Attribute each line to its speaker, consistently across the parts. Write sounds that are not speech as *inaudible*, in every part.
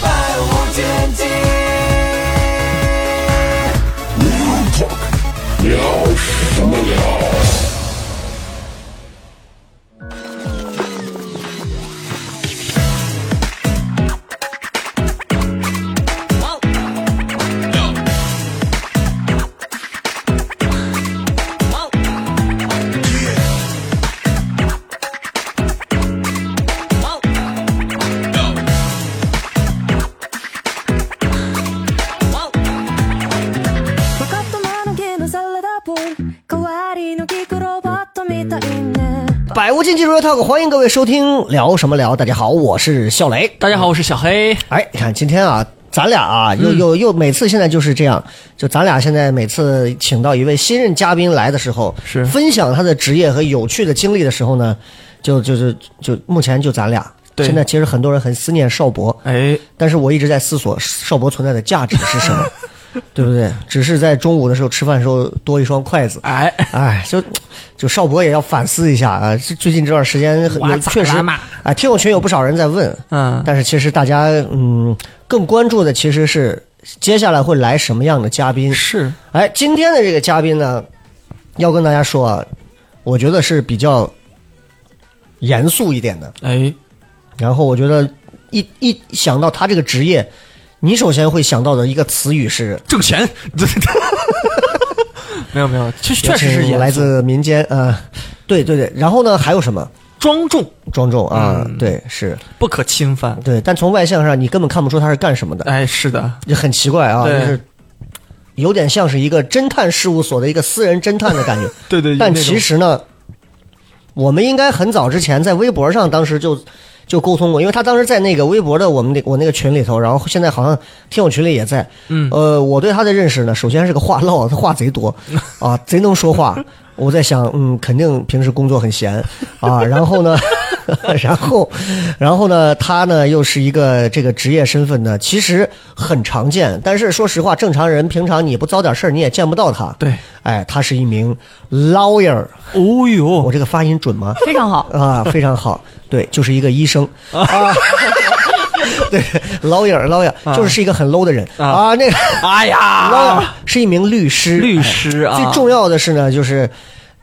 Speaker 1: 百无禁忌。
Speaker 2: 分かったまぬきのサラダボール代わりのキクロバットみたいね
Speaker 3: 百无禁忌 Real Talk，欢迎各位收听，聊什么聊？大家好，我是笑雷。
Speaker 4: 大家好，我是小黑。
Speaker 3: 哎，你看今天啊，咱俩啊，
Speaker 4: 嗯
Speaker 3: 又又又，每次现在就是这样，就咱俩现在每次请到一位新任嘉宾来的时候，
Speaker 4: 是
Speaker 3: 分享他的职业和有趣的经历的时候呢，就就就就目前就咱俩。
Speaker 4: 对
Speaker 3: 现在其实很多人很思念邵博，
Speaker 4: 哎，
Speaker 3: 但是我一直在思索邵博存在的价值是什
Speaker 4: *laughs*
Speaker 3: 么，对不对？只是在中午的时候吃饭的时候多一双筷子，
Speaker 4: 哎， *laughs*
Speaker 3: 哎，就就邵博也要反思一下啊！这最近这段时间很
Speaker 4: 哇
Speaker 3: 有
Speaker 4: 咋
Speaker 3: 确实
Speaker 4: 啦嘛
Speaker 3: 啊，听友群有不少人在问，
Speaker 4: 嗯，
Speaker 3: 但是其实大家嗯更关注的其实是接下来会来什么样的嘉宾。
Speaker 4: 是
Speaker 3: 哎，今天的这个嘉宾呢，要跟大家说啊，我觉得是比较严肃一点的。
Speaker 4: 哎，
Speaker 3: 然后我觉得一一想到他这个职业，你首先会想到的一个词语是，
Speaker 4: 挣钱。 *laughs* 没有没有，确确实是
Speaker 3: 也
Speaker 4: 也
Speaker 3: 来自民间呃，对对对。然后呢，还有什么？
Speaker 4: 庄重，
Speaker 3: 庄重啊，
Speaker 4: 嗯
Speaker 3: 对，是
Speaker 4: 不可侵犯。
Speaker 3: 对，但从外向上你根本看不出他是干什么的，
Speaker 4: 哎，是的，
Speaker 3: 就很奇怪啊，就
Speaker 4: 对
Speaker 3: 是有点像是一个侦探事务所的一个私人侦探的感觉。
Speaker 4: 对对
Speaker 3: 但其实呢，我们应该很早之前在微博上，当时就就沟通过，因为他当时在那个微博的我们那我那个群里头，然后现在好像听友群里也在。
Speaker 4: 嗯
Speaker 3: 呃，我对他的认识呢，首先是个话唠，他话贼
Speaker 4: *laughs*
Speaker 3: 多啊，贼能说话。我在想，嗯，肯定平时工作很闲啊，然后呢， *laughs* 然后，然后呢，他呢又是一个这个职业身份呢，其实很常见，但是说实话，正常人平常你不遭点事儿，你也见不到他。
Speaker 4: 对，
Speaker 3: 哎，他是一名 lawyer，
Speaker 4: 哦
Speaker 3: 我
Speaker 4: 呦，
Speaker 3: 这个发音准吗？
Speaker 5: 非常好。
Speaker 3: 啊，非常好，对，就是一个医生啊， *laughs* 对，lawyer lawyer 就是是一个很 low 的人
Speaker 4: 啊
Speaker 3: 啊，那个
Speaker 4: 哎
Speaker 3: lawyer
Speaker 4: 呀，
Speaker 3: 是一名律师，
Speaker 4: 律师
Speaker 3: 哎
Speaker 4: 啊，
Speaker 3: 最重要的是呢，就是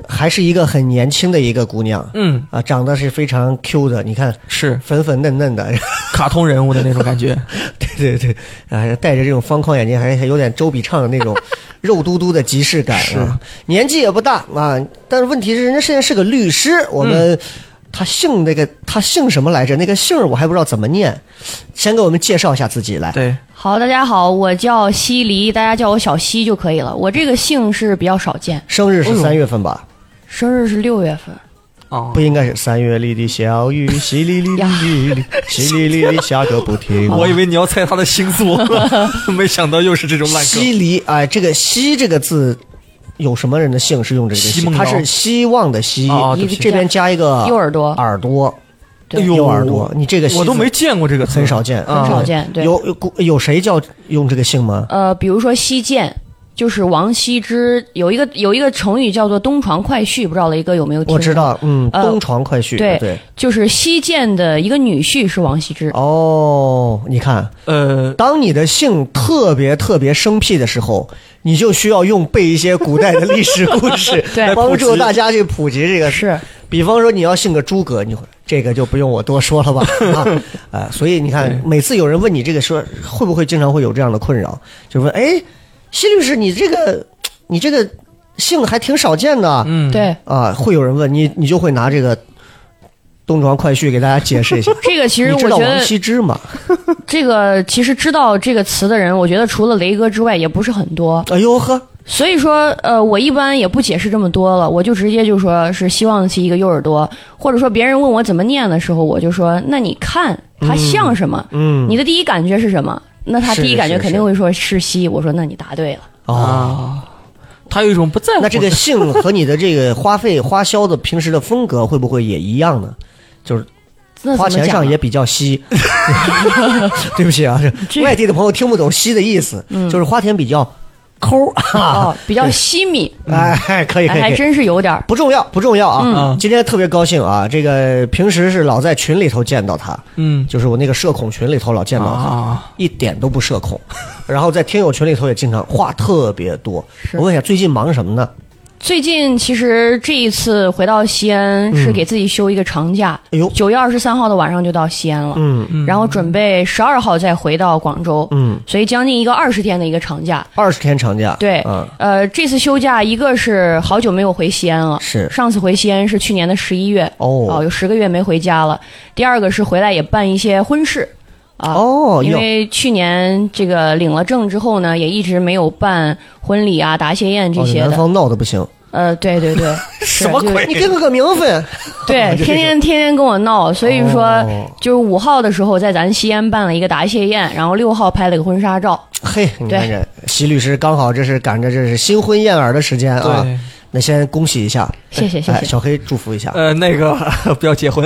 Speaker 3: 还是一个很年轻的一个姑娘，
Speaker 4: 嗯
Speaker 3: 啊，长得是非常 Q 的，你看
Speaker 4: 是
Speaker 3: 粉粉嫩嫩的，
Speaker 4: 卡通人物的那种感 *laughs* 觉。
Speaker 3: *laughs* 对对对，哎，戴着这种方框眼镜，还还有点周笔畅的那
Speaker 4: *laughs*
Speaker 3: 种肉嘟嘟的即视感啊。年纪也不大啊，但是问题是，人家现在是个律师，我
Speaker 4: 嗯
Speaker 3: 们、他姓那个他姓什么来着？那个姓儿我还不知道怎么念，先给我们介绍一下自己来。
Speaker 4: 对，
Speaker 5: 好，大家好，我叫西黎，大家叫我小西就可以了。我这个姓是比较少见，
Speaker 3: 生日
Speaker 4: 哎
Speaker 3: 是
Speaker 4: 呦
Speaker 3: 三月份吧？
Speaker 5: 生日是六月份。
Speaker 4: 哦
Speaker 3: 不，应该是三月里的小雨，淅沥沥沥沥，淅沥沥沥下个不停。
Speaker 4: *laughs* 哦我以为你要猜他的星座， *laughs* 没想到又是这种烂梗。
Speaker 3: 西离哎，这个西这个字。有什么人的姓是用这个
Speaker 4: 西
Speaker 3: 西？
Speaker 4: 梦
Speaker 3: 他
Speaker 4: 瑶
Speaker 3: 是希望的希，
Speaker 4: 哦对不起
Speaker 3: 这边加一个
Speaker 5: 右耳朵
Speaker 3: 耳朵，
Speaker 4: 哎呦
Speaker 3: 右耳朵，你这个西
Speaker 4: 我都
Speaker 3: 字
Speaker 4: 没见过这个词，
Speaker 3: 很少见，
Speaker 4: 很
Speaker 3: 啊
Speaker 5: 少见对
Speaker 3: 有有古有谁叫用这个姓吗？
Speaker 5: 呃，比如说西涧，就是王羲之有一个有一个成语叫做“东床快婿”，不知道雷哥有没有听过？
Speaker 3: 我知，道，嗯，
Speaker 5: 呃
Speaker 3: 东床快婿，
Speaker 5: 对
Speaker 3: 对，
Speaker 5: 就是西涧的一个女婿是王羲之。
Speaker 3: 哦，你看，
Speaker 4: 呃，
Speaker 3: 当你的姓特别特别生僻的时候，你就需要用背一些古代的历史故事
Speaker 5: *laughs* ，对
Speaker 3: 来帮助大家去普及这个。
Speaker 5: 是，
Speaker 3: 比方说你要姓个诸葛，你会这个就不用我多说
Speaker 5: *laughs*
Speaker 3: 了吧？啊，呃，所以你看，每次有人问你这个说，会不会经常会有这样的困扰？就问，哎，西律师，你这个你这个姓还挺少见的，嗯
Speaker 4: 嗯，
Speaker 5: 对，
Speaker 3: 啊，会有人问你，你就会拿这个东床快婿给大家解释一下。
Speaker 5: 这个 *laughs* 其实
Speaker 3: 你
Speaker 5: 我
Speaker 3: 知道
Speaker 5: 觉
Speaker 3: 王
Speaker 5: 得
Speaker 3: 羲之吗？
Speaker 5: 这个其实知道这个词的人，我觉得除了雷哥之外也不是很多。
Speaker 3: 哎呦呵，
Speaker 5: 所以说，呃，我一般也不解释这么多了，我就直接就说是希望其一个右耳朵，或者说别人问我怎么念的时候，我就说那你看它像什么？
Speaker 3: 嗯，
Speaker 5: 你的第一感觉是什么？那他
Speaker 3: 是
Speaker 5: 第一感觉
Speaker 3: 是
Speaker 5: 肯定会说是西，我说那你答对了。
Speaker 3: 哦，
Speaker 4: 啊他有一种不在乎。
Speaker 3: 那这个姓和你的这个花费花销的平时的风格会不会也一样呢？就是
Speaker 5: 那
Speaker 3: 花
Speaker 5: 怎
Speaker 3: 钱
Speaker 5: 么
Speaker 3: 上
Speaker 5: 讲
Speaker 3: 也
Speaker 5: 呢？
Speaker 3: 比较
Speaker 5: *laughs*
Speaker 3: 稀。 *laughs* 对不起啊，这
Speaker 5: 这嗯
Speaker 3: 外地的朋友听不懂“稀”的意思，就是花钱比较抠儿啊
Speaker 5: 哦。，比较细密，
Speaker 3: 哎， *laughs* 可以可
Speaker 5: 哎，
Speaker 3: 以，可
Speaker 5: 还
Speaker 3: 以。
Speaker 5: 真是嗯有点儿。
Speaker 3: 不重要，不重要啊！今天特别高兴啊！这个平时是老在群里头见到他，
Speaker 4: 嗯
Speaker 3: 就是我那个社恐群里头老见到他，
Speaker 4: 啊，
Speaker 3: 一点都不社恐。 *laughs* 然后在听友群里头也经常话特别多。我问一下，最近忙什么呢？
Speaker 5: 最近其实这一次回到西安是给自己休一个长假
Speaker 3: 哎呦，
Speaker 5: 九、月二十三号的晚上就到西安了，
Speaker 3: 嗯
Speaker 5: 然后准备十二号再回到广州，
Speaker 3: 嗯，
Speaker 5: 所以将近一个二十天的一个长假。
Speaker 3: 二十天长假。
Speaker 5: 对，
Speaker 3: 嗯，
Speaker 5: 呃，这次休假一个是好久没有回西安了，
Speaker 3: 是
Speaker 5: 上次回西安是去年的十一月，
Speaker 3: 哦
Speaker 5: 有十个月没回家了。第二个是回来也办一些婚事，啊，
Speaker 3: 哦，
Speaker 5: 因
Speaker 3: 哟
Speaker 5: 为去年这个领了证之后呢，也一直没有办婚礼啊、答谢宴这
Speaker 3: 哦
Speaker 5: 些
Speaker 3: 南
Speaker 5: 的。
Speaker 3: 方闹得不行，
Speaker 5: 呃，对
Speaker 3: *laughs*
Speaker 5: 对对，
Speaker 4: 什么
Speaker 5: *laughs* 就是
Speaker 4: 鬼？
Speaker 3: 你给我个名分。
Speaker 5: *laughs* 对，
Speaker 3: *laughs* 就是
Speaker 5: 天天天天跟我闹，所以说、
Speaker 3: 哦
Speaker 5: 就是五号的时候在咱西安办了一个答谢宴，然后六号拍了个婚纱照。
Speaker 3: 嘿，你看这席律师刚好这是赶着这是新婚燕尔的时间啊，
Speaker 4: 对
Speaker 3: 那先恭喜一下，
Speaker 5: 谢谢谢
Speaker 3: 哎，
Speaker 5: 谢，
Speaker 3: 小黑祝福一下。
Speaker 4: 呃，那个 *laughs* 不要结婚，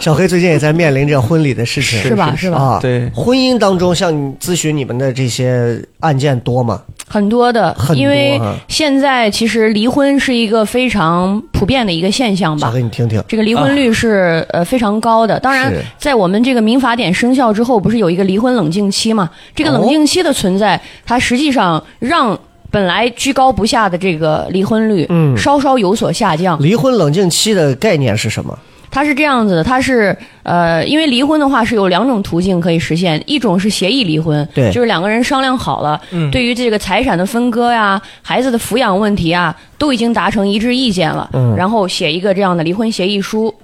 Speaker 3: 小黑最近也在面临着婚礼的事情，
Speaker 5: 是吧是吧？
Speaker 3: 啊，
Speaker 4: 对
Speaker 3: 婚姻当中像你咨询你们的这些案件多吗？
Speaker 5: 很多的，
Speaker 3: 很多
Speaker 5: 因为
Speaker 3: 啊
Speaker 5: 现在其实离婚是一个非常普遍的一个现象
Speaker 3: 小
Speaker 5: 吧。
Speaker 3: 黑，你听听，
Speaker 5: 这个离婚率是、呃非常高的，当然
Speaker 3: 啊是，
Speaker 5: 在我们这个民法典生效之后，不是有一个离婚冷静期嘛？这
Speaker 3: 哦
Speaker 5: 个冷静期的存在，它实际上让本来居高不下的这个离婚率，
Speaker 3: 嗯
Speaker 5: 稍稍有所下降。
Speaker 3: 离婚冷静期的概念是什么？
Speaker 5: 它是这样子的，它是呃，因为离婚的话是有两种途径可以实现，一种是协议离婚，
Speaker 3: 对
Speaker 5: 就是两个人商量好了，
Speaker 4: 嗯
Speaker 5: 对于这个财产的分割呀、孩子的抚养问题啊，都已经达成一致意见了，
Speaker 3: 嗯
Speaker 5: 然后写一个这样的离婚协议书，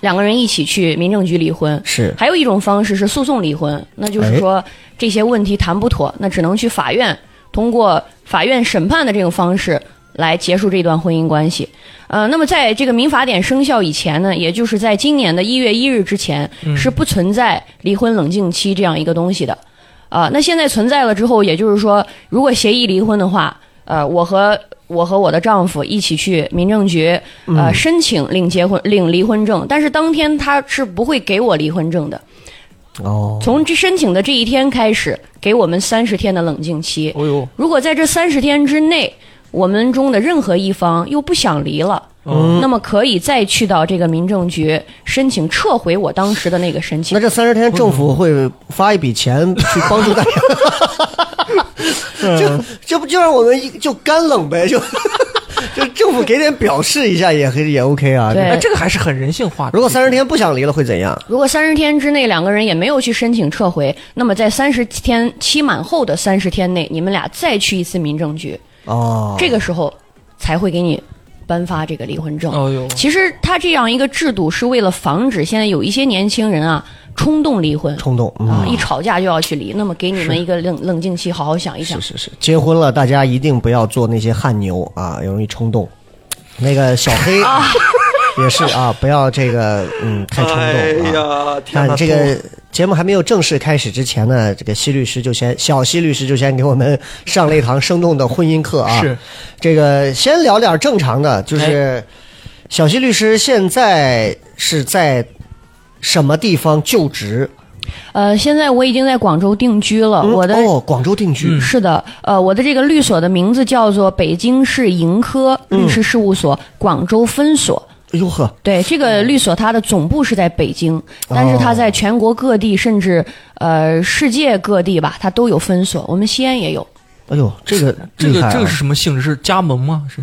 Speaker 5: 两个人一起去民政局离婚。
Speaker 3: 是
Speaker 5: 还有一种方式是诉讼离婚，那就是说这些问题谈不妥，那只能去法院，通过法院审判的这种方式来结束这段婚姻关系。呃，那么在这个民法典生效以前呢，也就是在今年的一月一日之前，是不存在离婚冷静期这样一个东西的。啊、那现在存在了之后，也就是说，如果协议离婚的话，呃，我和我和我的丈夫一起去民政局，呃，申请领结婚领离婚证，但是当天他是不会给我离婚证的。
Speaker 3: 哦，
Speaker 5: 从这申请的这一天开始，给我们三十天的冷静期。
Speaker 4: 哦呦，
Speaker 5: 如果在这三十天之内，我们中的任何一方又不想离了，
Speaker 4: 嗯
Speaker 5: 那么可以再去到这个民政局申请撤回我当时的那个申
Speaker 3: 那
Speaker 5: 请。
Speaker 3: 这三十天政府会发一笔钱去帮助大
Speaker 5: *laughs*
Speaker 3: 家，
Speaker 5: 嗯
Speaker 3: 这这不就让我们一就干冷呗？就 *laughs* 就政府给点表示一下也可以也 OK 啊。
Speaker 5: 对
Speaker 4: 哎，这个还是很人性化的。
Speaker 3: 如果三十天不想离了会怎样？
Speaker 5: 如果三十天之内两个人也没有去申请撤回，那么在三十天期满后的三十天内，你们俩再去一次民政局，
Speaker 3: 哦，
Speaker 5: 这个时候才会给你颁发这个离婚证。
Speaker 4: 哦呦，
Speaker 5: 其实他这样一个制度是为了防止现在有一些年轻人啊冲动离婚，
Speaker 3: 冲动
Speaker 5: 啊，
Speaker 3: 嗯
Speaker 5: 一吵架就要去离，那么给你们一个冷冷静期，好好想一想
Speaker 3: 是。是是，结婚了，大家一定不要做那些汗牛啊，容易冲动。那个小黑也是啊，不要这个嗯太冲动啊。
Speaker 4: 哎呀，
Speaker 3: 那这个节目还没有正式开始之前呢，这个西律师就先小西律师就先给我们上了一堂生动的婚姻课啊。
Speaker 4: 是哎
Speaker 3: 这个先聊点正常的，就是小西律师现在是在什么地方就职？
Speaker 5: 呃，现在我已经在广州定居了，
Speaker 3: 嗯
Speaker 5: 我的、
Speaker 3: 哦，嗯广州定
Speaker 4: 嗯
Speaker 3: 居。
Speaker 5: 是的，呃，我的这个律所的名字叫做北京市盈科律师事务所广州分所。
Speaker 3: 哎呦呵，
Speaker 5: 对，这个律所它的总部是在北京，但是它在全国各地，甚至呃世界各地吧，它都有分所。我们西安也有。
Speaker 3: 哎呦，这个
Speaker 4: 这
Speaker 3: 厉
Speaker 4: 个
Speaker 3: 害啊
Speaker 4: 这个是什么性质？是加盟吗？是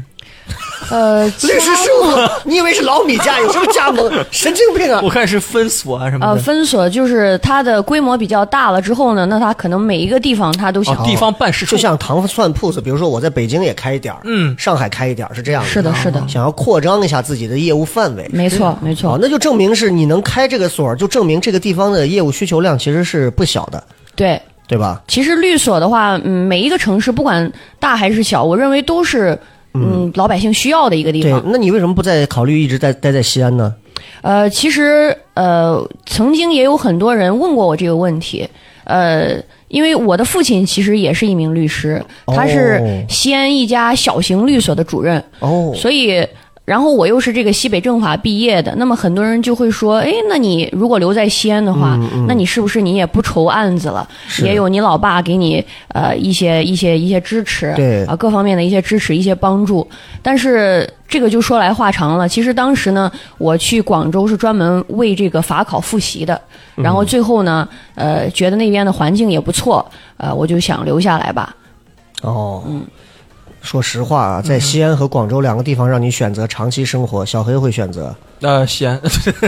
Speaker 5: 呃，
Speaker 3: 律师事务所，你以为是老米家有什么加盟？神经病啊！
Speaker 4: 我看啊 *laughs* 是分所啊什么
Speaker 5: 呃，
Speaker 4: 的。
Speaker 5: 分所就是它的规模比较大了之后呢，那它可能每一个地方它都想
Speaker 4: 哦，地方办事处
Speaker 3: 就像糖蒜铺子，比如说我在北京也开一点儿，
Speaker 4: 嗯
Speaker 3: 上海开一点儿，是这样的。啊
Speaker 5: 是的，是的，嗯
Speaker 3: 想要扩张一下自己的业务范围。
Speaker 5: 没错，没
Speaker 3: 哦
Speaker 5: 错，，
Speaker 3: 那就证明是你能开这个所儿，就证明这个地方的业务需求量其实是不小的，
Speaker 5: 对。
Speaker 3: 对吧？
Speaker 5: 其实律所的话，嗯，每一个城市不管大还是小，我认为都是嗯老百姓需要的一个地
Speaker 3: 对
Speaker 5: 方。，
Speaker 3: 那你为什么不再考虑一直在待在西安呢？
Speaker 5: 呃，其实呃，曾经也有很多人问过我这个问题，呃，因为我的父亲其实也是一名律师，他
Speaker 3: 哦
Speaker 5: 是西安一家小型律所的主任，
Speaker 3: 哦，
Speaker 5: 所以。然后我又是这个西北政法毕业的，那么很多人就会说，哎，那你如果留在西安的话，
Speaker 3: 嗯
Speaker 5: 那你是不是你也不愁案子了？
Speaker 3: 是
Speaker 5: 也有你老爸给你呃一些一些一些支持，
Speaker 3: 对
Speaker 5: 啊各方面的一些支持、一些帮助。但是这个就说来话长了。其实当时呢，我去广州是专门为这个法考复习的，
Speaker 3: 嗯
Speaker 5: 然后最后呢，呃，觉得那边的环境也不错，呃，我就想留下来吧。
Speaker 3: 哦，
Speaker 5: 嗯
Speaker 3: 说实话啊，在西安和广州两个地方让你选择长期生活，小黑会选择 *laughs*
Speaker 4: 呃，西安，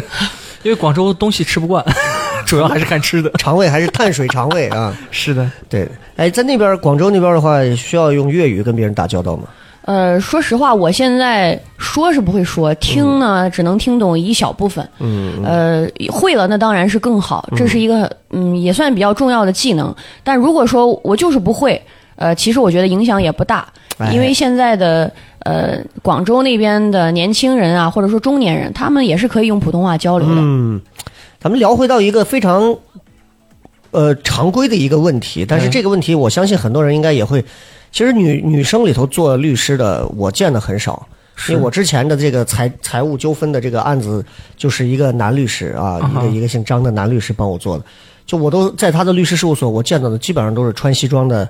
Speaker 4: *laughs* 因为广州东西吃不惯， *laughs* 主要还是看吃的。
Speaker 3: 肠胃还是碳水肠胃啊？
Speaker 4: 是的，
Speaker 3: 对，哎，在那边广州那边的话，需要用粤语跟别人打交道吗？
Speaker 5: 呃，说实话，我现在说是不会说，听呢只能听懂一小部分。嗯，呃，会了那当然是更好，这是一个嗯也算比较重要的技能。但如果说我就是不会，呃，其实我觉得影响也不大，
Speaker 3: 哎
Speaker 5: 因为现在的呃广州那边的年轻人啊，或者说中年人，他们也是可以用普通话交流的。
Speaker 3: 嗯，咱们聊回到一个非常呃常规的一个问题，但是
Speaker 4: 嗯
Speaker 3: 这个问题我相信很多人应该也会。其实女女生里头做律师的，我见的很少。因为我之前的这个财财务纠纷的这个案子，就是一个男律师啊，一个一个姓张的男律师帮我做的。就我都在他的律师事务所，我见到的基本上都是穿西装的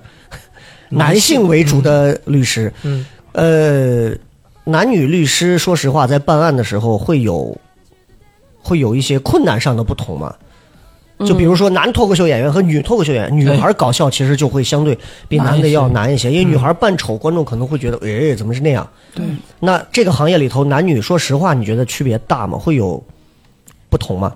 Speaker 3: *laughs* 男性为主的律师。
Speaker 4: 嗯，
Speaker 3: 呃，男女律师说实话，在办案的时候会有会有一些困难上的不同嘛。就比如说男脱口秀演员和女脱口秀演员，女孩搞笑其实就会相对比男的要难一些，因为女孩扮丑，观众可能会觉得，哎，怎么是那样？对。那这个行业里头，男女说实话，你觉得区别大吗？会有不同吗？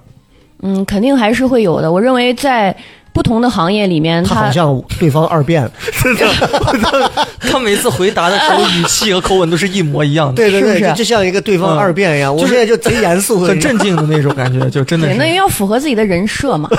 Speaker 5: 嗯，肯定还是会有的。我认为在不同的行业里面，
Speaker 3: 他好像对方二 *laughs* 辩，
Speaker 4: 真的，他他每次回答的时 *laughs* 候语气和口吻都是一模一样的，
Speaker 3: 对对
Speaker 5: 是不
Speaker 3: 对，
Speaker 5: 是
Speaker 3: 就就像一个对方二辩一样。我现嗯在就贼严 *laughs* 肃，
Speaker 4: 很镇静的那种感觉，就真的
Speaker 5: 对，那
Speaker 4: 是。
Speaker 5: 要符合自己的人设嘛，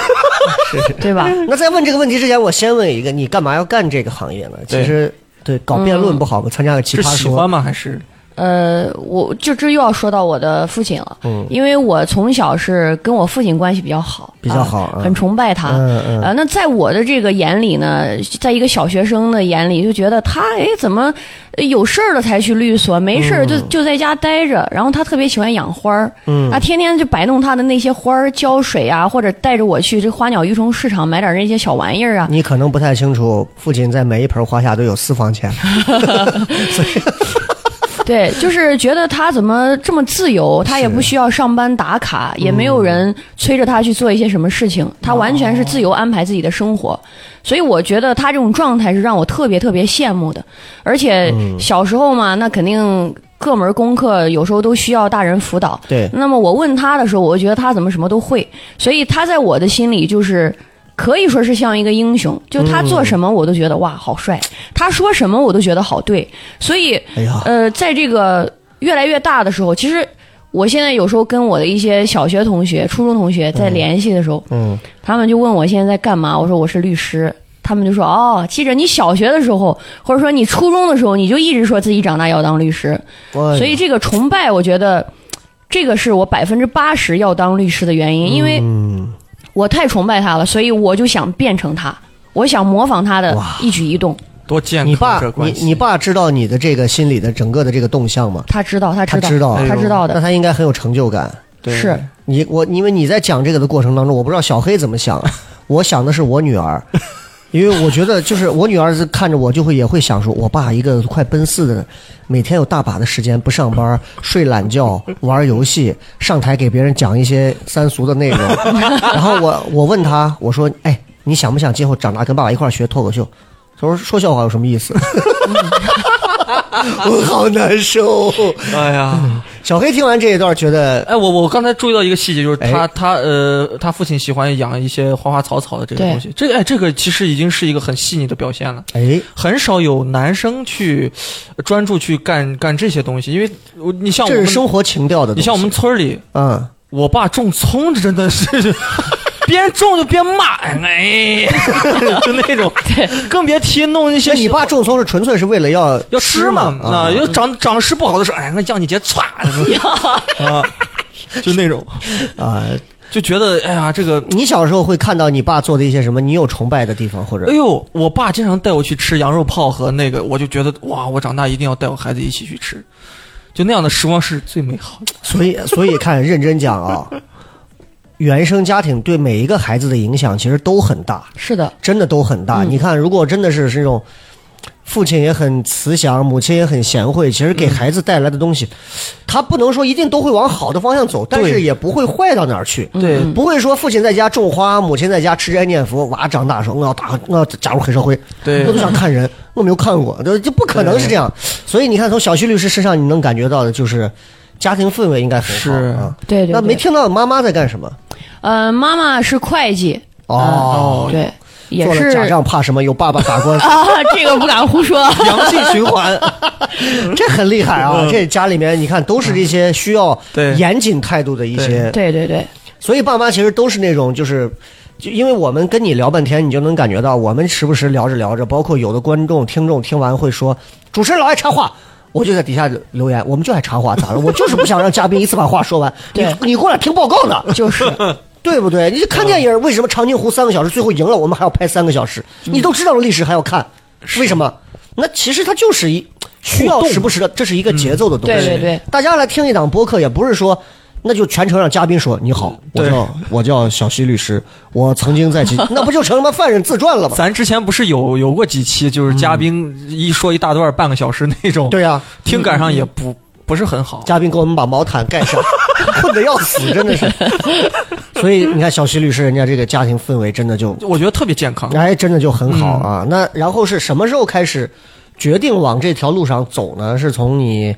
Speaker 5: *laughs* 对吧？
Speaker 3: *laughs* 那在问这个问题之前，我先问一个：你干嘛要干这个行业呢？其
Speaker 4: 对
Speaker 3: 实，对搞辩论不好吗？参加个奇
Speaker 4: 是
Speaker 3: 葩
Speaker 4: 喜
Speaker 3: 说
Speaker 4: 欢，吗？还是
Speaker 5: 呃，我就这又要说到我的父亲了，
Speaker 3: 嗯
Speaker 5: 因为我从小是跟我父亲关系比较好，
Speaker 3: 比较好
Speaker 5: 啊
Speaker 3: 嗯
Speaker 5: 很崇拜他。
Speaker 3: 嗯嗯
Speaker 5: 呃，那在我的这个眼里呢，在一个小学生的眼里，就觉得他哎怎么有事儿了才去律所，没事儿
Speaker 3: 嗯
Speaker 5: 就、就在家待着。然后他特别喜欢养花儿，嗯，啊，天天就摆弄他的那些花儿，浇水啊，或者带着我去这花鸟鱼虫市场买点那些小玩意儿啊。
Speaker 3: 你可能不太清楚，父亲在每一盆花下都有私房钱。
Speaker 5: *laughs* 对，就是觉得他怎么这么自由，他也不需要上班打卡，也没有人催着他去做一些什么事情，他完全是自由安排自己的生活。所以我觉得他这种状态是让我特别特别羡慕的。而且小时候嘛，那肯定各门功课有时候都需要大人辅导。
Speaker 3: 对
Speaker 5: 那么我问他的时候，我就觉得他怎么什么都会，所以他在我的心里就是。可以说是像一个英雄，就他做什么我都觉得、哇好帅，他说什么我都觉得好对，所以
Speaker 3: 哎 *laughs* 呀，
Speaker 5: 呃，在这个越来越大的时候，其实我现在有时候跟我的一些小学同学、初中同学在联系的时候，
Speaker 3: 嗯，
Speaker 5: 他们就问我现在在干嘛，我说我是律师。他们就说：“哦，记着，你小学的时候，或者说你初中的时候，你就一直说自己长大要当律师。
Speaker 3: 所
Speaker 5: 所以这个崇拜，我觉得这个是我百分之八十要当律师的原因，因为
Speaker 3: 嗯，
Speaker 5: 我太崇拜他了，所以我就想变成他，我想模仿他的
Speaker 3: 哇
Speaker 5: 一举一动。
Speaker 4: 多健
Speaker 3: 你
Speaker 4: 康
Speaker 3: 爸
Speaker 4: 这
Speaker 3: 你
Speaker 4: 关系？
Speaker 3: 你爸知道你的这个心理的整个的这个动向吗？
Speaker 5: 他知道，他
Speaker 3: 他
Speaker 5: 知道，他
Speaker 3: 知道，嗯哎
Speaker 5: 知道的
Speaker 3: 那。他应该很有成就感。
Speaker 4: 对
Speaker 5: 是
Speaker 3: 你我因为你在讲这个的过程当中，我不知道小黑怎么想，啊我想的是我女儿，因为我觉得就是我女儿是看着我就会也会想说，我爸一个快奔四的，每天有大把的时间不上班，睡懒觉，玩游戏，上台给别人讲一些三俗的内容，然后我我问他，我说，哎，你想不想今后长大跟爸爸一块儿学脱口秀？他说说笑话有什么意思？ *laughs* 我好难受。 *laughs*
Speaker 4: 哎呀，
Speaker 3: 小黑听完这一段，觉得
Speaker 4: 哎，我我刚才注意到一个细节，就是他
Speaker 3: 哎
Speaker 4: 他呃，他父亲喜欢养一些花花草草的这个
Speaker 5: 对
Speaker 4: 东西，这个哎，这个其实已经是一个很细腻的表现了。
Speaker 3: 哎，
Speaker 4: 很少有男生去呃专注去干干这些东西，因为我你像我
Speaker 3: 这是
Speaker 4: 们，
Speaker 3: 生活情调的东西。
Speaker 4: 你像我们村儿里，
Speaker 3: 嗯，
Speaker 4: 我爸种葱真的是边种就边骂，哎， *laughs* 就那种，更别提弄那些
Speaker 3: 那你爸种葱是纯粹是为了要
Speaker 4: 要吃嘛，
Speaker 3: 啊
Speaker 4: *laughs* 啊，要长长势不好的时候，哎，我叫你姐歘，啊，就那种
Speaker 3: 啊、
Speaker 4: 就觉得哎呀，这个
Speaker 3: 你小时候会看到你爸做的一些什么？你有崇拜的地方或者
Speaker 4: 哎？呦，我爸经常带我去吃羊肉泡和那个，我就觉得哇，我长大一定要带我孩子一起去吃，就那样的时光是最美好的。
Speaker 3: 所以，所以看认真讲啊，原生家庭对每一个孩子的影响其实都很大，
Speaker 5: 是的，
Speaker 3: 真的都很大。
Speaker 5: 嗯
Speaker 3: 你看，如果真的是是那种父亲也很慈祥，母亲也很贤惠，其
Speaker 4: 嗯
Speaker 3: 实给孩子带来的东西，他不能说一定都会往好的方向走，但是也不会坏到哪儿去。
Speaker 4: 对嗯
Speaker 3: 不会说父亲在家种花，母亲在家吃斋念佛，娃长大说我要打我要加入黑社会，
Speaker 4: 对
Speaker 3: 我都想看人，我没有看过，都就不可能是这样。所以你看，从小旭律师身上你能感觉到的就是。家庭氛围应该很好
Speaker 4: 是
Speaker 3: 啊，
Speaker 5: 对对
Speaker 3: 那没
Speaker 5: 对。
Speaker 3: 听到妈妈在干什么
Speaker 5: 呃，妈妈是会计，
Speaker 4: 啊
Speaker 3: 哦，
Speaker 5: 对，也
Speaker 3: 做
Speaker 5: 是
Speaker 3: 了假账怕什么？有爸爸打
Speaker 4: *laughs*
Speaker 3: 官司，
Speaker 5: 啊，这个不敢胡
Speaker 3: *laughs*
Speaker 5: 说。
Speaker 4: 阳性循 *laughs* 环，
Speaker 3: 这很厉害啊！这家里面你看都是这些需要
Speaker 4: 嗯对
Speaker 3: 严谨态度的一些，
Speaker 5: 对对对，
Speaker 3: 所以爸妈其实都是那种就是。就因为我们跟你聊半天，你就能感觉到，我们时不时聊着聊着，包括有的观众、听众听完会说，主持人老爱插话，我就在底下留言，我们就爱插话，咋了？我就是不想让嘉宾一次把话说完，你
Speaker 5: *laughs* 对
Speaker 3: 你过来听报告呢，
Speaker 5: *laughs* 就是
Speaker 3: 对不对？你就看电影，为什么长津湖三个小时最后赢了，我们还要拍三个小时？
Speaker 5: 嗯
Speaker 3: 你都知道了历史还要看，为什么？那其实它就是一需要时不时的，这是一个节奏的东西。
Speaker 5: 对对对，
Speaker 3: 大家来听一档播客，也不是说。那就全程让嘉宾说你好，我
Speaker 4: 嗯对
Speaker 3: 叫我叫小西律师，我曾经
Speaker 4: *laughs*
Speaker 3: 在其，那不就成他妈犯人自传了吗？
Speaker 4: 咱之前不是有有过几期，就是嘉宾一说一大段半个小时那种，
Speaker 3: 对呀、嗯
Speaker 4: 听感上也不不是很好。
Speaker 3: 嘉宾给我们把毛毯
Speaker 4: *laughs*
Speaker 3: 盖上，困得要死，真的是。所以你看，小西律师人家这个家庭氛围真的就
Speaker 4: 我觉得特别健康，
Speaker 3: 哎，真的就很好
Speaker 4: 嗯
Speaker 3: 啊。那然后是什么时候开始决定往这条路上走呢？是从你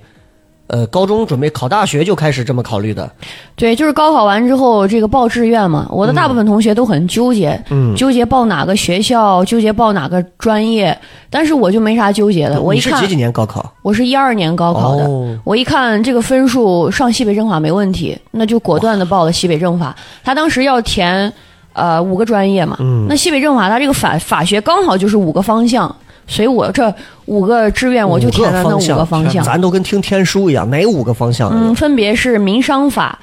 Speaker 3: 呃高中准备考大学就开始这么考虑的？
Speaker 5: 对，就是高考完之后，这个报志愿嘛，我的
Speaker 3: 嗯
Speaker 5: 大部分同学都很纠结，
Speaker 4: 嗯
Speaker 5: 纠结报哪个学校，纠结报哪个专业，但是我就没啥纠结的。我
Speaker 3: 呃
Speaker 5: 一
Speaker 3: 你是
Speaker 5: 看
Speaker 3: 几，几年高考？
Speaker 5: 我是一二年高考的，
Speaker 3: 哦
Speaker 5: 我一看这个分数上西北政法没问题，那就果断的报了西北政法。他当时要填呃五个专业嘛，
Speaker 3: 嗯
Speaker 5: 那西北政法他这个法法学刚好就是五个方向，所以我这五个志愿我就填了那五个方向。
Speaker 3: 咱都跟听天书一样，哪五个方向啊？
Speaker 5: 嗯，分别是民商法、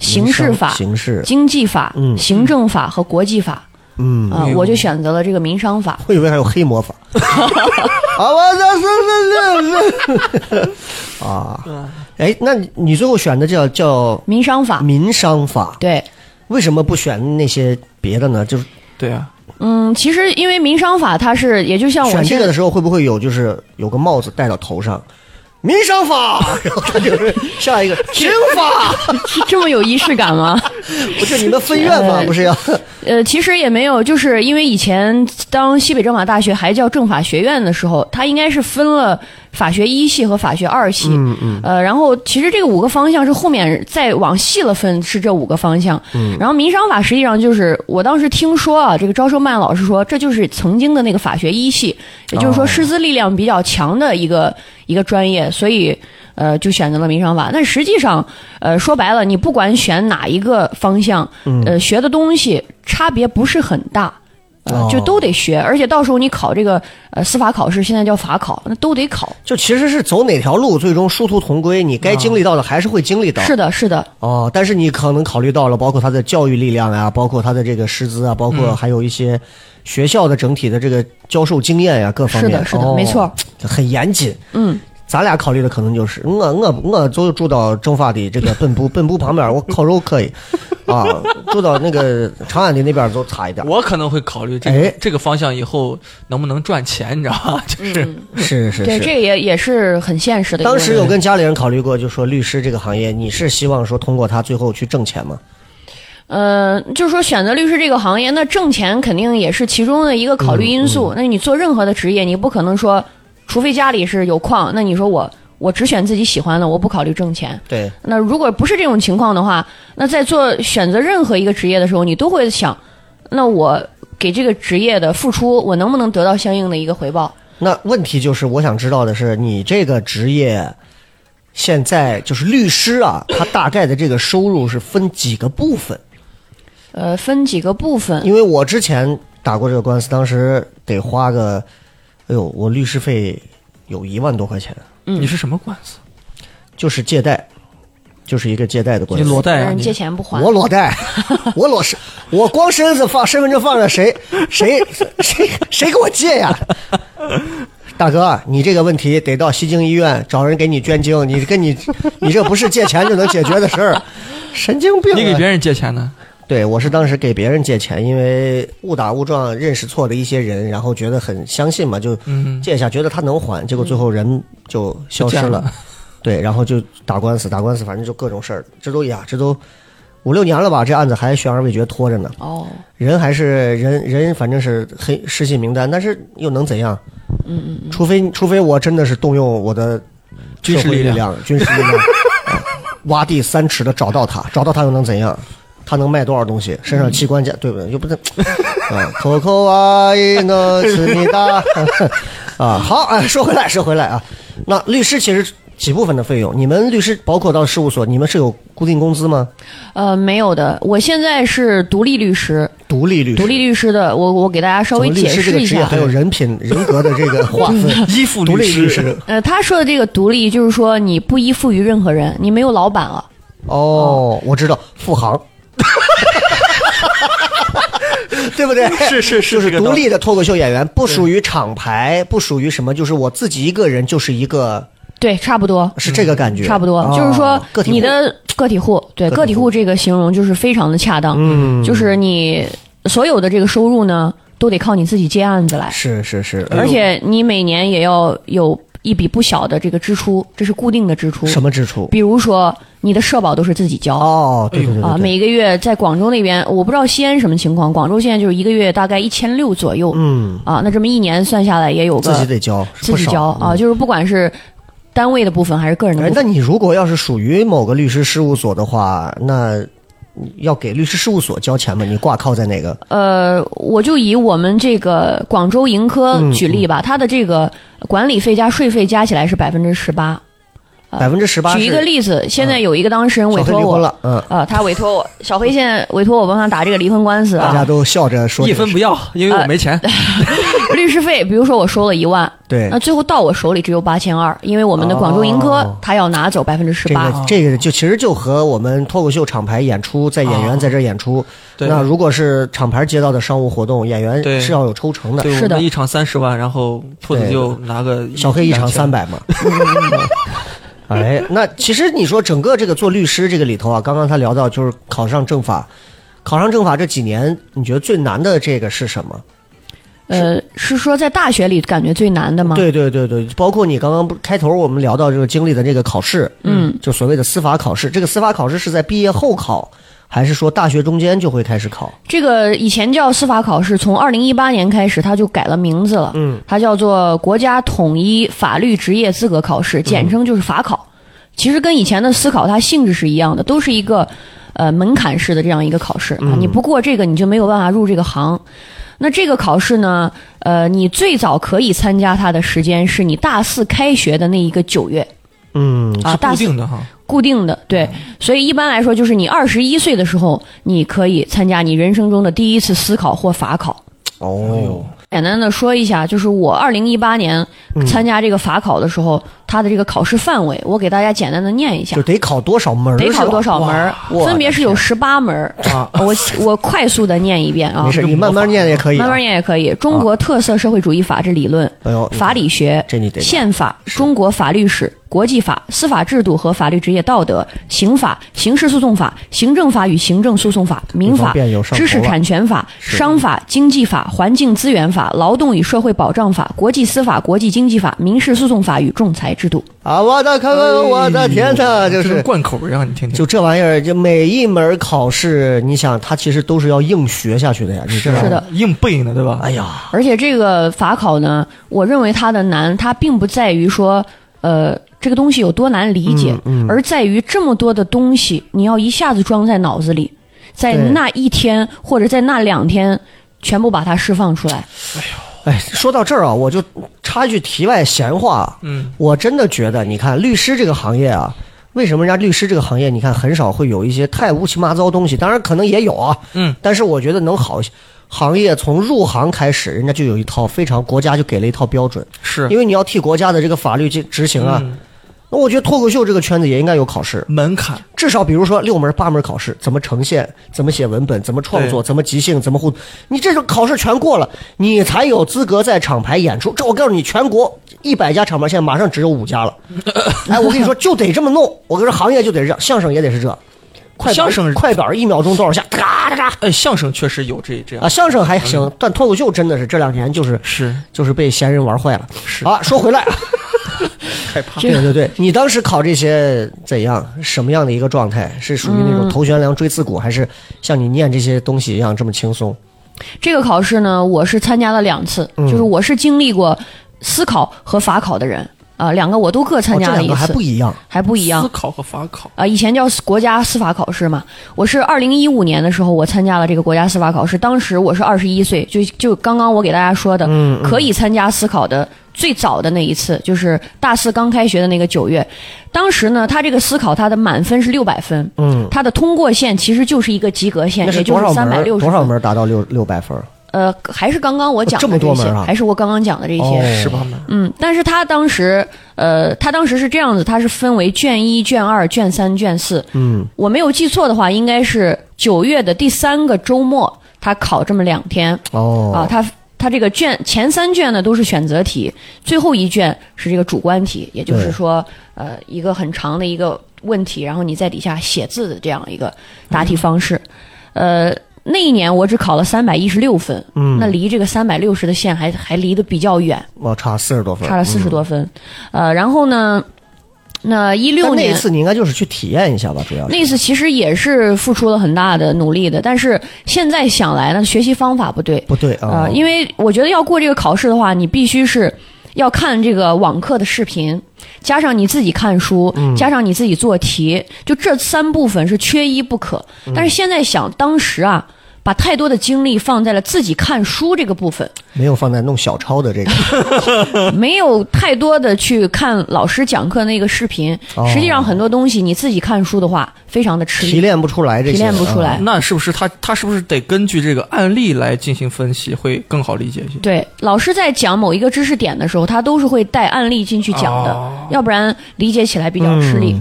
Speaker 5: 刑事法、
Speaker 3: 形式，
Speaker 5: 经济法、
Speaker 3: 嗯
Speaker 5: 行政法和国际法。
Speaker 3: 嗯，
Speaker 5: 啊、我就选择了这个民商法。
Speaker 3: 我以为还有黑魔
Speaker 5: *laughs*
Speaker 3: 法。啊，我这是是是是啊！哎，那你你最后选的叫叫
Speaker 5: 民商嗯法，
Speaker 3: 民商法，
Speaker 5: 对，
Speaker 3: 为什么不选那些别的呢？就是
Speaker 4: 对啊，
Speaker 5: 嗯，其实因为民商法它是，也就像我
Speaker 3: 选这
Speaker 5: 现
Speaker 3: 个
Speaker 5: 在
Speaker 3: 的时候会不会有就是有个帽子戴到头上？民商法， *laughs* 然后他就是下
Speaker 5: *laughs*
Speaker 3: 一个刑法，
Speaker 5: 这么有仪式感吗？
Speaker 3: 不是你们分院吗？
Speaker 5: 是
Speaker 3: 不是要
Speaker 5: 呃，其实也没有，就是因为以前当西北政法大学还叫政法学院的时候，它应该是分了法学一系和法学二系。嗯嗯。呃，然后其实这个五个方向是后面再往细了分是这五个方向。嗯。然后民商法实际上就是我当时听说啊，这个招生办老师说，这就是曾经的那个法学一系，也就是说师资力量比较强的一个、一个专业，所以。呃，就选择了民商法。但实际上，呃，说白了，你不管选哪一个方向，呃，学的东西差别不是很大。呃
Speaker 3: 哦，
Speaker 5: 就都得学，而且到时候你考这个呃司法考试，现在叫法考，那都得考。
Speaker 3: 就其实是走哪条路，最终殊途同归，你该经历到的还是会经历到。
Speaker 5: 啊是的，是的，
Speaker 3: 哦，但是你可能考虑到了，包括他的教育力量啊，包括他的这个师资啊，包
Speaker 5: 嗯
Speaker 3: 括还有一些学校的整体的这个教授经验呀、各方面。
Speaker 5: 是的是的
Speaker 3: 哦
Speaker 5: 没错，
Speaker 3: 很严谨。
Speaker 5: 嗯，
Speaker 3: 咱俩考虑的可能就是，我我我就住到政法的这个本
Speaker 5: *laughs*
Speaker 3: 部，本部旁边我烤肉可以，啊，住到那个长安的那边就差一点。
Speaker 4: 我可能会考虑这个、
Speaker 3: 哎
Speaker 4: 这个方向以后能不能赚钱，你知道吗？ *laughs* 就是、
Speaker 3: 是是
Speaker 5: 对，
Speaker 3: 是。
Speaker 5: 这也也是很现实的一个
Speaker 3: 当
Speaker 5: 问题。
Speaker 3: 时有跟家里人考虑过，就说律师这个行业，你是希望说通过他最后去挣钱吗？
Speaker 5: 呃，就是说选择律师这个行业，那挣钱肯定也是其中的一个考虑因素。那你做任何的职业，你不可能说，除非家里是有矿，那你说我我只选自己喜欢的，我不考虑挣钱。
Speaker 3: 对，
Speaker 5: 那如果不是这种情况的话，那在做选择任何一个职业的时候，你都会想，那我给这个职业的付出，我能不能得到相应的一个回报？
Speaker 3: 那问题就是，我想知道的是，你这个职业现在就是律师啊，他大概的这个收入是分几个部分？
Speaker 5: 呃，分几个部分。
Speaker 3: 因为我之前打过这个官司，当时得花个，哎呦，我律师费有一万多块钱，
Speaker 4: 你是什么官司？
Speaker 3: 就是借贷，就是一个借贷的关
Speaker 4: 你
Speaker 3: 系。
Speaker 4: 裸贷啊
Speaker 5: 人
Speaker 4: 你
Speaker 5: 借钱不还
Speaker 3: 我，裸贷，我裸身，我光身子放身份证放着，谁谁谁谁给我借呀？ *laughs* 大哥，你这个问题得到西京医院找人给你捐精，你跟你你这不是借钱就能解决的事儿，神经病、啊！
Speaker 4: 你给别人借钱
Speaker 3: *laughs*
Speaker 4: 呢？
Speaker 3: 对，我是当时给别人借钱，因为误打误撞认识错的一些人，然后觉得很相信嘛，就
Speaker 4: 嗯
Speaker 3: 借一下，觉得他能还，结果最后人就消失
Speaker 4: 不见
Speaker 3: 了。
Speaker 4: 了
Speaker 3: *laughs* 对，然后就打官司，打官司，反正就各种事儿，这都呀，这都五六年了吧，这案子还悬而未决，拖着呢。
Speaker 5: 哦，
Speaker 3: 人还是人，人反正是黑失信名单，但是又能怎样？嗯嗯，除非除非我真的是动用我的
Speaker 4: 军事
Speaker 3: 社会力
Speaker 4: 力
Speaker 3: *laughs*
Speaker 4: 量
Speaker 3: 量、军事力量，哎挖地三尺的找到他，找到他又能怎样？他能卖多少东西？身上器官价对不对？又不能 *laughs* 啊，口口啊，一诺斯密达 *laughs* 啊。好，哎，说回来，说回来啊，那律师其实几部分的费用，你们律师包括到事务所，你们是有固定工资吗？
Speaker 5: 呃，没有的，我现在是独立律师，
Speaker 3: 独立律师，
Speaker 5: 独立律师的，我我给大家稍
Speaker 3: 怎么
Speaker 5: 微
Speaker 3: 律
Speaker 5: 解
Speaker 3: 师这
Speaker 5: 释
Speaker 3: 个
Speaker 5: 一
Speaker 3: 职业
Speaker 5: 下
Speaker 3: 还。有人品、人格的这
Speaker 5: *laughs*
Speaker 3: 个划分，
Speaker 4: 依附
Speaker 3: 独
Speaker 4: 律
Speaker 3: 立律
Speaker 4: 嗯
Speaker 3: 师
Speaker 5: 呃，他说的这个独立，就是说你不依附于任何人，你没有老板了。
Speaker 3: 哦，我知道，副行， *laughs* 对不对？
Speaker 4: *laughs* 是是是
Speaker 3: 就是
Speaker 4: 这个
Speaker 3: 独
Speaker 4: 道理
Speaker 3: 立的脱口秀演员，不属于厂牌，不属于什么，就是我自己一个人，就是一个，
Speaker 5: 对，差不多，
Speaker 3: 是这个感觉，
Speaker 5: 嗯差不多，
Speaker 3: 哦
Speaker 5: 就是说
Speaker 3: 个体户
Speaker 5: 你的个体户，对
Speaker 3: 个体户
Speaker 5: 个体户这个形容就是非常的恰当，
Speaker 3: 嗯
Speaker 5: 就是你所有的这个收入呢，都得靠你自己接案子来，
Speaker 3: 是是是，
Speaker 5: 而且你每年也要有一笔不小的这个支出，这是固定的支出，
Speaker 3: 什么支出？
Speaker 5: 比如说你的社保都是自己交。
Speaker 3: 哦，对对对
Speaker 5: 啊，
Speaker 3: 对对，
Speaker 5: 每个月在广州那边，我不知道西安什么情况。广州现在就是一个月大概一千六左右，
Speaker 3: 嗯，
Speaker 5: 啊，那这么一年算下来也有个
Speaker 3: 自己得交，
Speaker 5: 自
Speaker 3: 不
Speaker 5: 己
Speaker 3: 少
Speaker 5: 交啊，。就是不管是单位的部分还是个
Speaker 3: 嗯
Speaker 5: 人的
Speaker 3: 哎
Speaker 5: 部，
Speaker 3: 那
Speaker 5: 分，
Speaker 3: 你如果要是属于某个律师事务所的话，那要给律师事务所交钱吗？你挂靠在哪个？
Speaker 5: 呃，我就以我们这个广州盈科
Speaker 3: 嗯
Speaker 5: 举例吧，它的这个管理费加税费加起来是百分之十八。
Speaker 3: 百分之十八。
Speaker 5: 呃举一个例子，现在有一个当事人委
Speaker 3: 小黑
Speaker 5: 托
Speaker 3: 离
Speaker 5: 我
Speaker 3: 婚，了，嗯，
Speaker 5: 啊，他委托我，小黑现在委托我帮他打这个离婚官司
Speaker 3: 大家
Speaker 5: 啊，
Speaker 3: 都笑着说
Speaker 4: 一
Speaker 3: 这个呃
Speaker 4: 分
Speaker 3: 事
Speaker 4: 不要，因为我没钱。
Speaker 5: 律师费，比如说我收了一万，
Speaker 3: 对
Speaker 5: 那，最后到我手里只有八千二，因为我们的广州盈科
Speaker 3: 哦
Speaker 5: 他要拿走百分之十
Speaker 3: 这
Speaker 5: 八，啊
Speaker 3: 个这个就其实就和我们脱口秀厂牌演出，在演
Speaker 5: 啊
Speaker 3: 员在这演出，
Speaker 4: *laughs* 对
Speaker 3: 那如果是厂牌接到的商务活动，演员
Speaker 4: 对
Speaker 3: 是要有抽成的。
Speaker 4: 对，
Speaker 5: 是
Speaker 4: 我
Speaker 5: 的
Speaker 4: 们一场三十万，然后兔子
Speaker 3: 对
Speaker 4: 就拿个
Speaker 3: 小黑一场三
Speaker 4: 百。
Speaker 3: 百嘛。 *laughs* 哎，那其实你说整个这个做律师这个里头啊，刚刚他聊到就是考上政法，考上政法这几年，你觉得最难的这个是什么？
Speaker 5: 呃，是说在大学里感觉最难的吗？
Speaker 3: 对对对对，包括你刚刚不开头我们聊到就是经历的这个考试，
Speaker 5: 嗯，
Speaker 3: 就所谓的司法考试，这个司法考试是在毕业后考，还是说大学中间就会开始考？
Speaker 5: 这个以前叫司法考试，从二零一八年开始，它就改了名字了。嗯，它叫做国家统一法律职业资格考试，简称就是法考。其实跟以前的司考它性质是一样的，都是一个呃门槛式的这样一个考试啊。你不过这个，你就没有办法入这个行。那这个考试呢，呃，你最早可以参加它的时间是你大四开学的那一个九月
Speaker 3: 嗯，
Speaker 5: 啊，
Speaker 4: 是
Speaker 5: 大
Speaker 4: 固
Speaker 5: 四
Speaker 4: 定的哈，
Speaker 5: 固定的，对，所以一般来说就是你二十一岁的时候，你可以参加你人生中的第一次思考或法考。哎
Speaker 3: 哦，
Speaker 5: 简单的说一下，就是我二零一八年
Speaker 3: 嗯
Speaker 5: 参加这个法考的时候，它的这个考试范围，我给大家简单的念一下
Speaker 3: 就，得考多少门儿？
Speaker 5: 得考多少门儿，分别是有
Speaker 3: 十。
Speaker 5: 十八门儿。我我快速的念一遍啊
Speaker 3: 没，事，啊你慢慢念也可以、啊。啊
Speaker 5: 慢慢。念也可以。中国特色社会主义法治理论、
Speaker 3: 哎呦，
Speaker 5: 法理学、
Speaker 3: 这你得
Speaker 5: 宪法、中国法律史、国际法、司法制度和法律职业道德、刑法、刑事诉讼法、行政法与行政诉讼法、民
Speaker 3: 方
Speaker 5: 法
Speaker 3: 便有、上
Speaker 5: 知识
Speaker 3: 头了
Speaker 5: 产权法、商法、经济法、环境资源法、劳动与社会保障法、国际司法、国际经济法、民事诉讼法与仲裁制度。
Speaker 3: 啊！我的看看，我的天呐，就
Speaker 4: 这
Speaker 3: 是
Speaker 4: 跟贯口一样，你听听。
Speaker 3: 就这玩意儿，就每一门考试，你想它其实都是要硬学下去的呀。你知道吗
Speaker 5: 是的
Speaker 4: 硬背呢，对吧？
Speaker 3: 哎呀，
Speaker 5: 而且这个法考呢，我认为它的难，它并不在于说，呃，这个东西有多难理解，
Speaker 3: 嗯嗯
Speaker 5: 而在于这么多的东西，你要一下子装在脑子里，在
Speaker 3: 对
Speaker 5: 那一天或者在那两天，全部把它释放出来。
Speaker 3: 哎，说到这儿啊，我就插一句题外闲话啊。
Speaker 4: 嗯，
Speaker 3: 我真的觉得，你看律师这个行业啊，为什么人家律师这个行业，你看很少会有一些太乌七八糟东西，当然可能也有啊，
Speaker 4: 嗯，
Speaker 3: 但是我觉得能好一些。行业从入行开始，人家就有一套非常国家就给了一套标准，
Speaker 4: 是嗯
Speaker 3: 因为你要替国家的这个法律去执行啊。那我觉得脱口秀这个圈子也应该有考试，
Speaker 4: 门槛，
Speaker 3: 至少比如说六门八门考试，怎么呈现，怎么写文本，怎么创作，
Speaker 4: 对
Speaker 3: 怎么即兴，怎么互，你这种考试全过了，你才有资格在厂牌演出。这我告诉你，全国一百家厂牌现在马上只有五家了。哎，我跟你说，就得这么弄。我跟你说，行业就得这样，相声也得是这，快板
Speaker 4: 相声
Speaker 3: 快板一秒钟多少下，嘎嘎嘎
Speaker 4: 哎，相声确实有这这样
Speaker 3: 啊！，相声还
Speaker 4: 嗯
Speaker 3: 行，但脱口秀真的是这两年就是
Speaker 4: 是
Speaker 3: 就是被闲人玩坏了。
Speaker 4: 是
Speaker 3: 啊，说回来。
Speaker 4: *laughs* 害怕。
Speaker 3: 对对对，你当时考这些怎样？什么样的一个状态？是属于那
Speaker 5: 嗯
Speaker 3: 种头悬梁锥刺股，还是像你念这些东西一样这么轻松？
Speaker 5: 这个考试呢，我是参加了两次，
Speaker 3: 嗯
Speaker 5: 就是我是经历过思考和法考的人啊、两个我都各参
Speaker 3: 哦，
Speaker 5: 加
Speaker 3: 这
Speaker 5: 了
Speaker 3: 两
Speaker 5: 一
Speaker 3: 个还
Speaker 5: 次，
Speaker 3: 不一样。
Speaker 5: 还不一样
Speaker 4: 思。考和法考，
Speaker 5: 啊、以前叫国家司法考试嘛。我是二零一五年的时候，我参加了这个国家司法考试，当时我是二十一岁，就就刚刚我给大家说
Speaker 3: 嗯
Speaker 5: 的，嗯可以参加司考的最早的那一次，就是大四刚开学的那个九月。当时呢，他这个司考他的满分是六百分，
Speaker 3: 嗯，
Speaker 5: 他的通过线其实就是一个及格线，
Speaker 3: 那
Speaker 5: 也
Speaker 3: 是
Speaker 5: 就
Speaker 3: 多
Speaker 5: 是
Speaker 3: 少
Speaker 5: 三
Speaker 3: 门
Speaker 5: 百
Speaker 3: 儿？
Speaker 5: 六十
Speaker 3: 多少门儿达到六六百分儿？
Speaker 5: 呃，还是刚刚我讲的
Speaker 3: 这么多
Speaker 5: 些
Speaker 3: 门啊
Speaker 5: 还是我刚刚讲的这些。
Speaker 3: 哦
Speaker 4: 十八门，
Speaker 5: 嗯，但是他当时，呃，他当时是这样子，他是分为卷一、卷二、卷三、卷四。
Speaker 3: 嗯，
Speaker 5: 我没有记错的话，应该是九月的第三个周末，他考这么两天啊
Speaker 3: 哦，，
Speaker 5: 他。他这个卷前三卷呢都是选择题，最后一卷是这个主观题，也就是
Speaker 3: 对
Speaker 5: 说，呃，一个很长的一个问题，然后你在底下写字的这样一个答题方式。呃，那一年我只考了三百一十六分，
Speaker 3: 嗯
Speaker 5: 那离这个三百六十的线还还离得比较远。
Speaker 3: 我哦差四十多分儿，
Speaker 5: 差了四十多分。呃，然后呢，那一
Speaker 3: 嗯。
Speaker 5: 六
Speaker 3: 但那
Speaker 5: 年
Speaker 3: 一次你应该就是去体验一下吧，主要是
Speaker 5: 那次其实也是付出了很大的努力的，但是现在想来呢，学习方法不对。
Speaker 3: 不对啊
Speaker 5: 呃，，因
Speaker 3: 为
Speaker 5: 为我觉得要过这个考试的话，你必须是要看这个网课的视频，加上你自己看书，加上你自己做题，就这三部分是缺一不可。但是现在想，当时啊。把太多的精力放在了自己看书这个部分，
Speaker 3: 没有放在弄小抄的
Speaker 5: *laughs*
Speaker 3: 这个，
Speaker 5: 没有太多的去看老师讲课那个视频，
Speaker 3: 哦
Speaker 5: 实际上很多东西你自己看书的话，非常的吃
Speaker 3: 提
Speaker 5: 力。
Speaker 3: 炼不出来这些，
Speaker 5: 提炼不出来
Speaker 3: 啊
Speaker 4: 那是不是他他是不是得根据这个案例来进行分析，会更好理解一些？
Speaker 5: 对，老师在讲某一个知识点的时候，他都是会带案例进去讲的，
Speaker 4: 哦
Speaker 5: 要不然理解起来比较吃力。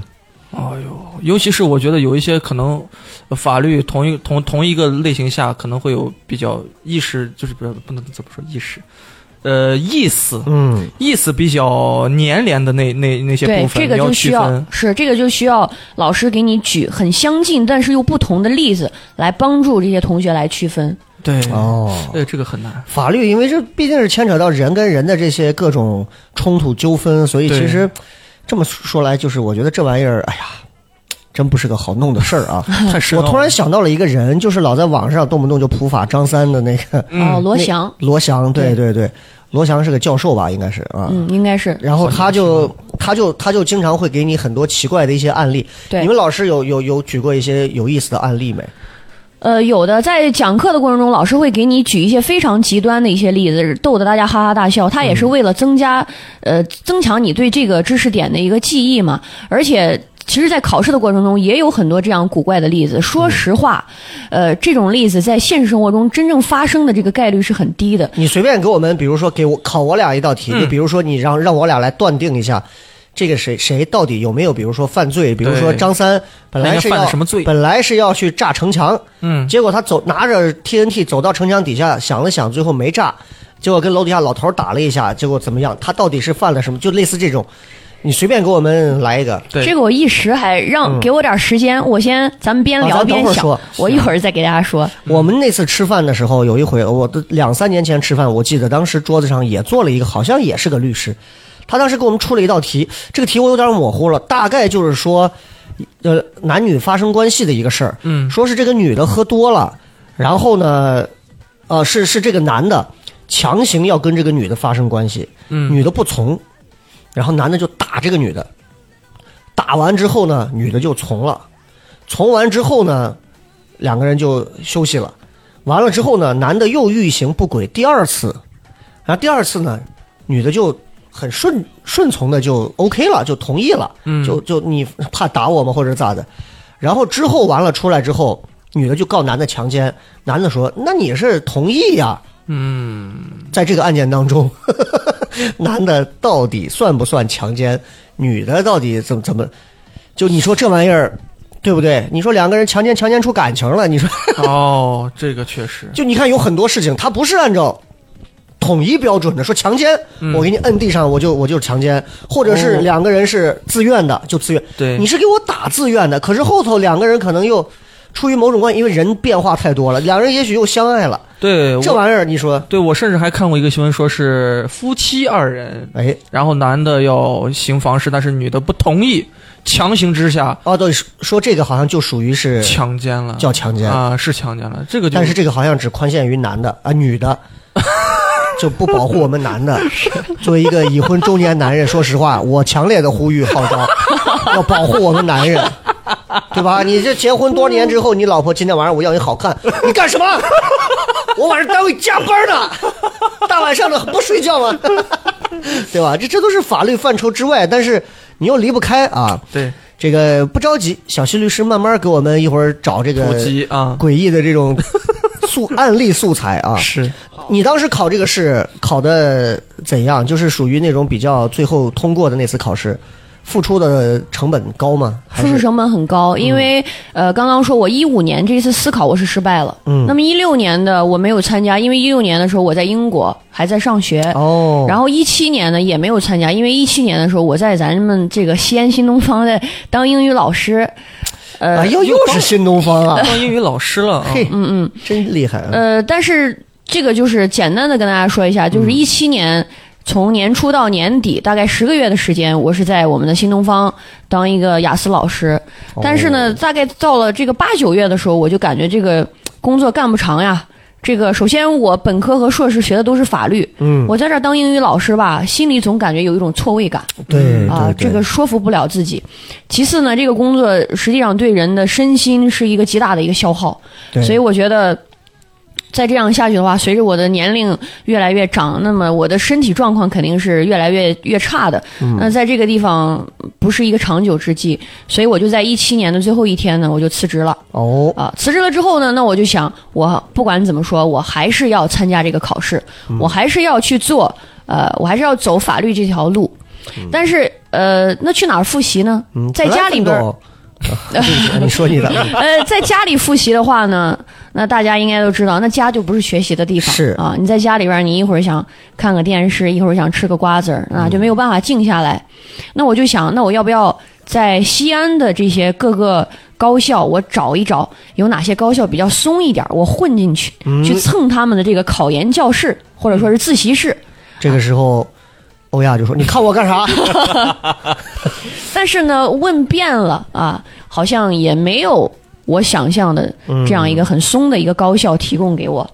Speaker 4: 哎呦，尤其是我觉得有一些可能呃法律同一同同一个类型下，可能会有比较意识，就是不要不能怎么说意识，呃，意思
Speaker 3: 嗯，
Speaker 4: 意思比较粘连的那那那些
Speaker 5: 对
Speaker 4: 部，分，
Speaker 5: 这个
Speaker 4: 你
Speaker 5: 就需
Speaker 4: 区
Speaker 5: 要
Speaker 4: 分。
Speaker 5: 是这个就需要老师给你举很相近但是又不同的例子，来帮助这些同学来区分。
Speaker 4: 对，
Speaker 3: 哦，
Speaker 4: 对，这个很难。
Speaker 3: 法律，因为这毕竟是牵扯到人跟人的这些各种冲突纠纷，所以
Speaker 4: 对
Speaker 3: 其实这么说来，就是我觉得这玩意儿，哎呀，真不是个好弄的事儿啊！
Speaker 4: 太深
Speaker 3: 我
Speaker 4: 奥
Speaker 3: 突然
Speaker 4: 了
Speaker 3: 想到了一个人，就是老在网上动不动就普法张三的那个
Speaker 4: 嗯
Speaker 5: 哦，罗
Speaker 3: 那
Speaker 5: 翔，
Speaker 3: 罗翔，对对对，罗翔是个教授吧，应该是啊。
Speaker 5: 嗯，应该是
Speaker 3: 然后他就他就他就经常会给你很多奇怪的一些案例。
Speaker 5: 对
Speaker 3: 你们老师有有有举过一些有意思的案例没？
Speaker 5: 呃，有的在讲课的过程中，老师会给你举一些非常极端的一些例子，逗得大家哈哈大笑。他也是为了增加，呃，增强你对这个知识点的一个记忆嘛。而且，其实，在考试的过程中，也有很多这样古怪的
Speaker 3: 嗯
Speaker 5: 例子。说实话，呃，这种例子在现实生活中真正发生的这个概率是很低的。
Speaker 3: 你随便给我们，比如说给我考我俩一道题，
Speaker 4: 嗯
Speaker 3: 就比如说你让让我俩来断定一下，这个谁谁到底有没有，比如说犯罪，比如说
Speaker 4: 对
Speaker 3: 张三本来是
Speaker 4: 那应该犯
Speaker 3: 要
Speaker 4: 了什么罪
Speaker 3: 本来是要去炸城墙，
Speaker 4: 嗯，
Speaker 3: 结果他走拿着 TNT 走到城墙底下，想了想，最后没炸，结果跟楼底下老头打了一下，结果怎么样？他到底是犯了什么？就类似这种，你随便给我们来一个。
Speaker 4: 对
Speaker 5: 这个我一时还让给我点时间，我先咱们边
Speaker 3: 啊
Speaker 5: 聊
Speaker 3: 嗯咱等
Speaker 5: 边
Speaker 3: 会儿
Speaker 5: 想
Speaker 3: 说，
Speaker 5: 我一会儿再给大家说。
Speaker 3: 我们那次吃饭的时候，有一回，我的两三年前吃饭，我记得当时桌子上也坐了一个，好像也是个律师，他当时给我们出了一道题，这个题我有点模糊了，大概就是说，呃，男女发生关系的一个事儿，
Speaker 4: 嗯
Speaker 3: 说是这个女的喝多了，然后呢，呃，是是这个男的强行要跟这个女的发生关系，
Speaker 4: 嗯，
Speaker 3: 女的不从，然后男的就打这个女的，打完之后呢，女的就从了，从完之后呢，两个人就休息了，完了之后呢，男的又欲行不轨第二次，然后第二次呢，女的就很顺顺从的就 OK 了，就同意了，就就你怕打我吗或者咋的，然后之后完了出来之后，女的就告男的强奸，男的说那你是同意呀，在这个案件当中，男的到底算不算强奸，女的到底怎么怎么，就你说这玩意儿，对不对？你说两个人强奸强奸出感情了，你说
Speaker 4: 哦，这个确实，
Speaker 3: 就你看有很多事情，它不是按照统一标准的，说强奸，
Speaker 4: 嗯
Speaker 3: 我给你摁地上，我就我就是强奸，或者是
Speaker 4: 哦
Speaker 3: 两个人是自愿的，就自愿。
Speaker 4: 对
Speaker 3: 你是给我打自愿的，可是后头两个人可能又出于某种关系，因为人变化太多了，两人也许又相爱了，
Speaker 4: 对，
Speaker 3: 这
Speaker 4: 我
Speaker 3: 玩意儿你说，
Speaker 4: 对我甚至还看过一个新闻，说是夫妻二人，
Speaker 3: 哎，
Speaker 4: 然后男的要行房事，但是女的不同意，强行之下
Speaker 3: 哦，对，说说这个好像就属于是
Speaker 4: 强奸了，
Speaker 3: 叫强奸，
Speaker 4: 啊，是强奸了，这个就
Speaker 3: 但是这个好像只宽限于男的啊，女的。就不保护我们男的。作为一个已婚中年男人，说实话，我强烈的呼吁号召，要保护我们男人，对吧？你这结婚多年之后，你老婆今天晚上我要你好看，你干什么？我晚上单位加班呢，大晚上的不睡觉吗？ *laughs* 对吧？这这都是法律范畴之外，但是你又离不开啊。
Speaker 4: 对
Speaker 3: 这个不着急，小西律师慢慢给我们一会儿找这个
Speaker 4: 普及啊，
Speaker 3: 诡异的这种素 *laughs* 案例素材啊。
Speaker 4: 是
Speaker 3: 你当时考这个试考的怎样？就是属于那种比较最后通过的那次考试，付出的成本高吗？还
Speaker 5: 付出
Speaker 3: 是嗯
Speaker 5: 成本很高，因为、呃，刚刚说我一五年这次思考我是失败了，嗯，那么一六年的我没有参加，因为一六年的时候我在英国还在上学，
Speaker 3: 哦，
Speaker 5: 然后一七年呢也没有参加，因为一七年的时候我在咱们这个西安新东方在当英语老师，呃，
Speaker 3: 哎呦，又是新东方啊！
Speaker 4: 当英语老师了啊，
Speaker 3: 嘿，嗯嗯，真厉害啊！
Speaker 5: 呃，但是这个就是简单的跟大家说一下，
Speaker 3: 嗯
Speaker 5: 就是一七年。从年初到年底，大概十个月的时间，我是在我们的新东方当一个雅思老师。
Speaker 3: 哦
Speaker 5: 但是呢，大概到了这个八九月的时候，我就感觉这个工作干不长呀。这个首先，我本科和硕士学的都是法律，嗯，我在这儿当英语老师吧，心里总感觉有一种错位感。
Speaker 3: 对对
Speaker 5: 啊，
Speaker 3: 对
Speaker 5: 这个说服不了自己。其次呢，这个工作实际上对人的身心是一个极大的一个消耗，
Speaker 3: 对
Speaker 5: 所以我觉得。再这样下去的话，随着我的年龄越来越长，那么我的身体状况肯定是越来越越差的。那在这个地方不是一个长久之计，所以我就在一七年的最后一天呢，我就辞职了。
Speaker 3: 哦，
Speaker 5: 啊，辞职了之后呢，那我就想，我不管怎么说，我还是要参加这个考试，我还是要去做，呃，我还是要走法律这条路。但是，呃，那去哪儿复习呢？
Speaker 3: 嗯
Speaker 5: 在家里边儿，
Speaker 3: 哦。啊对不起你说你的
Speaker 5: *laughs*
Speaker 3: *laughs*
Speaker 5: 呃，在家里复习的话呢，那大家应该都知道，那家就不是学习的地方。
Speaker 3: 是
Speaker 5: 啊，你在家里边儿，你一会儿想看个电视，一会儿想吃个瓜子儿，啊，就没有办法静下来。那我就想，那我要不要在西安的这些各个高校，我找一找有哪些高校比较松一点儿，我混进去，去蹭他们的这个考研教室或者说是自习室。
Speaker 3: 这个时候，欧亚就说：“你看我干啥
Speaker 5: 但是呢，问遍了啊，好像也没有我想象的这样一个很松的一个高校提供给我。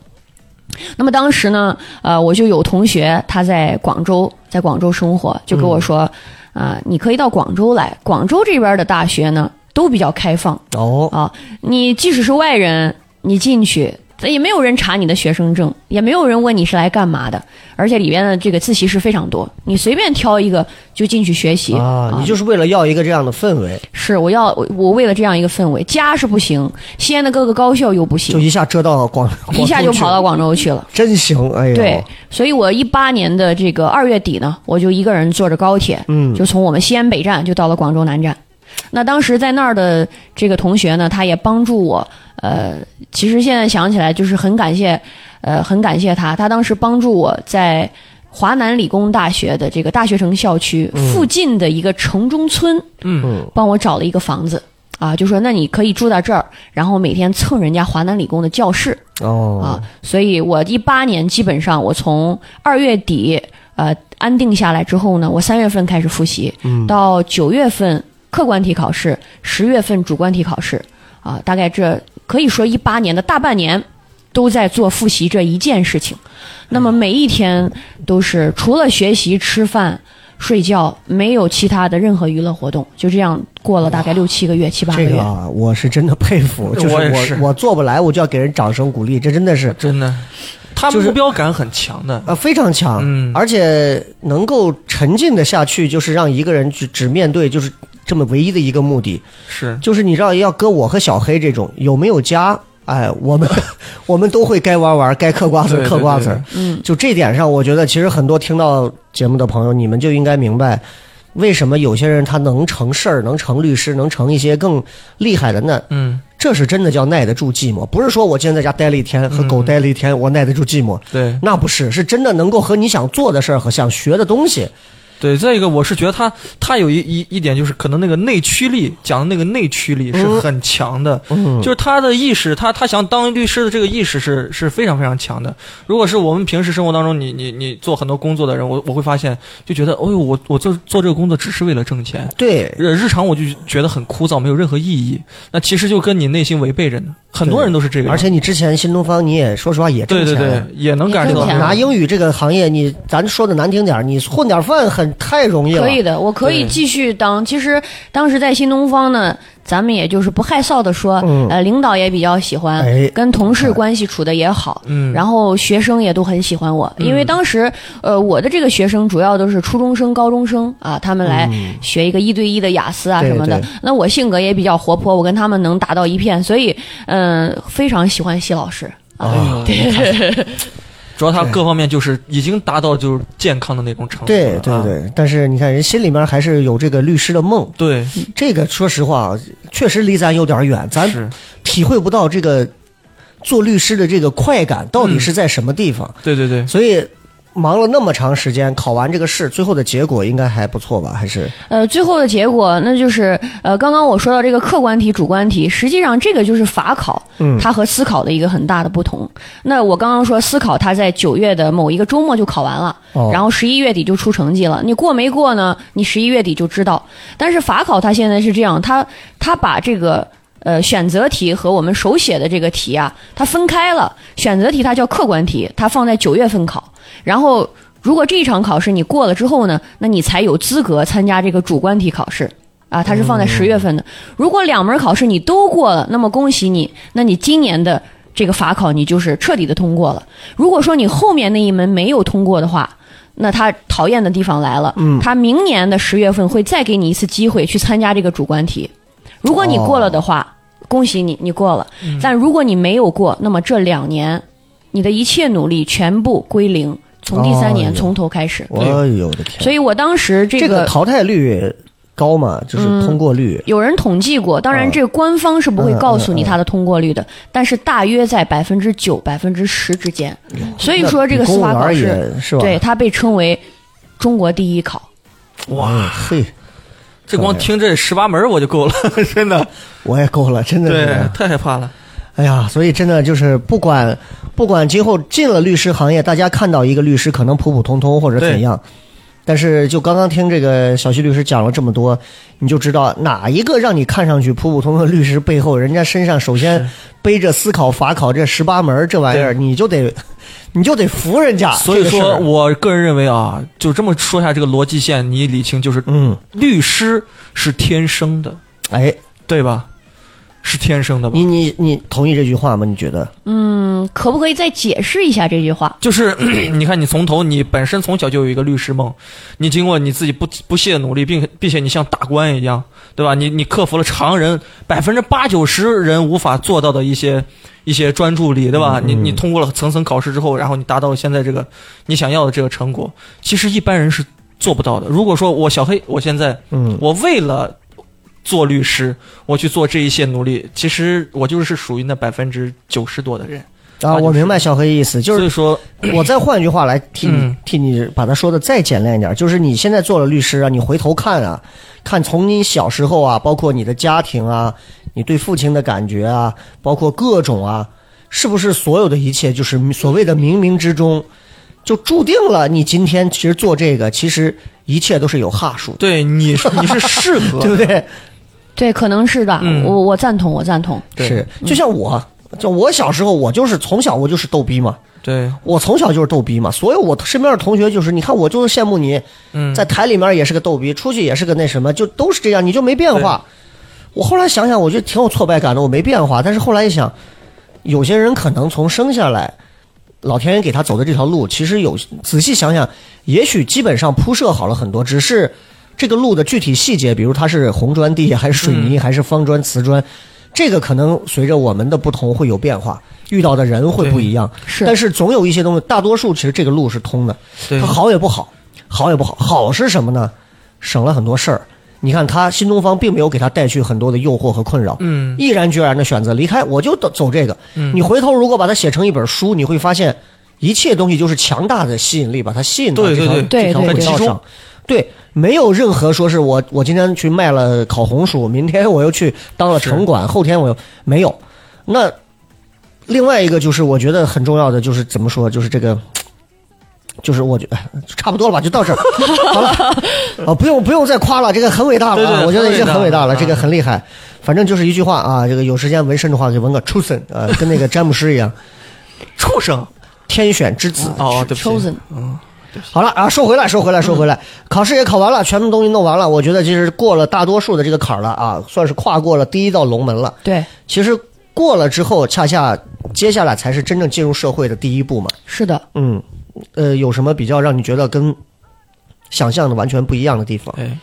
Speaker 5: 那么当时呢，呃，我就有同学他在广州，在广州生活，就跟我说，
Speaker 3: 嗯
Speaker 5: 啊、你可以到广州来，广州这边的大学呢都比较开放？”
Speaker 3: 哦，
Speaker 5: 啊，你即使是外人，你进去。也没有人查你的学生证，也没有人问你是来干嘛的，而且里边的这个自习室非常多，你随便挑一个就进去学习
Speaker 3: 啊，你就是为了要一个这样的氛围，
Speaker 5: 是，我要我我为了这样一个氛围，家是不行，西安的各个高校又不
Speaker 3: 就
Speaker 5: 行，
Speaker 3: 一下遮到广，
Speaker 5: 一下
Speaker 3: 广
Speaker 5: 就
Speaker 3: 东去
Speaker 5: 跑
Speaker 3: 了
Speaker 5: 到广州去了。
Speaker 3: 真行，哎呦，
Speaker 5: 对，所以我一八年的这个二月底呢，我就一个人坐着高铁，
Speaker 3: 嗯
Speaker 5: 就从我们西安北站就到了广州南站。那当时在那儿的这个同学呢，他也帮助我，呃，其实现在想起来就是很感谢，呃，很感谢他，他当时帮助我在华南理工大学的这个大学城校区
Speaker 3: 嗯
Speaker 5: 附近的一个城中村，
Speaker 4: 嗯，
Speaker 5: 帮我找了一个房子。啊，就说那你可以住在这儿，然后每天蹭人家华南理工的教室，
Speaker 3: 哦
Speaker 5: 啊，所以我一八年基本上我从二月底呃安定下来之后呢，我三月份开始复习，
Speaker 3: 嗯
Speaker 5: 到九月份客观题考试，十月份主观题考试，啊，大概这可以说一八年的大半年都在做复习这一件事情，那么每一天都是除了学习、吃饭。睡觉没有其他的任何娱乐活动，就这样过了大概六七个月、七八个
Speaker 3: 这
Speaker 5: 月。
Speaker 3: 个啊，我是真的佩
Speaker 4: *laughs*
Speaker 3: 服，就是
Speaker 4: 我也
Speaker 3: 我
Speaker 4: 是
Speaker 3: 我做不来，我就要给人掌声鼓励，这真的是
Speaker 4: 真的，他
Speaker 3: 嗯就是
Speaker 4: 目标感很强的，
Speaker 3: 啊非常强，
Speaker 4: 嗯
Speaker 3: 而且能够沉浸的下去，就是让一个人只只面对就是这么唯一的一个目的，
Speaker 4: 是
Speaker 3: 就是你知道要搁我和小黑这种有没有家哎，我们 *laughs* 我们都会该玩玩，该嗑瓜子儿
Speaker 4: 对
Speaker 3: 嗑
Speaker 4: 对
Speaker 3: 瓜
Speaker 4: 对
Speaker 3: 子儿。
Speaker 5: 嗯，
Speaker 3: 就这点上，我觉得其实很多听到节目的朋友，你们就应该明白，为什么有些人他能成事儿，能成律师，能成一些更厉害的那
Speaker 4: 嗯，
Speaker 3: 这是真的叫耐得住寂寞，不是说我今天在家待了一天和
Speaker 4: 嗯
Speaker 3: 狗待了一天，我耐得住寂寞，
Speaker 4: 对
Speaker 3: 那不是，是真的能够和你想做的事儿和想学的东西，
Speaker 4: 对。再一个，我是觉得他他有一一一点就是，可能那个内驱力讲的那个内驱力是很强的，
Speaker 3: 嗯，
Speaker 4: 就是他的意识，他他想当律师的这个意识是是非常非常强的。如果是我们平时生活当中你，你你做很多工作的人，我我会发现就觉得，哦呦，我我做做这个工作只是为了挣钱，
Speaker 3: 对，
Speaker 4: 日日常我就觉得很枯燥，没有任何意义。那其实就跟你内心违背着呢。很多人都是这个样，
Speaker 3: 而且你之前新东方你也说实话也挣
Speaker 4: 对
Speaker 3: 钱
Speaker 4: 对对，也能感受到
Speaker 5: 也挣钱
Speaker 3: 拿英语这个行业，你咱说的难听点儿，你混点饭很太容易了。
Speaker 5: 可以的，我可以
Speaker 4: 对
Speaker 5: 继续当。其实当时在新东方呢，咱们也就是不害臊的说，
Speaker 3: 嗯
Speaker 5: 呃，领导也比较喜欢，
Speaker 3: 哎
Speaker 5: 跟同事关系处的也好，
Speaker 4: 嗯
Speaker 5: 然后学生也都很喜欢
Speaker 3: 嗯
Speaker 5: 我，因为当时呃我的这个学生主要都是初中生、高中生啊，他们来学一个一对一的雅思啊
Speaker 3: 嗯对
Speaker 5: 什么的
Speaker 3: 对。
Speaker 5: 那我性格也比较活泼，我跟他们能打到一片，所以嗯、呃非常喜欢谢老师。
Speaker 3: 哎
Speaker 4: 啊， *laughs* 主要他各方面就是已经达到就是健康的那种
Speaker 5: 哦
Speaker 4: 程度
Speaker 3: 对
Speaker 4: 了
Speaker 3: 对
Speaker 4: 啊
Speaker 3: 对，但是你看人心里面还是有这个律师的梦，
Speaker 4: 对，
Speaker 3: 这个说实话啊，确实离咱有点远，咱
Speaker 4: 是，
Speaker 3: 体会不到这个做律师的这个快感到
Speaker 5: 嗯
Speaker 3: 底是在什么地方。
Speaker 4: 对对对。
Speaker 3: 所以忙了那么长时间，考完这个试，最后的结果应该还不错吧？还是
Speaker 5: 呃，最后的结果那就是，呃，刚刚我说到这个客观题、主观题，实际上这个就是法考，
Speaker 3: 嗯
Speaker 5: 它和思考的一个很大的不同。那我刚刚说思考，它在九月的某一个周末就考完了，
Speaker 3: 哦
Speaker 5: 然后十一月底就出成绩了。你过没过呢？你十一月底就知道。但是法考它现在是这样，它它把这个。呃，选择题和我们手写的这个题啊，它分开了。选择题它叫客观题，它放在九月份考。然后，如果这一场考试你过了之后呢，那你才有资格参加这个主观题考试啊，它是放在十月份的。如果两门考试你都过了，那么恭喜你，那你今年的这个法考你就是彻底的通过了。如果说你后面那一门没有通过的话，那他讨厌的地方来了，
Speaker 3: 嗯
Speaker 5: 他明年的十月份会再给你一次机会去参加这个主观题。如果你过了的话，恭喜你，你过了。但如果你没有过，那么这两年你的一切努力全部归零，从第三
Speaker 3: 哎
Speaker 5: 年
Speaker 3: 呦
Speaker 5: 从头开始。
Speaker 3: 我有哎我的天，
Speaker 5: 所以我当时这
Speaker 3: 这
Speaker 5: 个嗯
Speaker 3: 个淘汰率高嘛，就是通过率。
Speaker 5: 有人统计过，当
Speaker 3: 嗯
Speaker 5: 然这个官方是不会告诉你它的通过率的，但是大约在百分之九、百分之十之间。所以说这
Speaker 3: 嗯那
Speaker 5: 个
Speaker 3: 比公
Speaker 5: 司
Speaker 3: 务员
Speaker 5: 法考试，
Speaker 3: 也是吧？
Speaker 5: 对它被称为中国第一考。
Speaker 3: 哇嘿，
Speaker 4: 这光听这十八门儿我就够了， *laughs* 真的，
Speaker 3: 我也够了，真的是
Speaker 4: 对，太害怕了。
Speaker 3: 哎呀，所以真的就是不管不管今后进了律师行业，大家看到一个律师可能普普通通或者怎样，但是就刚刚听这个小徐律师讲了这么多，你就知道哪一个让你看上去普普通通的律师背后，人家身上首先背着司考、法考这十八门儿这玩意儿，
Speaker 4: 对
Speaker 3: 你就得你就得服人家。
Speaker 4: 所以
Speaker 3: 啊这个事
Speaker 4: 说
Speaker 3: 儿
Speaker 4: 我个人认为啊，就这么说下这个逻辑线，你理清就是，
Speaker 3: 嗯，
Speaker 4: 律师是天生的，
Speaker 3: 哎，
Speaker 4: 对吧？是天生的吧
Speaker 3: 你？你你同意这句话吗？你觉得？
Speaker 5: 嗯，可不可以再解释一下这句话？
Speaker 4: 就是 *clears throat* 你看，你从头，你本身从小就有一个律师梦，你经过你自己不不懈的努力，并并且你像大官一样，对吧？你你克服了常人百分之八九十人无法做到的一些一些专注力，对
Speaker 3: 嗯
Speaker 4: 吧？你你通过了层层考试之后，然后你达到了现在这个你想要的这个成果，其实一般人是做不到的。如果说我小黑，我现在
Speaker 3: 嗯
Speaker 4: 我为了做律师，我去做这一些努力，其实我就是属于那百分之九十多的人。
Speaker 3: 啊，
Speaker 4: 就是
Speaker 3: 我明白小黑意思，就
Speaker 4: 所
Speaker 3: 是
Speaker 4: 以说，
Speaker 3: 我再换一句话来替你、
Speaker 4: 嗯
Speaker 3: 替你把它说的再简练一点，就是你现在做了律师啊，你回头看啊，看从你小时候啊，包括你的家庭啊，你对父亲的感觉啊，包括各种啊，是不是所有的一切就是所谓的冥冥之中，就注定了你今天其实做这个，其实一切都是有哈数的，
Speaker 4: 对你是你是适合
Speaker 3: 对不对？
Speaker 5: 对，可能是的，
Speaker 4: 嗯
Speaker 5: 我我赞同，我赞同。
Speaker 4: 对
Speaker 3: 是，就像我，就我小时候，我就是从小我就是逗逼嘛，
Speaker 4: 对，
Speaker 3: 我从小就是逗逼嘛，所有我身边的同学就是，你看我就是羡慕你，
Speaker 4: 嗯，
Speaker 3: 在台里面也是个逗逼，出去也是个那什么，就都是这样，你就没变化。我后来想想，我就挺有挫败感的，我没变化。但是后来一想，有些人可能从生下来，老天爷给他走的这条路，其实有仔细想想，也许基本上铺设好了很多，只是这个路的具体细节，比如它是红砖地还是水泥，还是方砖、瓷砖，这个可能随着我们的不同会有变化，遇到的人会不一样。
Speaker 5: 是
Speaker 3: 但是总有一些东西，大多数其实这个路是通的。
Speaker 4: 对
Speaker 3: 它好也不好，好也不好。好是什么呢？省了很多事儿。你看他新东方并没有给他带去很多的诱惑和困扰，
Speaker 4: 嗯
Speaker 3: 毅然决然的选择离开，我就走走这个。
Speaker 4: 嗯
Speaker 3: 你回头如果把它写成一本书，你会发现一切东西就是强大的吸引力把它吸引到
Speaker 4: 对
Speaker 3: 这条
Speaker 4: 对
Speaker 5: 对
Speaker 3: 这条
Speaker 5: 对
Speaker 3: 轨
Speaker 5: 对
Speaker 3: 道
Speaker 4: 集中
Speaker 3: 上。对，没有任何说是我我今天去卖了烤红薯，明天我又去当了城管，后天我又没有。那另外一个就是我觉得很重要的就是怎么说，就是这个。就是我觉得哎差不多了吧，就到这儿 *laughs* 好了啊，不用不用再夸了，这个很伟大了啊，
Speaker 4: 对对
Speaker 3: 我觉得已经
Speaker 4: 很
Speaker 3: 很
Speaker 4: 伟
Speaker 3: 伟
Speaker 4: 大
Speaker 3: 大
Speaker 4: 了
Speaker 3: 了，这个
Speaker 4: 嗯
Speaker 3: 很厉害。反正就是一句话啊，这个有时间纹身的话，给纹个 chosen，呃，
Speaker 4: *laughs*
Speaker 3: 跟那个詹姆斯一样，
Speaker 4: 畜生
Speaker 3: 天选之子。
Speaker 4: 哦，嗯对不起，
Speaker 5: chosen
Speaker 3: 好了啊，说回来，说回来，说回来，考试也考完了，全部东西弄完了，我觉得其实过了大多数的这个坎儿了啊，算是跨过了第一道龙门了。
Speaker 5: 对，
Speaker 3: 其实过了之后，恰恰接下来才是真正进入社会的第一步嘛。
Speaker 5: 是的，
Speaker 3: 嗯，呃，有什么比较让你觉得跟想象的完全不一样的地方？
Speaker 4: 哎，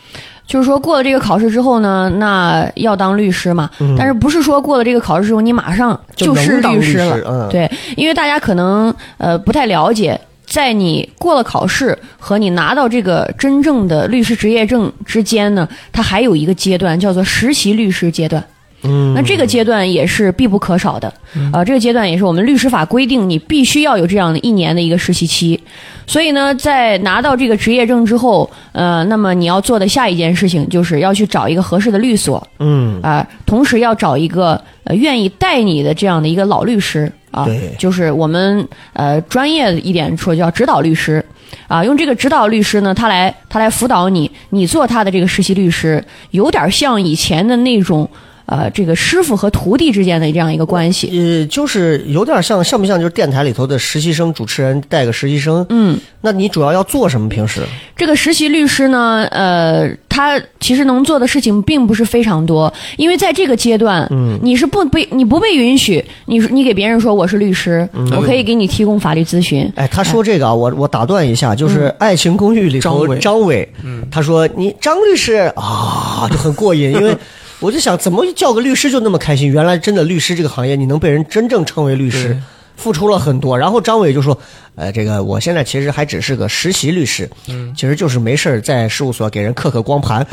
Speaker 5: 就是说过了这个考试之后呢，那要当律师嘛，但是不是说过了这个考试之后你马上
Speaker 3: 嗯就能
Speaker 5: 是
Speaker 3: 当律
Speaker 5: 师了？
Speaker 3: 师嗯
Speaker 5: 对，因为大家可能呃不太了解。在你过了考试和你拿到这个真正的律师执业证之间呢，它还有一个阶段叫做实习律师阶段。
Speaker 3: 嗯，
Speaker 5: 那这个阶段也是必不可少的，啊、这个阶段也是我们律师法规定你必须要有这样的一年的一个实习期。所以呢，在拿到这个执业证之后，呃，那么你要做的下一件事情就是要去找一个合适的律所
Speaker 3: 嗯，
Speaker 5: 啊、同时要找一个呃愿意带你的这样的一个老律师啊、
Speaker 3: 对
Speaker 5: 就是我们呃专业一点说叫指导律师。啊，用这个指导律师呢，他来他来辅导你，你做他的这个实习律师，有点像以前的那种呃，这个师傅和徒弟之间的这样一个关系。
Speaker 3: 呃，就是有点像，像不像就是电台里头的实习生主持人带个实习生？
Speaker 5: 嗯，
Speaker 3: 那你主要要做什么？平时？
Speaker 5: 这个实习律师呢，呃，他其实能做的事情并不是非常多，因为在这个阶段，嗯，你是不被你不被允许，你你给别人说我是律师，
Speaker 3: 嗯
Speaker 5: 我可以给你提供法律咨询，
Speaker 3: 哎，他说这个啊，我我打断一下，就是《爱情公寓》里头
Speaker 4: 嗯张伟嗯
Speaker 3: 张伟，他说你张律师啊，就很过
Speaker 4: *laughs*
Speaker 3: 瘾，因为我就想怎么叫个律师就那么开心？原来真的律师这个行业，你能被人真正称为律师
Speaker 4: 对，
Speaker 3: 付出了很多。然后张伟就说，呃，这个我现在其实还只是个实习律师，
Speaker 4: 嗯
Speaker 3: 其实就是没事儿在事务所给人刻刻光
Speaker 4: *laughs*
Speaker 3: 盘。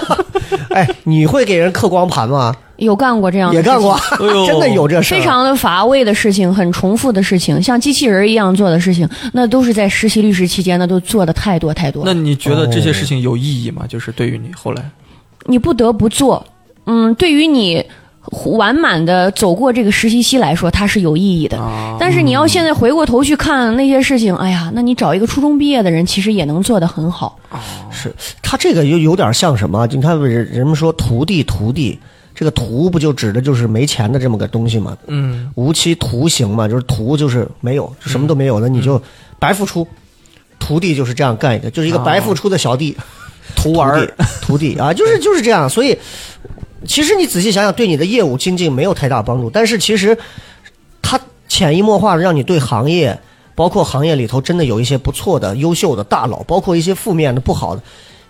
Speaker 3: *laughs* 哎，你会给人刻光盘吗？
Speaker 5: 有干过这样的
Speaker 3: 也
Speaker 5: 事情
Speaker 3: 干过， *laughs*
Speaker 4: 哎
Speaker 3: 啊
Speaker 4: 呦
Speaker 3: *laughs* 真的有这事儿。
Speaker 5: 非常的乏味的事情，很重复的事情，像机器人一样做的事情，那都是在实习律师期间呢，都做的太多太多了。
Speaker 4: 那你觉得这些事情有意义吗？就是对于你后来，
Speaker 5: 你不得不做。嗯，对于你完满的走过这个实习期来说，它是有
Speaker 3: 啊
Speaker 5: 意义的。
Speaker 3: 哦
Speaker 5: 但是你要现在回过头去看那些事情，哎呀，那你找一个初中毕业的人，其实也能做得很好。
Speaker 3: 嗯是他这个有有点像什么？你看人人们说徒弟徒弟，这个徒不就指的就是没钱的这么个东西嘛，
Speaker 4: 嗯，
Speaker 3: 无期徒刑嘛，就是徒就是没有什么都没有的，你就白付出。徒弟就是这样干一个，就是一个白付出的小弟，
Speaker 4: 徒
Speaker 3: 啊徒弟徒弟啊，就是就是这样。所以其实你仔细想想，对你的业务精进没有太大帮助，但是其实它潜移默化的让你对行业，包括行业里头真的有一些不错的、优秀的大佬，包括一些负面的、不好的，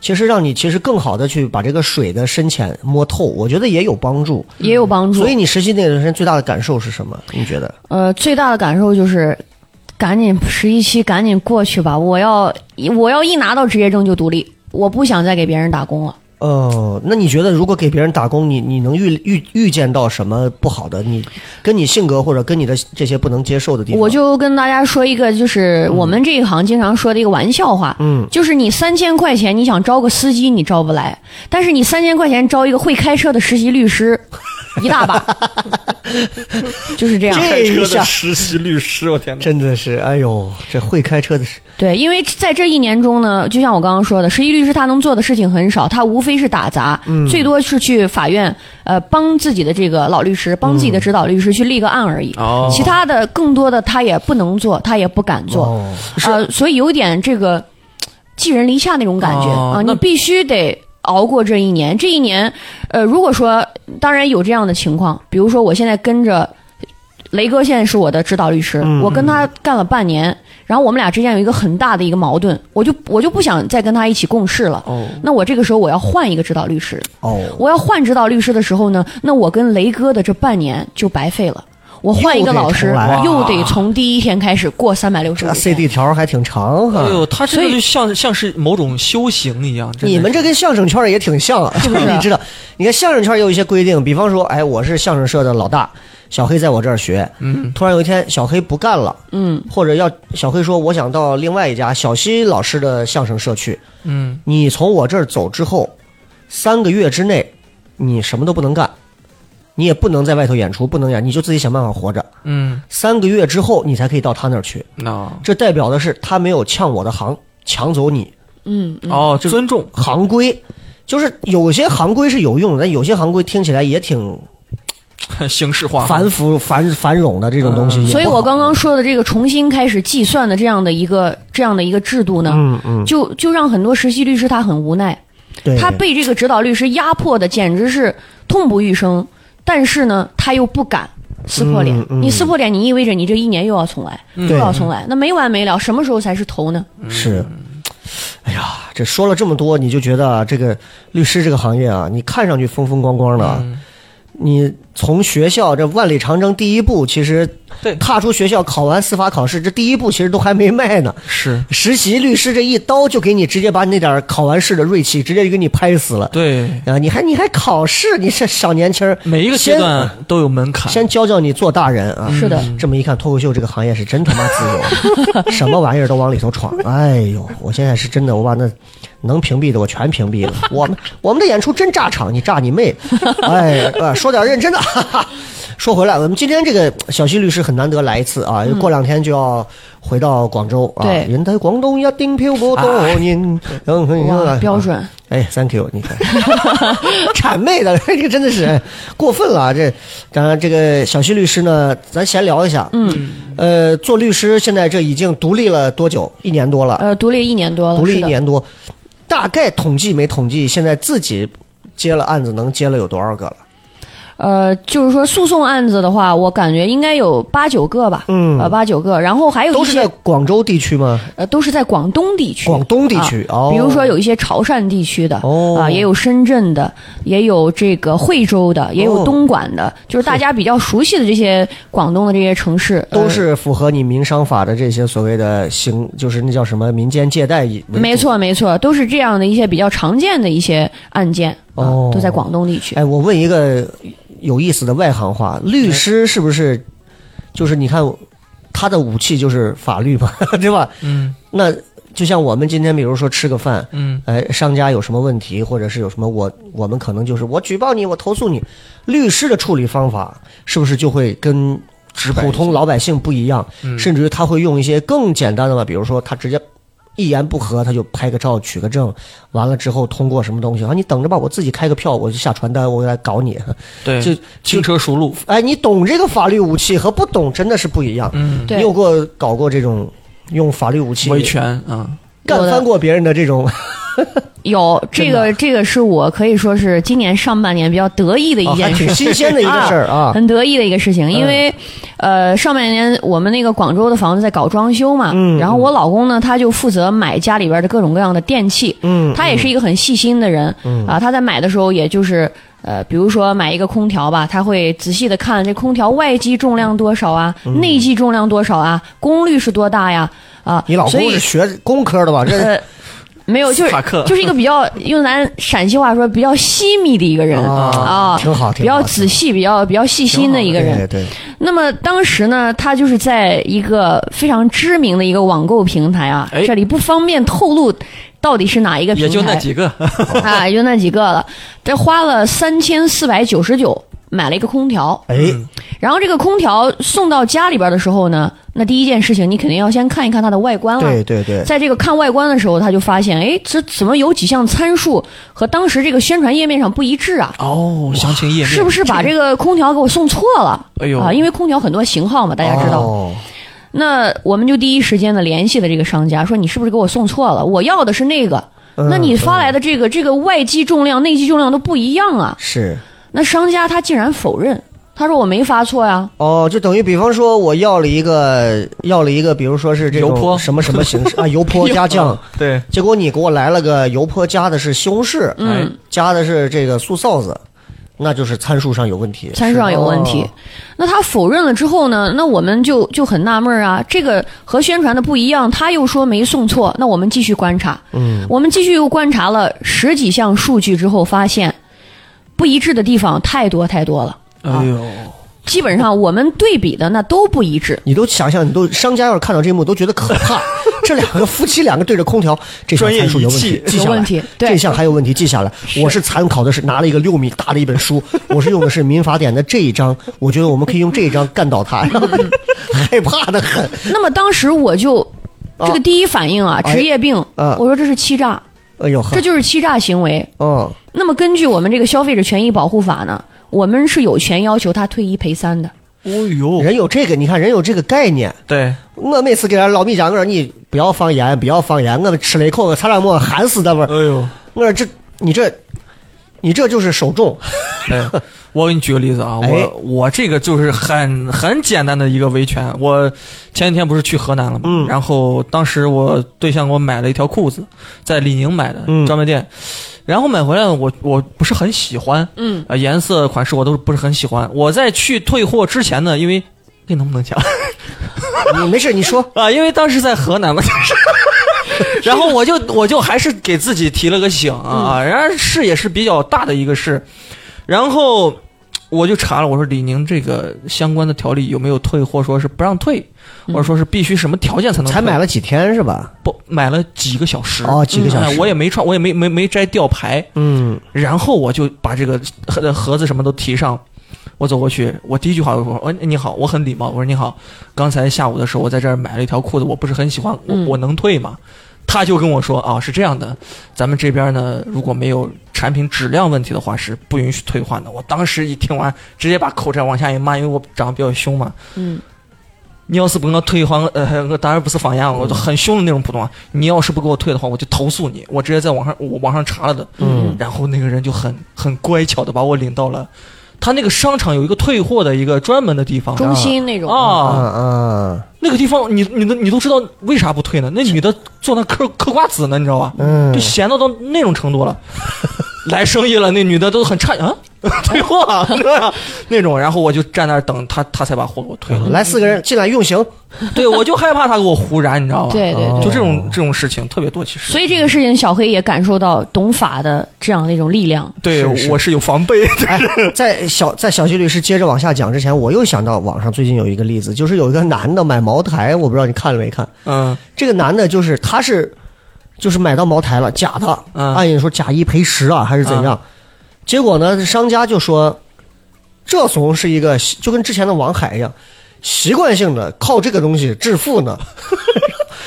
Speaker 3: 其实让你其实更好的去把这个水的深浅摸透，我觉得也有帮助。
Speaker 5: 也有帮助，
Speaker 3: 所以你实习那段时间最大的感受是什么？你觉得？
Speaker 5: 呃，最大的感受就是，赶紧实习期赶紧过去吧！我要我要一拿到职业证就独立，我不想再给别人打工了。
Speaker 3: 哦，那你觉得如果给别人打工，你你能预预预见到什么不好的？你跟你性格或者跟你的这些不能接受的地方？
Speaker 5: 我就跟大家说一个，就是我们这一行经常说的一个玩笑话，
Speaker 3: 嗯，
Speaker 5: 就是你三千块钱你想招个司机你招不来，但是你三千块钱招一个会开车的实习律师，一
Speaker 3: *laughs*
Speaker 5: 大把，就是这样。
Speaker 3: 这一下
Speaker 4: 实习律师，我天哪！
Speaker 3: 真的是，哎呦，这会开车的是，
Speaker 5: 对，因为在这一年中呢，就像我刚刚说的，实习律师他能做的事情很少，他无非是打杂，最多是去法院，呃，帮自己的这个老律师，帮自己的指导律师去立个案而已。
Speaker 4: 哦
Speaker 5: 其他的更多的他也不能做，他也不敢做。
Speaker 3: 哦，
Speaker 5: 呃，所以有点这个寄人篱下那种感觉
Speaker 4: 哦
Speaker 5: 啊、
Speaker 4: 那
Speaker 5: 你必须得熬过这一年。这一年，呃，如果说当然有这样的情况，比如说我现在跟着雷哥现在是我的指导律师，
Speaker 3: 嗯
Speaker 5: 我跟他干了半年，然后我们俩之间有一个很大的一个矛盾，我就我就不想再跟他一起共事了。
Speaker 4: 哦
Speaker 5: 那我这个时候我要换一个指导律师，
Speaker 3: 哦，
Speaker 5: 我要换指导律师的时候呢，那我跟雷哥的这半年就白费了。我换一个老师
Speaker 3: 又得重来，
Speaker 5: 又得从第一天开始过三百六十五
Speaker 3: 这 CD
Speaker 5: 天。
Speaker 3: 条还挺长哈、
Speaker 4: 哎呦，他这
Speaker 5: 所
Speaker 4: 个
Speaker 5: 以
Speaker 4: 就像像是某种修行一样。真的
Speaker 3: 你们这跟相声圈也挺像啊，
Speaker 5: 是不是
Speaker 3: *laughs* 你知道，你看相声圈有一些规定，比方说，哎，我是相声社的老大，小黑在我这儿学，
Speaker 4: 嗯，
Speaker 3: 突然有一天小黑不干了，
Speaker 5: 嗯，
Speaker 3: 或者要小黑说我想到另外一家小西老师的相声社去，
Speaker 4: 嗯，
Speaker 3: 你从我这儿走之后，三个月之内你什么都不能干，你也不能在外头演出，不能演，你就自己想办法活着。
Speaker 4: 嗯，
Speaker 3: 三个月之后你才可以到他那儿去，
Speaker 4: 那
Speaker 3: 这代表的是他没有呛我的行，抢走你。
Speaker 5: 嗯，嗯
Speaker 4: 哦，尊重 *laughs*
Speaker 3: 行规，就是有些行规是有用的，但有些行规听起来也挺
Speaker 4: 形式化，
Speaker 3: 繁复、繁繁冗的这种东西也不好。
Speaker 5: 嗯所以我刚刚说的这个重新开始计算的这样的一个这样的一个制度呢，
Speaker 3: 嗯嗯，
Speaker 5: 就就让很多实习律师他很无奈，
Speaker 3: 对，
Speaker 5: 他被这个指导律师压迫的简直是痛不欲生，但是呢，他又不敢撕破脸。
Speaker 3: 嗯嗯
Speaker 5: 你撕破脸，你意味着你这一年又要重来，又
Speaker 3: 对
Speaker 5: 要重来，那没完没了，什么时候才是头呢？
Speaker 3: 是。哎呀，这说了这么多，你就觉得啊这个律师这个行业啊，你看上去风风光光的啊，
Speaker 4: 嗯
Speaker 3: 你从学校这万里长征第一步，其实
Speaker 4: 对
Speaker 3: 踏出学校考完司法考试，这第一步其实都还没迈呢。
Speaker 4: 是
Speaker 3: 实习律师这一刀就给你直接把你那点儿考完试的锐气直接就给你拍死了。
Speaker 4: 对
Speaker 3: 啊，你还你还考试，你是小年轻儿
Speaker 4: 每一个阶
Speaker 3: 先
Speaker 4: 段都有门槛。
Speaker 3: 先教教你做大人啊。
Speaker 5: 是的
Speaker 3: 这么一看，脱口秀这个行业是真他妈自由，啊什么玩意儿都往里头闯。哎呦，我现在是真的，我把那能屏蔽的我全屏蔽了。我们我们的演出真炸场，你炸你妹！哎，啊，说点认真的。 *laughs* 哈哈。说回来，我们今天这个小西律师很难得来一次啊，因为过两天就要回到广州啊。
Speaker 5: 对哎
Speaker 3: 人在广东一定漂泊多年。嗯嗯
Speaker 5: 哇，
Speaker 3: 嗯
Speaker 5: 标准。
Speaker 3: 哎，thank you，你看， *laughs* 谄媚的， *laughs* 这个真的是哎过分了啊。这当然，这个小西律师呢，咱闲聊一下。嗯，呃，做律师现在这已经独立了多久？一年多了，
Speaker 5: 呃，独立一年多了，
Speaker 3: 啊独立
Speaker 5: 是
Speaker 3: 一
Speaker 5: 的
Speaker 3: 年多，大概统计没统计？现在自己接了案子，能接了有多少个了？
Speaker 5: 呃，就是说诉讼案子的话，我感觉应该有八九个吧，
Speaker 3: 嗯
Speaker 5: 呃，八九个，然后还有
Speaker 3: 都
Speaker 5: 一
Speaker 3: 是
Speaker 5: 些
Speaker 3: 在广州地区吗？
Speaker 5: 呃，都是在广东地区，
Speaker 3: 广东地区
Speaker 5: 啊
Speaker 3: 哦
Speaker 5: 比如说有一些潮汕地区的，
Speaker 3: 哦
Speaker 5: 啊，也有深圳的，也有这个惠州的，也有
Speaker 3: 哦
Speaker 5: 东莞的，就是大家比较熟悉的这些广东的这些城市，
Speaker 3: 都
Speaker 5: 呃
Speaker 3: 是符合你民商法的这些所谓的行，就是那叫什么民间借贷以为
Speaker 5: 没
Speaker 3: 主
Speaker 5: 错，没错，都是这样的一些比较常见的一些案件，啊
Speaker 3: 哦
Speaker 5: 都在广东地区。
Speaker 3: 哎，我问一个有意思的外行话，律师是不是就是你看他的武器就是法律嘛， *laughs* 对吧？
Speaker 4: 嗯
Speaker 3: 那就像我们今天比如说吃个饭，
Speaker 4: 嗯，
Speaker 3: 哎，商家有什么问题，或者是有什么我我们可能就是我举报你，我投诉你，律师的处理方法是不是就会跟普通老百姓不一样？
Speaker 4: 嗯
Speaker 5: 嗯
Speaker 3: 甚至于他会用一些更简单的嘛，比如说他直接。一言不合，他就拍个照、取个证，完了之后通过什么东西啊？你等着吧，我自己开个票，我就下传单，我来搞
Speaker 5: *laughs*
Speaker 3: 你。
Speaker 4: 对，
Speaker 3: 就
Speaker 4: 轻车熟路。
Speaker 3: 哎，你懂这个法律武器和不懂真的是不一样。
Speaker 4: 嗯，
Speaker 5: 对
Speaker 3: 你有过搞过这种用法律武器
Speaker 4: 维权啊，
Speaker 3: 干
Speaker 5: 有的
Speaker 3: 翻过别人的这种？
Speaker 5: 有这
Speaker 3: 真的啊
Speaker 5: 个，这个是我可以说是今年上半年比较得意的一
Speaker 3: 啊还
Speaker 5: 件 *laughs* 事，
Speaker 3: 挺新鲜的一个事儿啊。
Speaker 5: 很得意的一个事情，因为，呃，上半年我们那个广州的房子在搞装修嘛，
Speaker 3: 嗯
Speaker 5: 然后我老公呢，他就负责买家里边的各种各样的电器，
Speaker 3: *laughs* 嗯，
Speaker 5: 他也是一个很细心的人，啊，他在买的时候，也就是呃，比如说买一个空调吧，他会仔细的看这空调外机重量多少啊，
Speaker 3: 嗯
Speaker 5: 内机重量多少啊，功率是多大呀，啊，
Speaker 3: 你老
Speaker 5: 所
Speaker 3: 公
Speaker 5: 以
Speaker 3: 是学工科的吧？这
Speaker 5: 呃，没有，
Speaker 3: *laughs*
Speaker 5: 就是
Speaker 4: 塔克
Speaker 5: 就是一个比较用咱陕西话说比较细密的一个人
Speaker 3: 啊
Speaker 5: 啊，
Speaker 3: 挺好挺
Speaker 5: 比较
Speaker 3: 好
Speaker 5: 仔细、比较比较细心的一个人
Speaker 3: 对。对，
Speaker 5: 那么当时呢，他就是在一个非常知名的一个网购平台啊，
Speaker 4: 哎
Speaker 5: 这里不方便透露到底是哪一个平
Speaker 4: 也
Speaker 5: 台，
Speaker 4: 就那几个。
Speaker 5: 啊，就那几个了。这花了三千四百九十九买了一个空调，
Speaker 3: 哎，
Speaker 5: 然后这个空调送到家里边的时候呢，那第一件事情你肯定要先看一看它的外观了。
Speaker 3: 对对对，
Speaker 5: 在这个看外观的时候，他就发现，哎，这怎么有几项参数和当时这个宣传页面上不一致啊？
Speaker 4: 哦，详情页面
Speaker 5: 是不是把这个空调给我送错了？
Speaker 4: 哎呦
Speaker 5: 啊，因为空调很多型号嘛，大家知道。
Speaker 3: 哦
Speaker 5: 那我们就第一时间的联系了这个商家，说你是不是给我送错了？我要的是那个。
Speaker 3: 嗯
Speaker 5: 那你发来的这个这个外机重量、内机重量都不一样啊！
Speaker 3: 是
Speaker 5: 那商家他竟然否认，他说我没发错呀，
Speaker 3: 哦，就等于比方说我要了一个要了一个，比如说是这
Speaker 4: 油
Speaker 3: 种
Speaker 4: 泼
Speaker 3: 什么什么形式啊，油泼加酱，
Speaker 4: 对，
Speaker 3: 结果你给我来了个油泼加的是西红柿，
Speaker 5: 嗯，
Speaker 3: 加的是这个素臊子，那就是参数上有问题，
Speaker 5: 参数上有问题
Speaker 3: 哦。
Speaker 5: 那他否认了之后呢？那我们就就很纳闷儿啊，这个和宣传的不一样，他又说没送错，那我们继续观察。嗯，我们继续又观察了十几项数据之后，发现不一致的地方太多太多了。
Speaker 4: 哎呦，
Speaker 5: 基本上我们对比的那都不一致，
Speaker 3: 你都想象，你都商家要是看到这一幕都觉得可怕。这两个夫妻两个对着空调，这项
Speaker 4: 专业
Speaker 3: 参数有
Speaker 4: 仪
Speaker 3: 问题
Speaker 4: 器，
Speaker 3: 记
Speaker 5: 有
Speaker 3: 下来
Speaker 5: 问。题。
Speaker 3: 这
Speaker 5: 对，
Speaker 3: 项还有问题，记下来。我是参考的是拿了一个六米大的一本书，我是用的是《民法典》的这一章，我觉得我们可以用这一章干倒他， *laughs* 害怕的很。
Speaker 5: 那么当时我就
Speaker 3: 啊
Speaker 5: 这个第一反应啊，
Speaker 3: 哎
Speaker 5: 职业病，
Speaker 3: 啊
Speaker 5: 我说这是欺诈，
Speaker 3: 哎呦呵
Speaker 5: 这，就是欺诈行为。
Speaker 4: 哦
Speaker 3: 嗯，
Speaker 5: 那么根据我们这个消费者权益保护法呢，我们是有权要求他退一赔三的。
Speaker 4: 哦呦，
Speaker 3: 人有这个，你看人有这个概念。
Speaker 4: 对，
Speaker 3: 我每次给俺老米讲，我说你不要方言，不要方言，我们吃了一口，我差点没有喊死的味
Speaker 4: 哎
Speaker 3: 儿。
Speaker 4: 呦，
Speaker 3: 我说这，你这，你这就是手重，
Speaker 4: 哎，我给你举个例子啊，
Speaker 3: 哎
Speaker 4: 我我这个就是很很简单的一个维权。我前几天不是去河南了嘛，
Speaker 3: 嗯
Speaker 4: 然后当时我对象给我买了一条裤子，在李宁买的
Speaker 3: 嗯
Speaker 4: 专卖店，然后买回来我我不是很喜欢，
Speaker 5: 嗯，
Speaker 4: 啊，颜色款式我都不是很喜欢。我在去退货之前呢，因为这能不能讲
Speaker 3: 你没事，你说。
Speaker 4: *laughs* 啊？因为当时在河南嘛。
Speaker 3: *laughs*
Speaker 4: 然后我就我就还是给自己提了个醒
Speaker 3: 嗯
Speaker 4: 啊，然而市也是比较大的一个市，然后我就查了，我说李宁这个相关的条例有没有退货，说是不让退，或者说是必须什么条件才
Speaker 3: 嗯
Speaker 4: 能退
Speaker 3: 才买了几天是吧？
Speaker 4: 不买了几个小时
Speaker 3: 哦几个小时
Speaker 4: 哎我也没穿，我也没没没摘吊牌，
Speaker 3: 嗯，
Speaker 4: 然后我就把这个盒盒子什么都提上，我走过去，我第一句话我说：“哎，你好，我很礼貌。”我说：“你好，刚才下午的时候我在这儿买了一条裤子，我不是很喜欢，我
Speaker 5: 嗯
Speaker 4: 我能退吗？”他就跟我说：“啊，是这样的，咱们这边呢，如果没有产品质量问题的话，是不允许退换的。”我当时一听完，直接把口罩往下一抹，因为我长得比较凶嘛。
Speaker 5: 嗯，
Speaker 4: 你要是不给我退还，呃，我当然不是方言，我就很凶的那种普通话。你要是不给我退的话，我就投诉你。我直接在网上，我网上查了的。
Speaker 3: 嗯，
Speaker 4: 然后那个人就很很乖巧的把我领到了他那个商场有一个退货的一个专门的地方
Speaker 5: 中心那种。
Speaker 3: 啊
Speaker 4: 啊，
Speaker 3: 啊，
Speaker 4: 那个地方你你都你都知道为啥不退呢？那女的坐那嗑嗑瓜子呢，你知道吧？
Speaker 3: 嗯
Speaker 4: 就，闲到到那种程度了， *laughs* 来生意了，那女的都很诧异啊， *laughs* 退货啊那种，然后我就站那儿等他，他才把货给我退了。
Speaker 3: 来四个人进来用刑，
Speaker 4: *laughs* 对，我就害怕他给我胡燃，你知道吧？
Speaker 5: 嗯对对对
Speaker 4: 就这种这种事情特别多，其实。
Speaker 5: 所以这个事情，小黑也感受到懂法的这样的一种力量。
Speaker 4: 对，
Speaker 3: 是是
Speaker 4: 我是有防备的。
Speaker 3: 哎，在小在小徐律师接着往下讲之前，我又想到网上最近有一个例子，就是有一个男的买茅台，我不知道你看了没看。
Speaker 5: *laughs*
Speaker 4: 嗯，
Speaker 3: 这个男的就是他是就是买到茅台了，假的，
Speaker 4: 嗯
Speaker 3: 按理说假一赔十啊，还是怎样？结果呢，商家就说这怂是一个就跟之前的王海一样，习惯性的靠这个东西致富呢，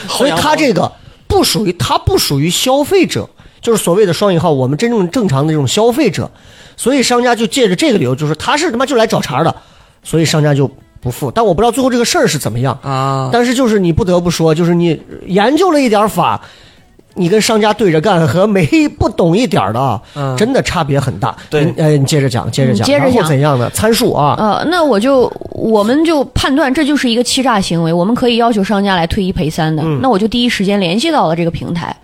Speaker 3: 所以
Speaker 4: 阳
Speaker 3: 他
Speaker 4: 光
Speaker 3: 这个不属于他不属于消费者，就是所谓的双引号，我们真正正常的这种消费者，所以商家就借着这个理由，就说他是他妈就来找茬的，所以商家就不付。但我不知道最后这个事儿是怎么样，
Speaker 4: 啊，
Speaker 3: 但是就是你不得不说，就是你研究了一点法，你跟商家对着干和没不懂一点儿的啊，
Speaker 4: 嗯
Speaker 3: 真的差别很大。
Speaker 4: 对
Speaker 3: 你呃，你接着讲，接着讲，
Speaker 5: 嗯接着
Speaker 3: 然后
Speaker 5: 讲
Speaker 3: 怎样呢？参数啊， *laughs*
Speaker 5: 呃，那我就我们就判断这就是一个欺诈行为，我们可以要求商家来退一赔三的。
Speaker 3: 嗯
Speaker 5: 那我就第一时间联系到了这个平台，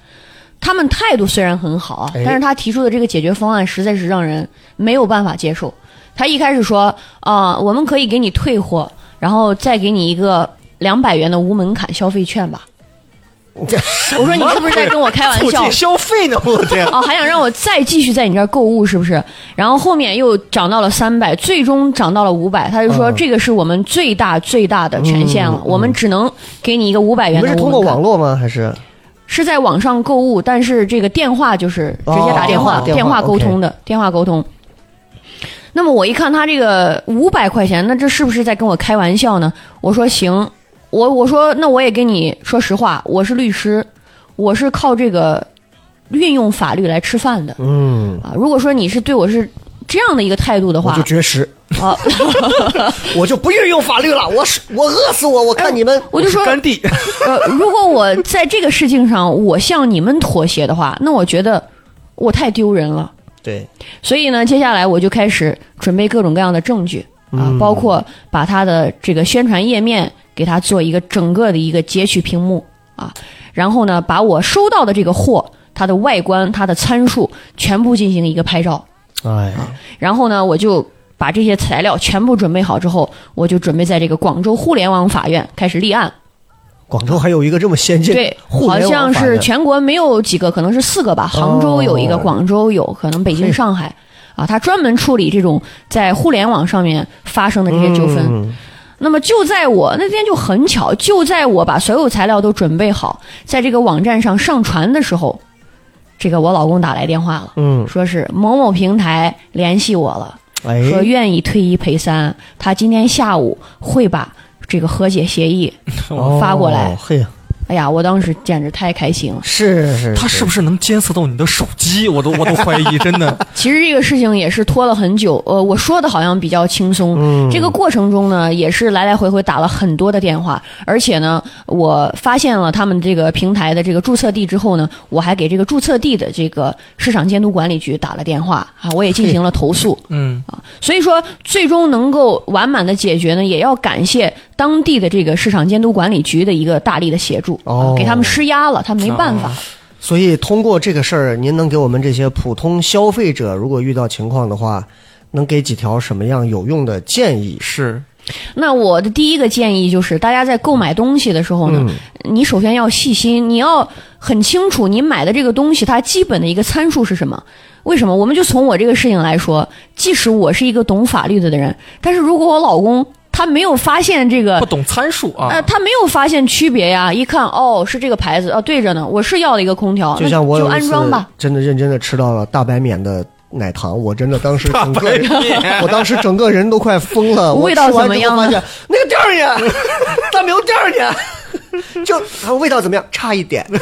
Speaker 5: 他们态度虽然很好啊，
Speaker 3: 哎
Speaker 5: 但是他提出的这个解决方案实在是让人没有办法接受。他一开始说啊、我们可以给你退货，然后再给你一个两百元的无门槛消费券吧。我说你是不是在跟我开玩
Speaker 3: *laughs* 促
Speaker 5: 笑
Speaker 3: 进？消费呢？我天！
Speaker 5: 哦，还想让我再继续在你这儿购物，是不是？然后后面又涨到了三百，最终涨到了五百，他就说
Speaker 3: 嗯
Speaker 5: 这个是我们最大最大的权限了，我们只能给你一个五百
Speaker 3: 你
Speaker 5: 元的
Speaker 3: 们
Speaker 5: 无
Speaker 3: 是
Speaker 5: 门槛。
Speaker 3: 通过网络吗？还是
Speaker 5: 是在网上购物，但是这个电话就是直接打
Speaker 3: 哦
Speaker 5: 电
Speaker 3: 电话
Speaker 5: 话，电话
Speaker 3: 电话
Speaker 5: 沟通的，电话沟通。那么我一看他这个五百块钱，那这是不是在跟我开玩笑呢？我说行，我我说那我也跟你说实话，我是律师，我是靠这个运用法律来吃饭的。
Speaker 3: 嗯，
Speaker 5: 啊，如果说你是对我是这样的一个态度的
Speaker 3: 我
Speaker 5: 话
Speaker 3: 就，绝食，
Speaker 5: 啊，
Speaker 3: *laughs* 我就不运用法律了，我是我饿死我！我看你们，
Speaker 5: 我就说，
Speaker 4: 甘地，
Speaker 5: 呃，如果我在这个事情上我向你们妥协的话，那我觉得我太丢人了。
Speaker 3: 对，
Speaker 5: 所以呢，接下来我就开始准备各种各样的证据，
Speaker 3: 嗯
Speaker 5: 啊，包括把它的这个宣传页面给它做一个整个的一个截取屏幕啊，然后呢，把我收到的这个货它的外观、它的参数全部进行一个拍照，
Speaker 3: 哎，
Speaker 5: 然后呢，我就把这些材料全部准备好之后，我就准备在这个广州互联网法院开始立案。
Speaker 3: 广州还有一个这么先进，
Speaker 5: 对，
Speaker 3: 互
Speaker 5: 好
Speaker 3: 联网
Speaker 5: 像
Speaker 3: 法
Speaker 5: 是
Speaker 3: 院
Speaker 5: 全国没有几个，可能是四个吧。杭州有一个，
Speaker 3: 哦
Speaker 5: 广州有，可能北京、上海啊，它专门处理这种在互联网上面发生的这些纠纷。
Speaker 3: 嗯
Speaker 5: 那么就在我那天就很巧，就在我把所有材料都准备好，在这个网站上上传的时候，这个我老公打来电话了，
Speaker 3: 嗯，
Speaker 5: 说是某某平台联系我了。
Speaker 3: 哎，
Speaker 5: 说愿意退一赔三，他今天下午会把这个和解协议。
Speaker 3: 哦
Speaker 5: 发过来
Speaker 3: 嘿呀，
Speaker 5: 哎呀，我当时简直太开心了。
Speaker 3: 是是，
Speaker 4: 他是不是能监测到你的手机？我都我都怀疑，真的。
Speaker 5: 其实这个事情也是拖了很久，呃，我说的好像比较轻松，
Speaker 3: 嗯
Speaker 5: 这个过程中呢，也是来来回回打了很多的电话，而且呢，我发现了他们这个平台的这个注册地之后呢，我还给这个注册地的这个市场监督管理局打了电话啊，我也进行了投诉。
Speaker 4: 嗯，
Speaker 5: 所以说，最终能够完满的解决呢，也要感谢当地的这个市场监督管理局的一个大力的协助，
Speaker 3: 哦
Speaker 5: 啊给他们施压了，他们没办
Speaker 4: 啊
Speaker 5: 法。
Speaker 3: 所以通过这个事儿，您能给我们这些普通消费者，如果遇到情况的话，能给几条什么样有用的建议？
Speaker 4: 是
Speaker 5: 那我的第一个建议就是，大家在购买东西的时候呢，你首先要细心，你要很清楚你买的这个东西它基本的一个参数是什么。为什么？我们就从我这个事情来说，即使我是一个懂法律的人，但是如果我老公他没有发现这个
Speaker 4: 不懂参数啊。
Speaker 5: 呃呃，他没有发现区别呀，一看哦，是这个牌子啊，对着呢，我是要了一个空调，
Speaker 3: 就像我
Speaker 5: 那就
Speaker 3: 有一
Speaker 5: 安
Speaker 3: 次
Speaker 5: 装吧。
Speaker 3: 真的认真的吃到了大白免的奶糖，我真的当时整个人， *laughs* 我当时整个人都快疯了。我
Speaker 5: 味道
Speaker 3: 吃完
Speaker 5: 怎么
Speaker 3: 之后
Speaker 5: 样啊
Speaker 3: 发
Speaker 5: 呢
Speaker 3: 现那个调儿 *laughs* 呢，它没有调儿呢，就它味道怎么样？差一点。 *laughs*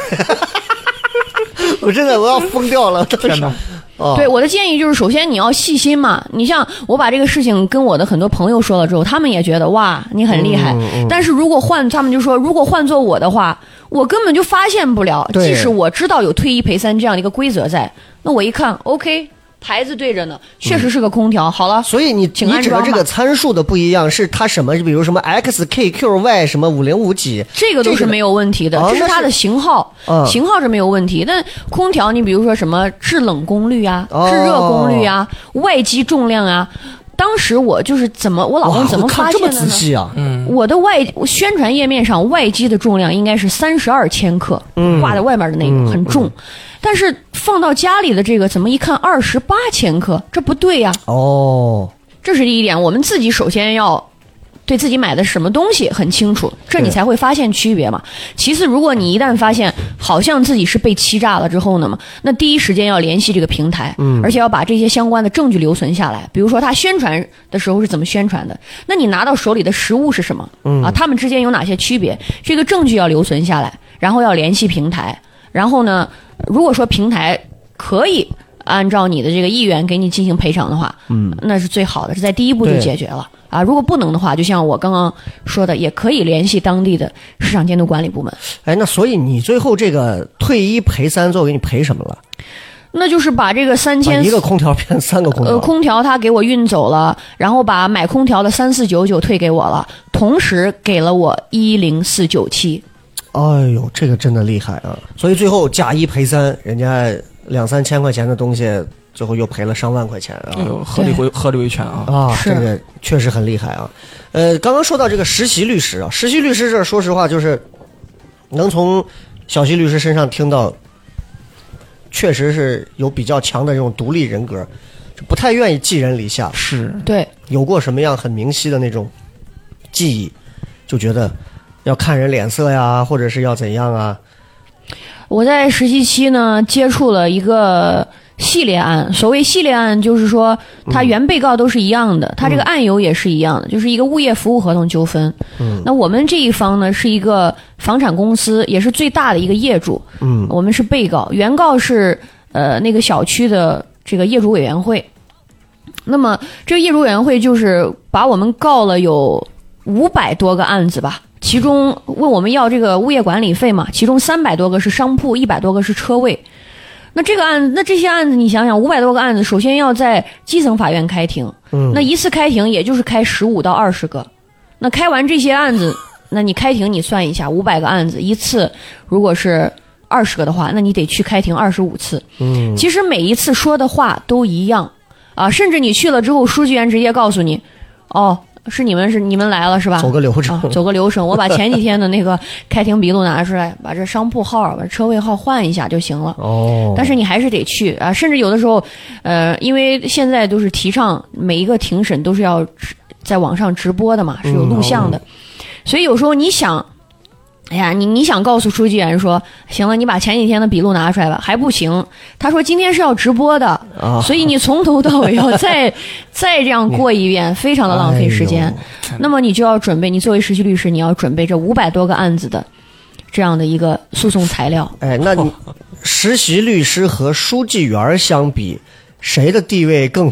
Speaker 3: 我真的我要疯掉了，当时
Speaker 4: 天哪！
Speaker 3: 哦，
Speaker 5: 对，我的建议就是，首先你要细心嘛。你像我把这个事情跟我的很多朋友说了之后，他们也觉得哇，你很厉
Speaker 3: 嗯
Speaker 5: 害。但是如果换，他们就说，如果换做我的话，我根本就发现不了。
Speaker 3: 对
Speaker 5: 即使我知道有退一赔三这样的一个规则在，那我一看，OK，牌子对着呢，确实是个空调。好了，
Speaker 3: 所以你
Speaker 5: 请
Speaker 3: 你
Speaker 5: 安
Speaker 3: 指的
Speaker 5: 装
Speaker 3: 这
Speaker 5: 吧
Speaker 3: 个参数的不一样，是它什么？比如什么 XKQY 什么五零五几？
Speaker 5: 这个都
Speaker 3: 这
Speaker 5: 是
Speaker 3: 个
Speaker 5: 没有问题的，
Speaker 3: 哦
Speaker 5: 这是
Speaker 3: 那
Speaker 5: 它
Speaker 3: 是
Speaker 5: 的型号，
Speaker 3: 嗯
Speaker 5: 型号是没有问题。但空调，你比如说什么制冷功率啊、
Speaker 3: 哦
Speaker 5: 制热功率啊、外机重量啊，当时我就是怎么，我老
Speaker 3: 哇，
Speaker 5: 公怎么
Speaker 3: 我看
Speaker 5: 发
Speaker 3: 这么
Speaker 5: 现的
Speaker 3: 仔
Speaker 5: 呢？嗯
Speaker 3: 细啊？
Speaker 5: 我的外宣传页面上外机的重量应该是三十二千克，
Speaker 3: 嗯
Speaker 5: 挂在外面的那个很重，但是放到家里的这个怎么一看二十八千克，这不对呀、
Speaker 3: 哦，
Speaker 5: 这是第一点，我们自己首先要对自己买的什么东西很清楚，这你
Speaker 3: 对
Speaker 5: 才会发现区别嘛。其次，如果你一旦发现好像自己是被欺诈了之后呢嘛，那第一时间要联系这个平台，而且要把这些相关的证据留存下来，比如说他宣传的时候是怎么宣传的，那你拿到手里的实物是什么，啊，他们之间有哪些区别，这个证据要留存下来，然后要联系平台，然后呢，如果说平台可以按照你的这个意愿给你进行赔偿的话，嗯，那是最好的，是在第一步就
Speaker 3: 对
Speaker 5: 解决了啊。如果不能的话，就像我刚刚说的，也可以联系当地的市场监督管理部门，
Speaker 3: 哎，那所以你最后这个退一赔三，最后给你赔什么了？
Speaker 5: 那就是把这个三
Speaker 3: 把
Speaker 5: 千、
Speaker 3: 一个空调变三个空调。
Speaker 5: 呃空调他给我运走了，然后把买空调的三四九九退给我了，同时给了我一零四九七。
Speaker 3: 哎呦，这个真的厉害啊！所以最后假一赔三，人家两三千块钱的东西，最后又赔了上万块钱啊！
Speaker 4: 哎呦，合理维合理维权啊。
Speaker 3: 啊，
Speaker 5: 是
Speaker 3: 这个确实很厉害啊。呃，刚刚说到这个实习律师啊，实习律师这儿说实话就是能从小西律师身上听到，确实是有比较强的这种独立人格，就不太愿意寄人篱下。
Speaker 4: 是
Speaker 5: 对，
Speaker 3: 有过什么样很明晰的那种记忆，就觉得要看人脸色呀，或者是要怎样啊？
Speaker 5: 我在实习期呢接触了一个系列案，所谓系列案就是说，它原被告都是一样的，它这个案由也是一样的，就是一个物业服务合同纠纷。嗯，那我们这一方呢是一个房产公司，也是最大的一个业主。嗯，我们是被告，原告是呃那个小区的这个业主委员会。那么这个业主委员会就是把我们告了有五百多个案子吧，其中问我们要这个物业管理费嘛，其中三百多个是商铺，一百多个是车位。那这个案子，那这些案子，你想想，五百多个案子，首先要在基层法院开庭，
Speaker 3: 嗯
Speaker 5: 那一次开庭也就是开十五到二十个，那开完这些案子，那你开庭你算一下，五百个案子一次，如果是二十个的话，那你得去开庭二十五次。
Speaker 3: 嗯，
Speaker 5: 其实每一次说的话都一样啊，甚至你去了之后，书记员直接告诉你，哦，是你们是你们来了是吧？
Speaker 3: 走个流程
Speaker 5: 啊，， *laughs* 走个流程。我把前几天的那个开庭笔录拿出来，把这商铺号、把车位号换一下就行了。
Speaker 3: 哦，
Speaker 5: 但是你还是得去啊，甚至有的时候，呃，因为现在都是提倡每一个庭审都是要直在网上直播的嘛，是有录像的，
Speaker 3: 嗯
Speaker 5: 所以有时候你想，哎呀，你你想告诉书记员说，行了，你把前几天的笔录拿出来吧，还不行，他说今天是要直播的，
Speaker 3: *laughs* 啊，
Speaker 5: 所以你从头到尾
Speaker 3: *laughs*
Speaker 5: 要再再这样过一遍，非常的浪费时
Speaker 3: 哎
Speaker 5: 间。那么你就要准备，你作为实习律师，你要准备这五百多个案子的这样的一个诉讼材料。
Speaker 3: 哎呦。哎，那你实习律师和书记员儿相比，谁的地位更？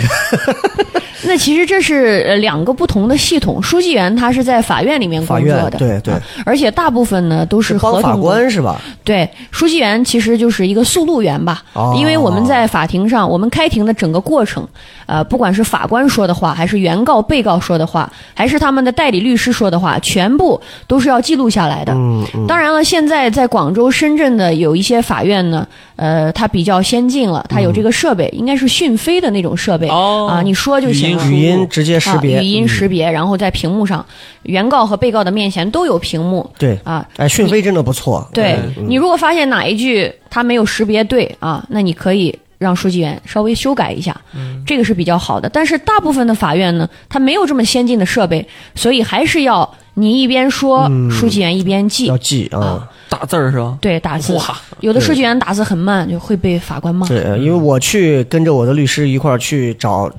Speaker 5: 那其实这是呃两个不同的系统，书记员他是在法院里面工
Speaker 3: 法
Speaker 5: 作
Speaker 3: 院
Speaker 5: 的，
Speaker 3: 对对
Speaker 5: 啊而且大部分呢都是合
Speaker 3: 帮
Speaker 5: 同
Speaker 3: 法
Speaker 5: 工
Speaker 3: 官是吧？
Speaker 5: 对，书记员其实就是一个速录员吧，
Speaker 3: 哦
Speaker 5: 因为我们在法庭上，我们开庭的整个过程，呃，不管是法官说的话，还是原告、被告说的话，还是他们的代理律师说的话，全部都是要记录下来的。
Speaker 3: 嗯嗯，
Speaker 5: 当然了，现在在广州、深圳的有一些法院呢，呃，它比较先进了，它有
Speaker 3: 嗯
Speaker 5: 这个设备，应该是讯飞的那种设备、
Speaker 4: 哦
Speaker 5: 啊，你说就行了。
Speaker 4: 输
Speaker 3: 嗯
Speaker 4: 入
Speaker 3: 语音直接识别，
Speaker 5: 啊、语音
Speaker 3: 嗯
Speaker 5: 识别，然后在屏幕上，原告和被告的面前都有屏幕
Speaker 3: 对。
Speaker 5: 啊，
Speaker 3: 哎，讯飞真的不错。哎
Speaker 5: 对
Speaker 4: 嗯
Speaker 5: 你如果发现哪一句他没有识别对啊，那你可以让书记员稍微修改一下，
Speaker 3: 嗯
Speaker 5: 这个是比较好的。但是大部分的法院呢，它没有这么先进的设备，所以还是要你一边说，书记员一边记
Speaker 3: 嗯要。记啊
Speaker 5: 啊。
Speaker 4: 打字儿是吧？
Speaker 5: 对，打字
Speaker 4: 哇，
Speaker 5: 有的书记员打字很慢，就会被法官骂。
Speaker 3: 对，呃因为我去跟着我的律师一块儿去找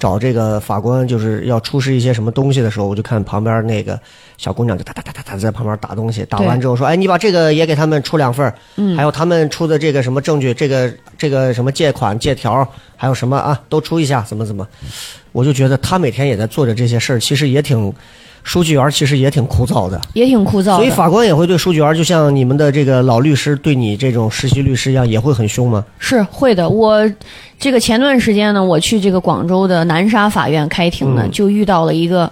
Speaker 3: 找这个法官，就是要出示一些什么东西的时候，我就看旁边那个小姑娘就哒哒哒哒哒在旁边打东西，打完之后说：“哎，你把这个也给他们出两份儿，
Speaker 5: 嗯
Speaker 3: 还有他们出的这个什么证据，这个这个什么借款借条，还有什么啊，都出一下，怎么怎么。”我就觉得他每天也在做着这些事儿，其实也挺。书记员其实也挺枯燥的，
Speaker 5: 也挺枯燥
Speaker 3: 所以
Speaker 5: 的，
Speaker 3: 法官也会对书记员，就像你们的这个老律师对你这种实习律师一样，也会很凶吗？
Speaker 5: 是会的。我这个前段时间呢，我去这个广州的南沙法院开庭呢，就遇到了一个，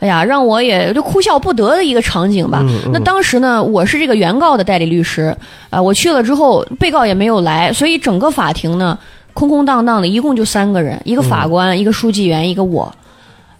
Speaker 5: 哎呀，让我也就哭笑不得的一个场景吧。
Speaker 3: 嗯
Speaker 5: 那当时呢，我是这个原告的代理律师，啊、我去了之后，被告也没有来，所以整个法庭呢空空荡荡的，一共就三个人，一个法官，一个书记员，一个我。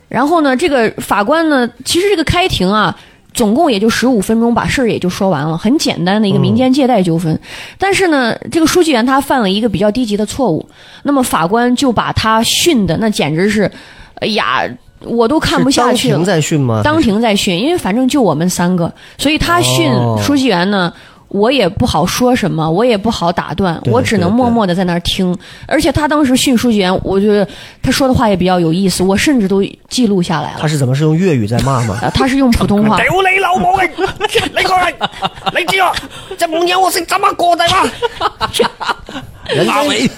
Speaker 5: 然后呢，这个法官呢，其实这个开庭啊，总共也就十五分钟，把事儿也就说完了，很简单的一个民间借贷纠纷。但是呢，这个书记员他犯了一个比较低级的错误，那么法官就把他训的那简直是，哎呀，我都看不下去
Speaker 3: 是当庭
Speaker 5: 了。
Speaker 3: 在训吗？
Speaker 5: 当庭在训，因为反正就我们三个，所以他训
Speaker 3: 哦
Speaker 5: 书记员呢，我也不好说什么，我也不好打断，
Speaker 3: 对
Speaker 5: 我只能
Speaker 3: 对
Speaker 5: 默默的在那儿听。而且他当时训书记员，我觉得他说的话也比较有意思，我甚至都记录下来了
Speaker 3: 他。是怎么是用粤语在骂 *laughs* 吗？
Speaker 5: 啊，他是用普通话，
Speaker 3: 屌你哎老母嘅！你过 *laughs* 嚟，你知啊？这五年我识怎么过的啊吗？人家
Speaker 4: 阿伟，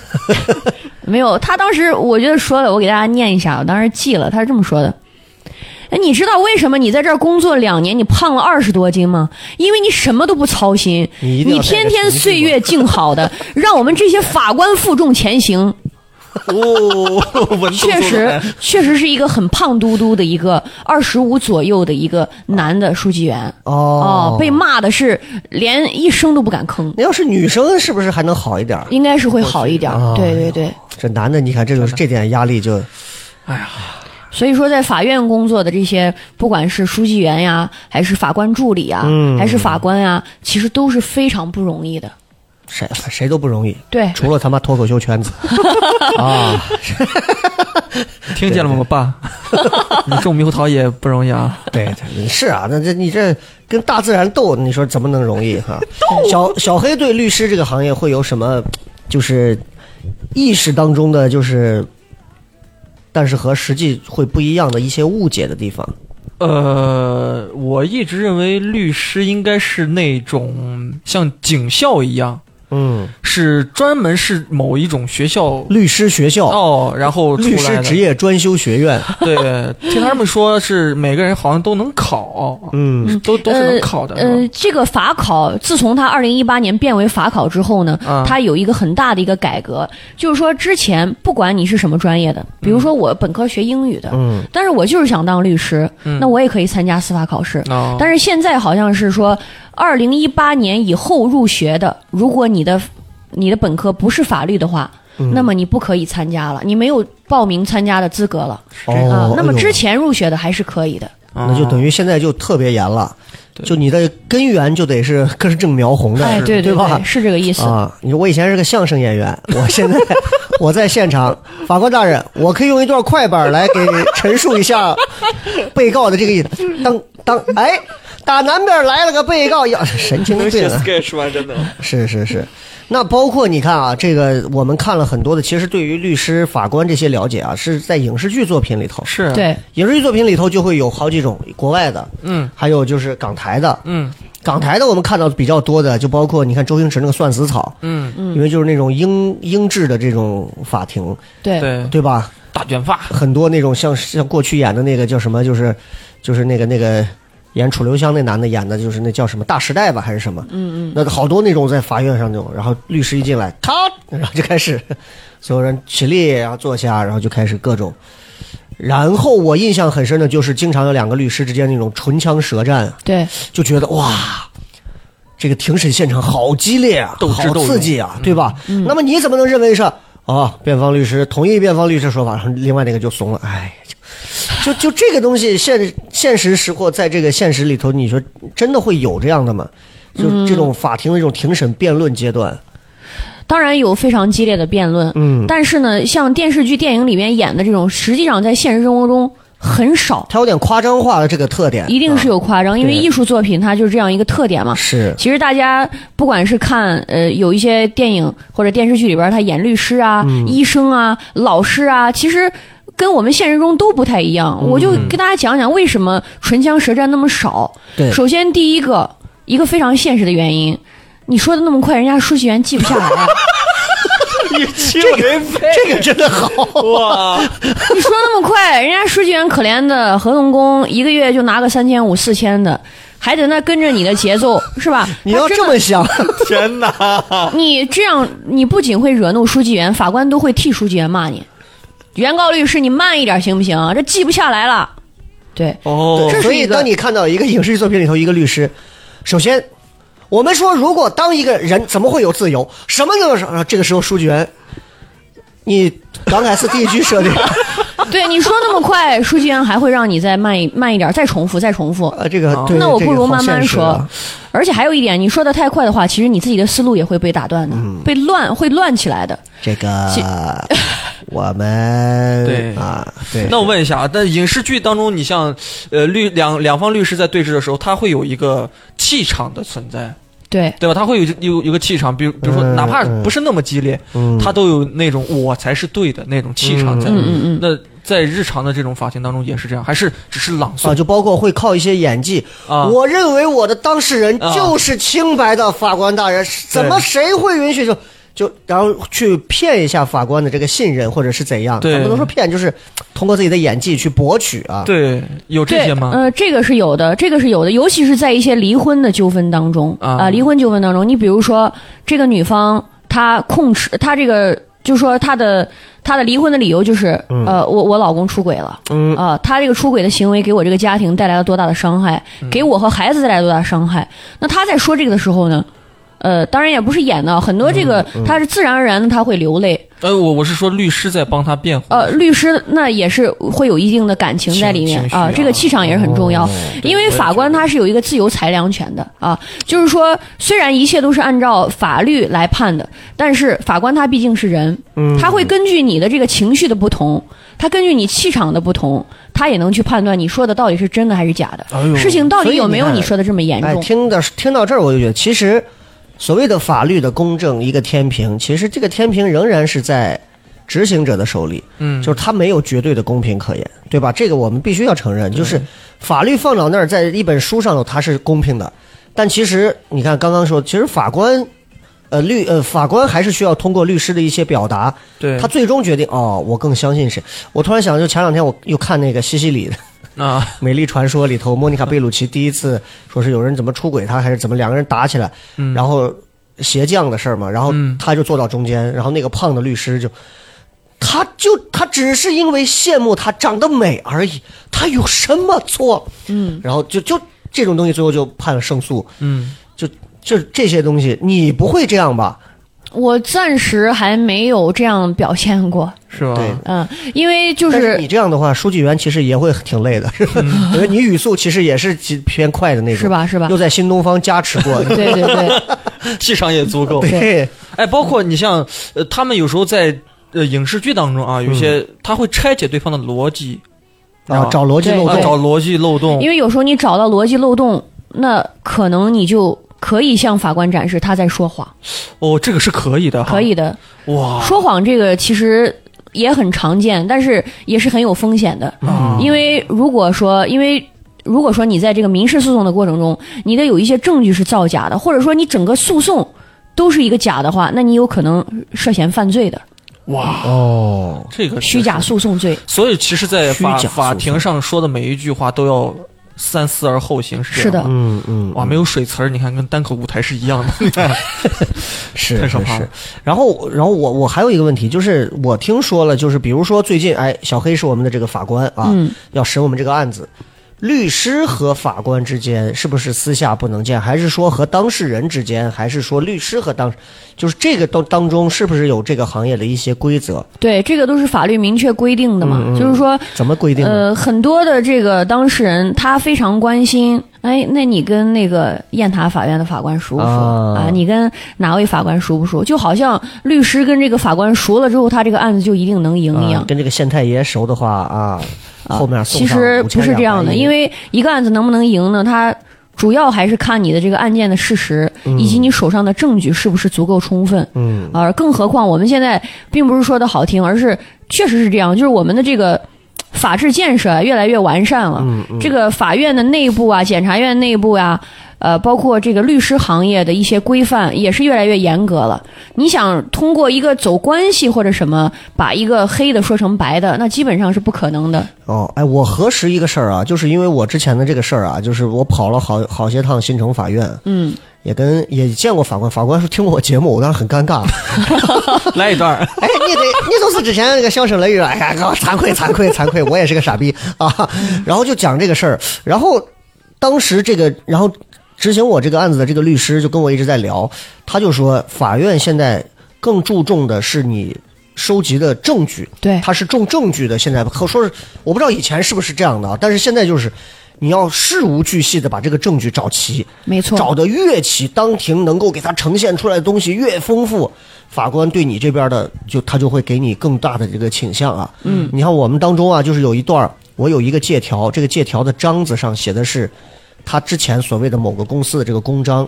Speaker 5: 没有，他当时我觉得说了，我给大家念一下，我当时记了，他是这么说的。哎，你知道为什么你在这儿工作两年，你胖了二十多斤吗？因为你什么都不操心，
Speaker 3: 你一
Speaker 5: 你
Speaker 3: 定要带
Speaker 5: 天
Speaker 3: 着
Speaker 5: 天
Speaker 3: 情绪
Speaker 5: 岁月静好的， *laughs* 让我们这些法官负重前行。 *laughs*
Speaker 4: 哦，文绉绉
Speaker 5: 确
Speaker 4: 的
Speaker 5: 实，
Speaker 3: 哎
Speaker 5: 确实是一个很胖嘟嘟的一个二十五左右的一个男的书记员
Speaker 3: 哦，
Speaker 5: 被骂的是连一声都不敢吭，
Speaker 3: 那要是女生是不是还能好一点儿？
Speaker 5: 应该是会好一点儿。
Speaker 3: 哦
Speaker 5: 对对对。
Speaker 3: 这男的，你看这就是这点压力就
Speaker 5: 所以说，在法院工作的这些，不管是书记员呀，还是法官助理啊，还是法官呀，其实都是非常不容易的。
Speaker 3: 谁谁都不容易，
Speaker 5: 对，
Speaker 3: 除了他妈脱口秀
Speaker 5: *laughs*
Speaker 3: 圈子啊，
Speaker 4: *laughs* 听见了吗，
Speaker 5: *laughs*
Speaker 4: 爸？你种猕猴桃也不容易啊。
Speaker 3: 对，对你是啊，那这你这跟大自然斗，你说怎么能容易哈、小小黑对律师这个行业会有什么，就是意识当中的就是，但是和实际会不一样的一些误解的地方。
Speaker 4: 呃，我一直认为律师应该是那种像警校一样，
Speaker 3: 嗯，
Speaker 4: 是专门是某一种学校
Speaker 3: 律师学校、
Speaker 4: 哦，然后出
Speaker 3: 律
Speaker 4: 来
Speaker 3: 师
Speaker 4: 的
Speaker 3: 职业专修学院，
Speaker 4: 对，听他们说是每个人好像都能考，
Speaker 3: 嗯，
Speaker 4: 都都是能考的，
Speaker 5: 呃。呃
Speaker 4: 是吧，
Speaker 5: 这个法考自从它二零一八年变为法考之后呢，
Speaker 4: 啊
Speaker 5: 它有一个很大的一个改革，就是说之前不管你是什么专业的，比如说我本科学英语的，
Speaker 3: 嗯
Speaker 5: 但是我就是想当律师，
Speaker 4: 嗯
Speaker 5: 那我也可以参加司法考试。
Speaker 4: 哦
Speaker 5: 但是现在好像是说，二零一八年以后入学的，如果你的你的本科不是法律的话，
Speaker 3: 嗯
Speaker 5: 那么你不可以参加了，你没有报名参加的资格了啊、
Speaker 3: 哦，
Speaker 5: 那么
Speaker 3: 哎呦
Speaker 5: 之前入学的还是可以的。
Speaker 3: 那就等于现在就特别严了，就你的根源就得是根正苗红的，
Speaker 5: 哎，对
Speaker 3: 对吧
Speaker 5: 对，？是这个意思。
Speaker 3: 啊，你说我以前是个相声演员，我现在我在现场，法官大人，我可以用一段快板来给陈述一下被告的这个意当当哎，打南边来了个被告，呀，神经病啊！
Speaker 4: sketch 吗？真的，
Speaker 3: 是是是，那包括你看啊，这个我们看了很多的，其实对于律师、法官这些了解啊，是在影视剧作品里头，
Speaker 4: 是，
Speaker 5: 对，
Speaker 3: 影视剧作品里头就会有好几种国外的，
Speaker 4: 嗯
Speaker 3: 还有就是港台的，
Speaker 4: 嗯
Speaker 3: 港台的我们看到比较多的，就包括你看周星驰那个《算死草》，
Speaker 4: 嗯，
Speaker 3: 因为就是那种英英制的这种法庭，
Speaker 5: 对，
Speaker 4: 对，
Speaker 3: 对吧？
Speaker 4: 大卷发，
Speaker 3: 很多那种像像过去演的那个叫什么，就是就是那个那个演楚留香那男的演的，就是那叫什么《大时代》吧，还是什么？嗯嗯。那好多那种在法院上那种，然后律师一进来，咔，然后就开始所有人起立，然后坐下，然后就开始各种。然后我印象很深的就是，经常有两个律师之间那种唇枪舌战，
Speaker 5: 对，
Speaker 3: 就觉得哇，这个庭审现场好激烈啊，
Speaker 4: 斗智斗
Speaker 3: 好
Speaker 4: 勇
Speaker 3: 刺激啊，对吧？那么你怎么能认为是啊、辩方律师同意辩方律师说法，然后另外那个就怂了，哎，就就就这个东西现现实时或在这个现实里头，你说真的会有这样的吗？就这种法庭的这种庭审辩论阶段，
Speaker 5: 当然有非常激烈的辩论，
Speaker 3: 嗯，
Speaker 5: 但是呢，像电视剧、电影里面演的这种，实际上在现实生活中很少，
Speaker 3: 它有点夸张化的这个特点，
Speaker 5: 一定是有夸张，因为
Speaker 3: 对
Speaker 5: 艺术作品它就是这样一个特点嘛
Speaker 3: 啊、。是，
Speaker 5: 其实大家不管是看呃有一些电影或者电视剧里边，他演律师啊、医生啊、老师啊，其实跟我们现实中都不太一样。我就跟大家讲讲为什么唇枪舌战那么少。
Speaker 3: 对，
Speaker 5: 首先第一个，一个非常现实的原因，你说的那么快，人家书记员记不下来啊。
Speaker 4: 这个
Speaker 3: 这个真的好，
Speaker 4: 哇，
Speaker 5: 你说那么快，人家书记员可怜的合同工，一个月就拿个三千五、四千的，还得那跟着你的节奏，是吧？
Speaker 3: 你要
Speaker 5: 他真
Speaker 3: 这
Speaker 5: 的
Speaker 3: 么想，
Speaker 4: 天哪！
Speaker 5: 你这样，你不仅会惹怒书记员，法官都会替书记员骂你。原告律师，你慢一点行不行？啊这记不下来了。对，
Speaker 4: 哦，
Speaker 5: 这
Speaker 3: 所
Speaker 5: 是一
Speaker 3: 以，
Speaker 5: 个
Speaker 3: 当你看到一个影视剧作品里头一个律师，首先，我们说，如果当一个人怎么会有自由？什么都是啊，这个时候书记员，你刚凯斯第一句设
Speaker 4: *laughs*
Speaker 3: 定，
Speaker 5: 对，你说那么快，书记员还会让你再慢一慢一点，再重复，再重复。
Speaker 3: 呃，这个对，
Speaker 5: 那我
Speaker 3: 这
Speaker 5: 不
Speaker 3: 个
Speaker 5: 如
Speaker 3: 好
Speaker 5: 慢慢
Speaker 3: 现实
Speaker 5: 说
Speaker 3: 啊。
Speaker 5: 而且还有一点，你说的太快的话，其实你自己的思路也会被打断的，
Speaker 3: 嗯
Speaker 5: 被乱会乱起来的。
Speaker 3: 这
Speaker 5: 其
Speaker 3: 个我们
Speaker 4: 对
Speaker 3: 啊，对，
Speaker 4: 那我问一下，但影视剧当中，你像呃律两两方律师在对峙的时候，他会有一个气场的存在，
Speaker 5: 对，
Speaker 4: 对吧？他会有有有个气场，比如比如说，
Speaker 3: 嗯
Speaker 4: 哪怕不是那么激烈，
Speaker 3: 嗯
Speaker 4: 他都有那种我才是对的那种气场在。
Speaker 5: 嗯嗯嗯。
Speaker 4: 那在日常的这种法庭当中也是这样，还是只是朗诵
Speaker 3: 啊，就包括会靠一些演技。
Speaker 4: 啊？
Speaker 3: 我认为我的当事人
Speaker 4: 啊
Speaker 3: 就是清白的，法官大人，怎么谁会允许就就然后去骗一下法官的这个信任，或者是怎样？
Speaker 4: 对
Speaker 3: 咱不能说骗，就是通过自己的演技去博取啊。
Speaker 4: 对有这
Speaker 5: 对，
Speaker 4: 些吗？
Speaker 5: 呃，这个是有的，这个是有的，尤其是在一些离婚的纠纷当中
Speaker 4: 啊
Speaker 5: 离婚纠纷当中，你比如说这个女方她控制她这个，就说她的她的离婚的理由就是，
Speaker 4: 嗯
Speaker 5: 呃，我我老公出轨了，
Speaker 3: 嗯
Speaker 5: 啊、他这个出轨的行为给我这个家庭带来了多大的伤害，
Speaker 4: 嗯
Speaker 5: 给我和孩子带来多大的伤害。那她在说这个的时候呢？呃，当然也不是演的，很多这个
Speaker 4: 嗯
Speaker 5: 她是自然而然的，她会流泪。
Speaker 4: 呃，我我是说律师在帮他辩护。
Speaker 3: 嗯
Speaker 5: 呃，律师那也是会有一定的感情在里面
Speaker 4: 情绪
Speaker 5: 啊
Speaker 4: 啊
Speaker 5: 这个气场也是很重
Speaker 3: 哦
Speaker 5: 要，因为法官他是有一个自由裁量权的啊，就是说虽然一切都是按照法律来判的，但是法官他毕竟是人，
Speaker 3: 嗯
Speaker 5: 他会根据你的这个情绪的不同，他根据你气场的不同，他也能去判断你说的到底是真的还是假的，事情到
Speaker 3: 哦所
Speaker 5: 底
Speaker 3: 以
Speaker 5: 有
Speaker 3: 你
Speaker 5: 没有
Speaker 3: 看
Speaker 5: 你说的这么严
Speaker 3: 哎，
Speaker 5: 重？
Speaker 3: 听的听到这儿，我就觉得，其实所谓的法律的公正，一个天平，其实这个天平仍然是在执行者的手里。
Speaker 4: 嗯，
Speaker 3: 就是它没有绝对的公平可言，对吧？这个我们必须要承认，就是法律放到那儿，在一本书上头它是公平的，但其实你看刚刚说，其实法官呃，律呃，法官还是需要通过律师的一些表达，
Speaker 4: 对
Speaker 3: 他最终决定哦，我更相信谁。我突然想，就前两天我又看那个西西里的《
Speaker 4: 啊，
Speaker 3: 美丽传说》里头，莫妮卡贝鲁奇第一次说是有人怎么出轨她，还是怎么两个人打起来，然后鞋匠的事儿嘛，然后
Speaker 4: 嗯
Speaker 3: 他就坐到中间，然后那个胖的律师就。他就他只是因为羡慕她长得美而已，他有什么错？嗯，然后就就这种东西，最后就判了胜诉。
Speaker 4: 嗯，
Speaker 3: 就就这些东西，你不会这样吧？
Speaker 5: 我暂时还没有这样表现过，
Speaker 4: 是吧？
Speaker 5: *laughs*
Speaker 3: 对
Speaker 5: 嗯，因为就
Speaker 3: 但
Speaker 5: 是
Speaker 3: 你这样的话，书记员其实也会挺累
Speaker 5: *laughs*
Speaker 3: 的，我觉得你语速其实也是极偏快的那种，
Speaker 5: 是？吧是吧
Speaker 3: 又？在新东方加持过，
Speaker 5: *laughs* 对对对，
Speaker 4: 气场也足够。
Speaker 3: 对，
Speaker 4: 哎，包括你像呃，他们有时候在呃影视剧当中啊，有一些他会拆解对方的逻辑，
Speaker 3: 嗯啊，找逻辑
Speaker 5: 哦对
Speaker 3: 漏
Speaker 4: 啊
Speaker 3: 洞，
Speaker 4: 找逻辑漏洞
Speaker 5: 因。为有时候你找到逻辑漏洞，那可能你就可以向法官展示他在说谎，
Speaker 4: 哦，这个是可以的哈，
Speaker 5: 可以的。
Speaker 4: 哇，
Speaker 5: 说谎这个其实也很常见，但是也是很有风险的，
Speaker 3: 嗯哦
Speaker 4: 啊
Speaker 5: 因为如果说因为。如果说你在这个民事诉讼的过程中，你的有一些证据是造假的，或者说你整个诉讼都是一个假的话，那你有可能涉嫌犯罪的
Speaker 4: 哇，
Speaker 3: 哦，
Speaker 4: 这个
Speaker 5: 虚假
Speaker 4: 是。
Speaker 5: 诉讼罪。
Speaker 4: 所以其实，在法
Speaker 3: 虚假诉讼
Speaker 4: 法庭上说的每一句话都要三思而后行，是这
Speaker 5: 是
Speaker 4: 样吗
Speaker 5: 的，
Speaker 3: 嗯嗯，
Speaker 4: 哇，没有水词儿，你看跟单口舞台是一样的。
Speaker 3: 是
Speaker 4: 太
Speaker 3: 是
Speaker 4: 可怕
Speaker 3: 是
Speaker 4: 了。
Speaker 3: 然后，然后我我还有一个问题，就是我听说了，就是比如说最近，哎，小黑是我们的这个法官啊，
Speaker 5: 嗯
Speaker 3: 要审我们这个案子，律师和法官之间是不是私下不能见，还是说和当事人之间，还是说律师和当，就是这个当当中是不是有这个行业的一些规则？
Speaker 5: 对，这个都是法律明确规定的嘛，就是说
Speaker 3: 怎么规定的？啊
Speaker 5: 呃，很多的这个当事人他非常关心，哎，那你跟那个雁塔法院的法官熟不熟
Speaker 3: 啊
Speaker 5: 啊？你跟哪位法官熟不熟？就好像律师跟这个法官熟了之后，他这个案子就一定能赢一样
Speaker 3: 啊。跟这个县太爷熟的话啊，
Speaker 5: 啊
Speaker 3: 后面送
Speaker 5: 其
Speaker 3: 上
Speaker 5: 实不是这样
Speaker 3: 5200
Speaker 5: 的，
Speaker 3: 亿
Speaker 5: 因为一个案子能不能赢呢？它主要还是看你的这个案件的事实，以及你手上的证据是不是足够充分。
Speaker 3: 嗯，
Speaker 5: 而更何况我们现在并不是说的好听，而是确实是这样，就是我们的这个。法治建设啊越来越完善
Speaker 3: 嗯
Speaker 5: 了，这个法院的内部啊、检察院内部呀、呃，包括这个律师行业的一些规范也是越来越严格了。你想通过一个走关系或者什么，把一个黑的说成白的，那基本上是不可能的。
Speaker 3: 哦，哎，我核实一个事儿啊，就是因为我之前的这个事儿啊，就是我跑了好好些趟新城法院，
Speaker 5: 嗯，
Speaker 3: 也跟也见过法官，法官说听过我节目，我当时很尴尬。 *laughs*
Speaker 4: 来一段儿，
Speaker 3: 哎，你得你总是之前那个笑声雷雨，哎呀，惭愧惭愧惭愧，我也是个傻逼啊。 *laughs* 然后就讲这个事儿，然后当时这个，然后执行我这个案子的这个律师就跟我一直在聊，他就说法院现在更注重的是你收集的证据，
Speaker 5: 对
Speaker 3: 他是重证据的。现在可说是我不知道以前是不是这样的啊，但是现在就是你要事无巨细的把这个证据找齐，
Speaker 5: 没错，
Speaker 3: 找的越齐，当庭能够给他呈现出来的东西越丰富，法官对你这边的就他就会给你更大的这个倾向啊。嗯，你看我们当中啊，就是有一段儿，我有一个借条，这个借条的章子上写的是他之前所谓的某个公司的这个公章，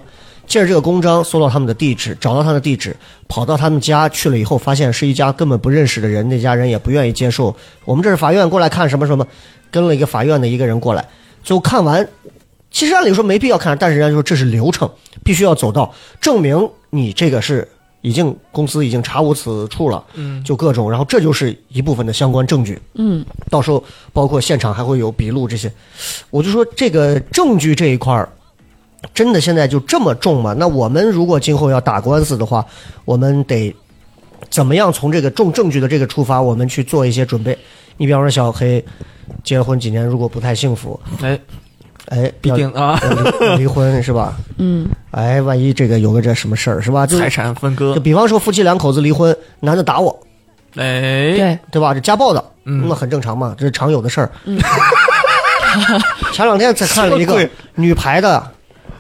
Speaker 3: 借着这个公章搜到他们的地址，找到他的地址，跑到他们家去了以后，发现是一家根本不认识的人，那家人也不愿意接受，我们这是法院过来看什么什么，跟了一个法院的一个人过来，最后看完其实按理说没必要看，但是人家说这是流程，必须要走到证明你这个是已经公司已经查无此处了，嗯，就各种，然后这就是一部分的相关证据，
Speaker 5: 嗯，
Speaker 3: 到时候包括现场还会有笔录这些，我就说这个证据这一块儿。真的现在就这么重吗？那我们如果今后要打官司的话，我们得怎么样从这个重证据的这个出发，我们去做一些准备？你比方说小黑结了婚几年，如果不太幸福，
Speaker 4: 哎，
Speaker 3: 哎，
Speaker 4: 必定啊，
Speaker 3: *laughs* 要 *laughs* 离离婚是吧？
Speaker 5: 嗯，
Speaker 3: 哎，万一这个有个这什么事儿是吧？就
Speaker 4: 财产分割
Speaker 3: 就，比方说夫妻两口子离婚，男的打我，
Speaker 4: 哎，
Speaker 5: 对，
Speaker 3: 对吧？这家暴的，
Speaker 4: 嗯
Speaker 3: 那很正常嘛，这是常有的事儿。 *laughs* 前两天才看了一
Speaker 4: 什么 *laughs*
Speaker 3: 个
Speaker 4: 鬼
Speaker 3: 女排的，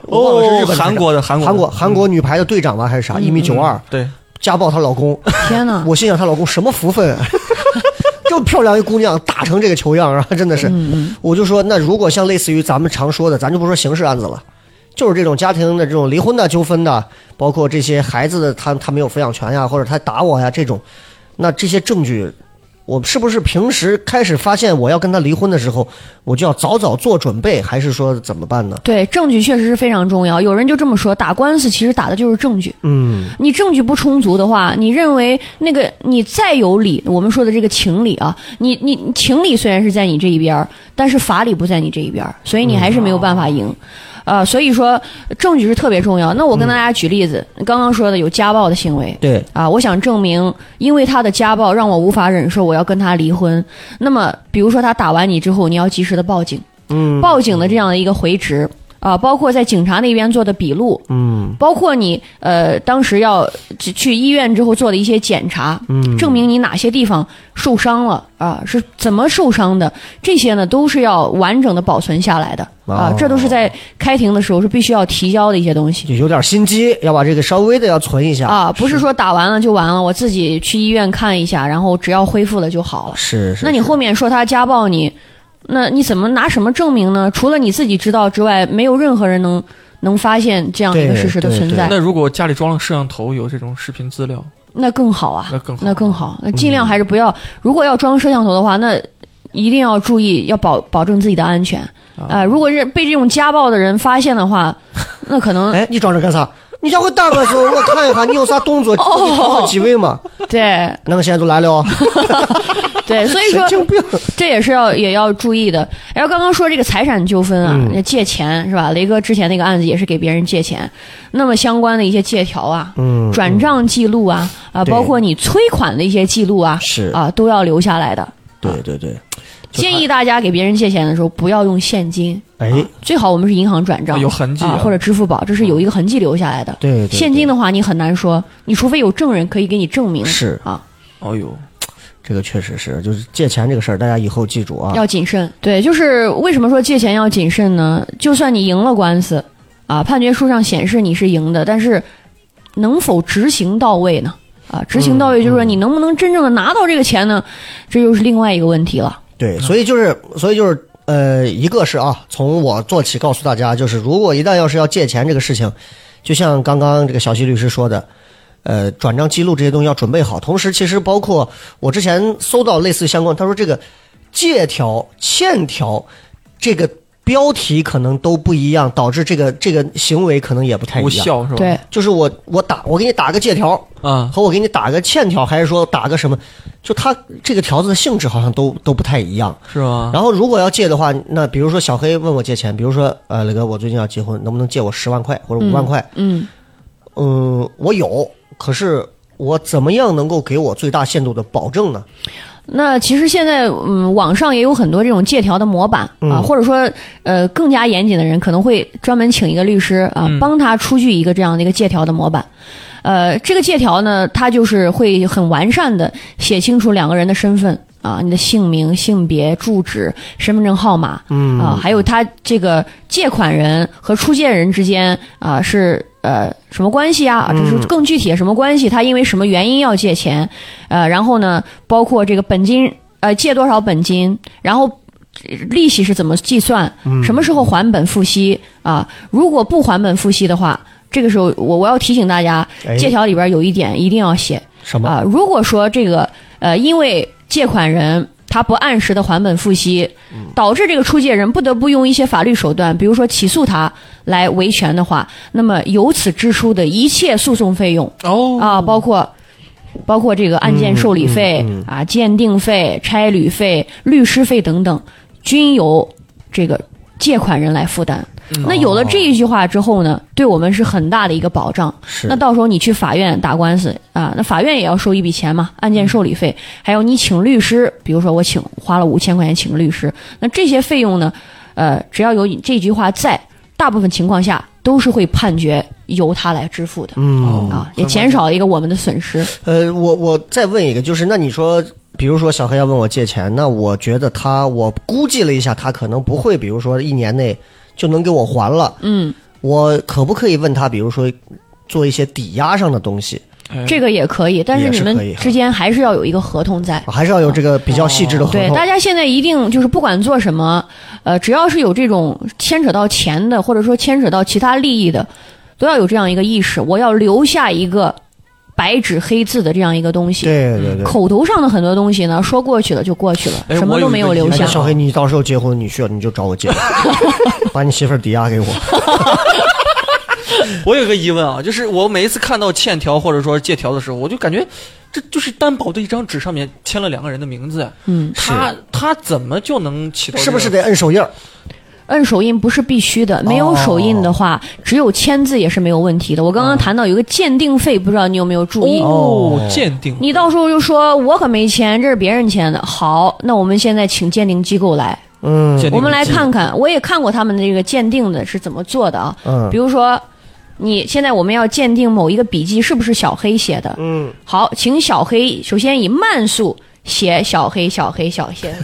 Speaker 3: 我忘了是日
Speaker 4: 哦，
Speaker 3: 本
Speaker 4: 韩国的韩
Speaker 3: 韩国
Speaker 4: 国的
Speaker 3: 韩
Speaker 4: 嗯
Speaker 3: 国韩国女排的队长吧还是啥，一米九二，
Speaker 4: 对，
Speaker 3: 家暴她老公，
Speaker 5: 天哪，
Speaker 3: 我心想她老公什么福分、啊？ *laughs* 这么漂亮一姑娘打成这个球样啊，真的是。
Speaker 5: 嗯
Speaker 3: 我就说，那如果像类似于咱们常说的，咱就不说刑事案子了，就是这种家庭的这种离婚的纠纷的，包括这些孩子的他他没有抚养权呀，或者他打我呀这种，那这些证据我是不是平时开始发现我要跟他离婚的时候，我就要早早做准备，还是说怎么办呢？
Speaker 5: 对，证据确实是非常重要。有人就这么说，打官司其实打的就是证据。
Speaker 3: 嗯，
Speaker 5: 你证据不充足的话，你认为那个你再有理，我们说的这个情理啊，你你你情理虽然是在你这一边儿，但是法理不在你这一边儿，所以你还是没有办法赢。啊、所以说证据是特别重要。那我跟大家举例子，刚刚说的有家暴的行为，
Speaker 3: 对，
Speaker 5: 啊，我想证明，因为他的家暴让我无法忍受，我要跟他离婚。那么，比如说他打完你之后，你要及时的报警，嗯，报警的这样的一个回执啊，包括在警察那边做的笔录，嗯，包括你呃当时要去去医院之后做的一些检查，嗯，证明你哪些地方受伤了啊，是怎么受伤的，这些呢都是要完整的保存下来的啊
Speaker 3: 哦，
Speaker 5: 这都是在开庭的时候是必须要提交的一些东西。
Speaker 3: 就有点心机，要把这个稍微的要存一下
Speaker 5: 啊，不是说打完了就完了，我自己去医院看一下，然后只要恢复了就好了。
Speaker 3: 是是，
Speaker 5: 那你
Speaker 3: 是
Speaker 5: 后面说他家暴你，那你怎么拿什么证明呢？除了你自己知道之外，没有任何人能能发现这样一个
Speaker 3: 对
Speaker 5: 事实的
Speaker 3: 对
Speaker 5: 存
Speaker 3: 对
Speaker 5: 在，
Speaker 4: 那如果家里装了摄像头，有这种视频资料，
Speaker 5: 那更好啊，
Speaker 4: 那更好
Speaker 5: 那更好，那尽量还是不要。如果要装摄像头的话，那一定要注意，要保保证自己的安全。啊、如果是被这种家暴的人发现的话，那
Speaker 3: *laughs*
Speaker 5: 可能
Speaker 3: 哎，你装这干啥？你叫我打个手，我看一看你有啥动作，我
Speaker 5: 哦
Speaker 3: 给你看好机位嘛。
Speaker 5: 对
Speaker 3: 那个现在都来了哦，
Speaker 5: 对，所以说
Speaker 3: 神经病。
Speaker 5: 这也是要也要注意的。然后刚刚说这个财产纠纷啊，
Speaker 3: 嗯
Speaker 5: 那借钱是吧？雷哥之前那个案子也是给别人借钱，那么相关的一些借条啊、
Speaker 3: 嗯，
Speaker 5: 转账记录啊、啊，
Speaker 3: 对
Speaker 5: 包括你催款的一些记录啊，
Speaker 3: 是
Speaker 5: 啊，都要留下来的。
Speaker 3: 对对对，就
Speaker 5: 建议大家给别人借钱的时候不要用现金，
Speaker 3: 哎，
Speaker 5: 最好我们是银行转账，
Speaker 4: 有痕迹啊
Speaker 5: 啊，或者支付宝，这是有一个痕迹留下来的。
Speaker 3: 对对对
Speaker 5: 现金的话你很难说，你除非有证人可以给你证明
Speaker 3: 是
Speaker 5: 啊，
Speaker 4: 哦呦，
Speaker 3: 这个确实是，就是借钱这个事儿，大家以后记住啊。
Speaker 5: 要谨慎。对，就是为什么说借钱要谨慎呢？就算你赢了官司，啊，判决书上显示你是赢的，但是能否执行到位呢？啊，执行
Speaker 4: 嗯
Speaker 5: 到位就是说你能不能真正的拿到这个钱呢？这又是另外一个问题了。
Speaker 4: 嗯
Speaker 3: 对，所以就是，所以就是，呃，一个是啊，从我做起，告诉大家，就是如果一旦要是要借钱这个事情，就像刚刚这个小西律师说的，呃，转账记录这些东西要准备好。同时，其实包括我之前搜到类似相关，他说这个借条、欠条，这个标题可能都不一样，导致这个这个行为可能也不太一
Speaker 4: 无
Speaker 3: 样。
Speaker 4: 效是吧？
Speaker 5: 对，
Speaker 3: 就是我我打我给你打个借条，
Speaker 4: 啊，
Speaker 3: 和我给你打个欠条，还是说打个什么，就它这个条子的性质好像都都不太一样。
Speaker 4: 是吗？
Speaker 3: 然后如果要借的话，那比如说小黑问我借钱，比如说呃磊哥，我最近要结婚，能不能借我十万块或者五万块？
Speaker 5: 嗯，
Speaker 3: 嗯我有，可是我怎么样能够给我最大限度的保证呢？
Speaker 5: 那其实现在，嗯，网上也有很多这种借条的模板啊，
Speaker 3: 嗯
Speaker 5: 或者说，呃，更加严谨的人可能会专门请一个律师啊，帮他出具一个这样的一个借条的模板。呃，这个借条呢，它就是会很完善的写清楚两个人的身份啊，你的姓名、性别、住址、身份证号码，嗯啊，还有他这个借款人和出借人之间啊是呃什么关系啊？啊这是更具体的什么关系？他因为什么原因要借钱？呃，然后呢，包括这个本金，呃，借多少本金，然后利息是怎么计算，什么时候还本付息啊？如果不还本付息的话，这个时候我我要提醒大家，
Speaker 3: 哎
Speaker 5: 借条里边有一点一定要写
Speaker 3: 什么？
Speaker 5: 啊，如果说这个呃，因为借款人。他不按时的还本付息，导致这个出借人不得不用一些法律手段，比如说起诉他来维权的话，那么由此支出的一切诉讼费用
Speaker 4: 哦
Speaker 5: 啊，包括包括这个案件受理费、啊、鉴定费、差旅费、律师费等等，均由这个借款人来负担。那有了这一句话之后呢，对我们是很大的一个保障。
Speaker 3: 是
Speaker 5: 那到时候你去法院打官司啊，那法院也要收一笔钱嘛，案件受理费，还有你请律师，比如说我请花了五千块钱请个律师，那这些费用呢，呃，只要有你这句话在，大部分情况下都是会判决由他来支付的。
Speaker 3: 嗯
Speaker 4: 哦
Speaker 5: 啊，也减少一个我们的损失。
Speaker 3: 呃，我我再问一个，就是那你说，比如说小黑要问我借钱，那我觉得他，我估计了一下，他可能不会，比如说一年内就能给我还了。
Speaker 5: 嗯，
Speaker 3: 我可不可以问他，比如说做一些抵押上的东西，
Speaker 4: 哎嗯
Speaker 5: 这个也可以，但是
Speaker 3: 也是
Speaker 5: 你
Speaker 3: 可以
Speaker 5: 们
Speaker 3: 哈
Speaker 5: 之间还是要有一个合同在。
Speaker 3: 还是要有这个比较细致的合
Speaker 5: 对，
Speaker 3: 同？
Speaker 5: 大家现在一定就是不管做什么，呃，只要是有这种牵扯到钱的，或者说牵扯到其他利益的，都要有这样一个意识，我要留下一个白纸黑字的这样一个东西。
Speaker 3: 对对对。
Speaker 5: 口头上的很多东西呢，说过去了就过去了，
Speaker 4: 哎
Speaker 5: 什么
Speaker 4: 我有
Speaker 5: 都
Speaker 4: 一
Speaker 5: 没
Speaker 4: 个
Speaker 5: 有留
Speaker 4: 疑
Speaker 3: 哎，
Speaker 4: 问
Speaker 5: 下。
Speaker 3: 小黑，你到时候结婚，你去了你就找我结 *laughs* 婚，把你媳妇儿抵押给我。
Speaker 4: 我有个疑问啊，就是我每一次看到欠条或者说借条的时候，我就感觉这就是担保的一张纸上面签了两个人的名字。
Speaker 5: 嗯，
Speaker 4: 他他怎么就能起到
Speaker 3: *laughs*
Speaker 4: 这个、
Speaker 3: 是不是得摁手印儿？
Speaker 5: 摁手印不是必须的，没
Speaker 3: 哦
Speaker 5: 有手印的话，只有签字也是没有问题的。我刚刚谈到有个鉴定费，不知道你有没有注意？
Speaker 4: 哦鉴定？
Speaker 5: 你到时候就说我可没签，这是别人签的。好，那我们现在请鉴定机构来，
Speaker 3: 嗯
Speaker 4: 鉴定
Speaker 5: 我们来
Speaker 4: 记录
Speaker 5: 看看。我也看过他们的这个鉴定的是怎么做的啊，
Speaker 3: 嗯
Speaker 5: 比如说。你现在我们要鉴定某一个笔记是不是小黑写的？
Speaker 3: 嗯，
Speaker 5: 好，请小黑首先以慢速写小黑小黑小写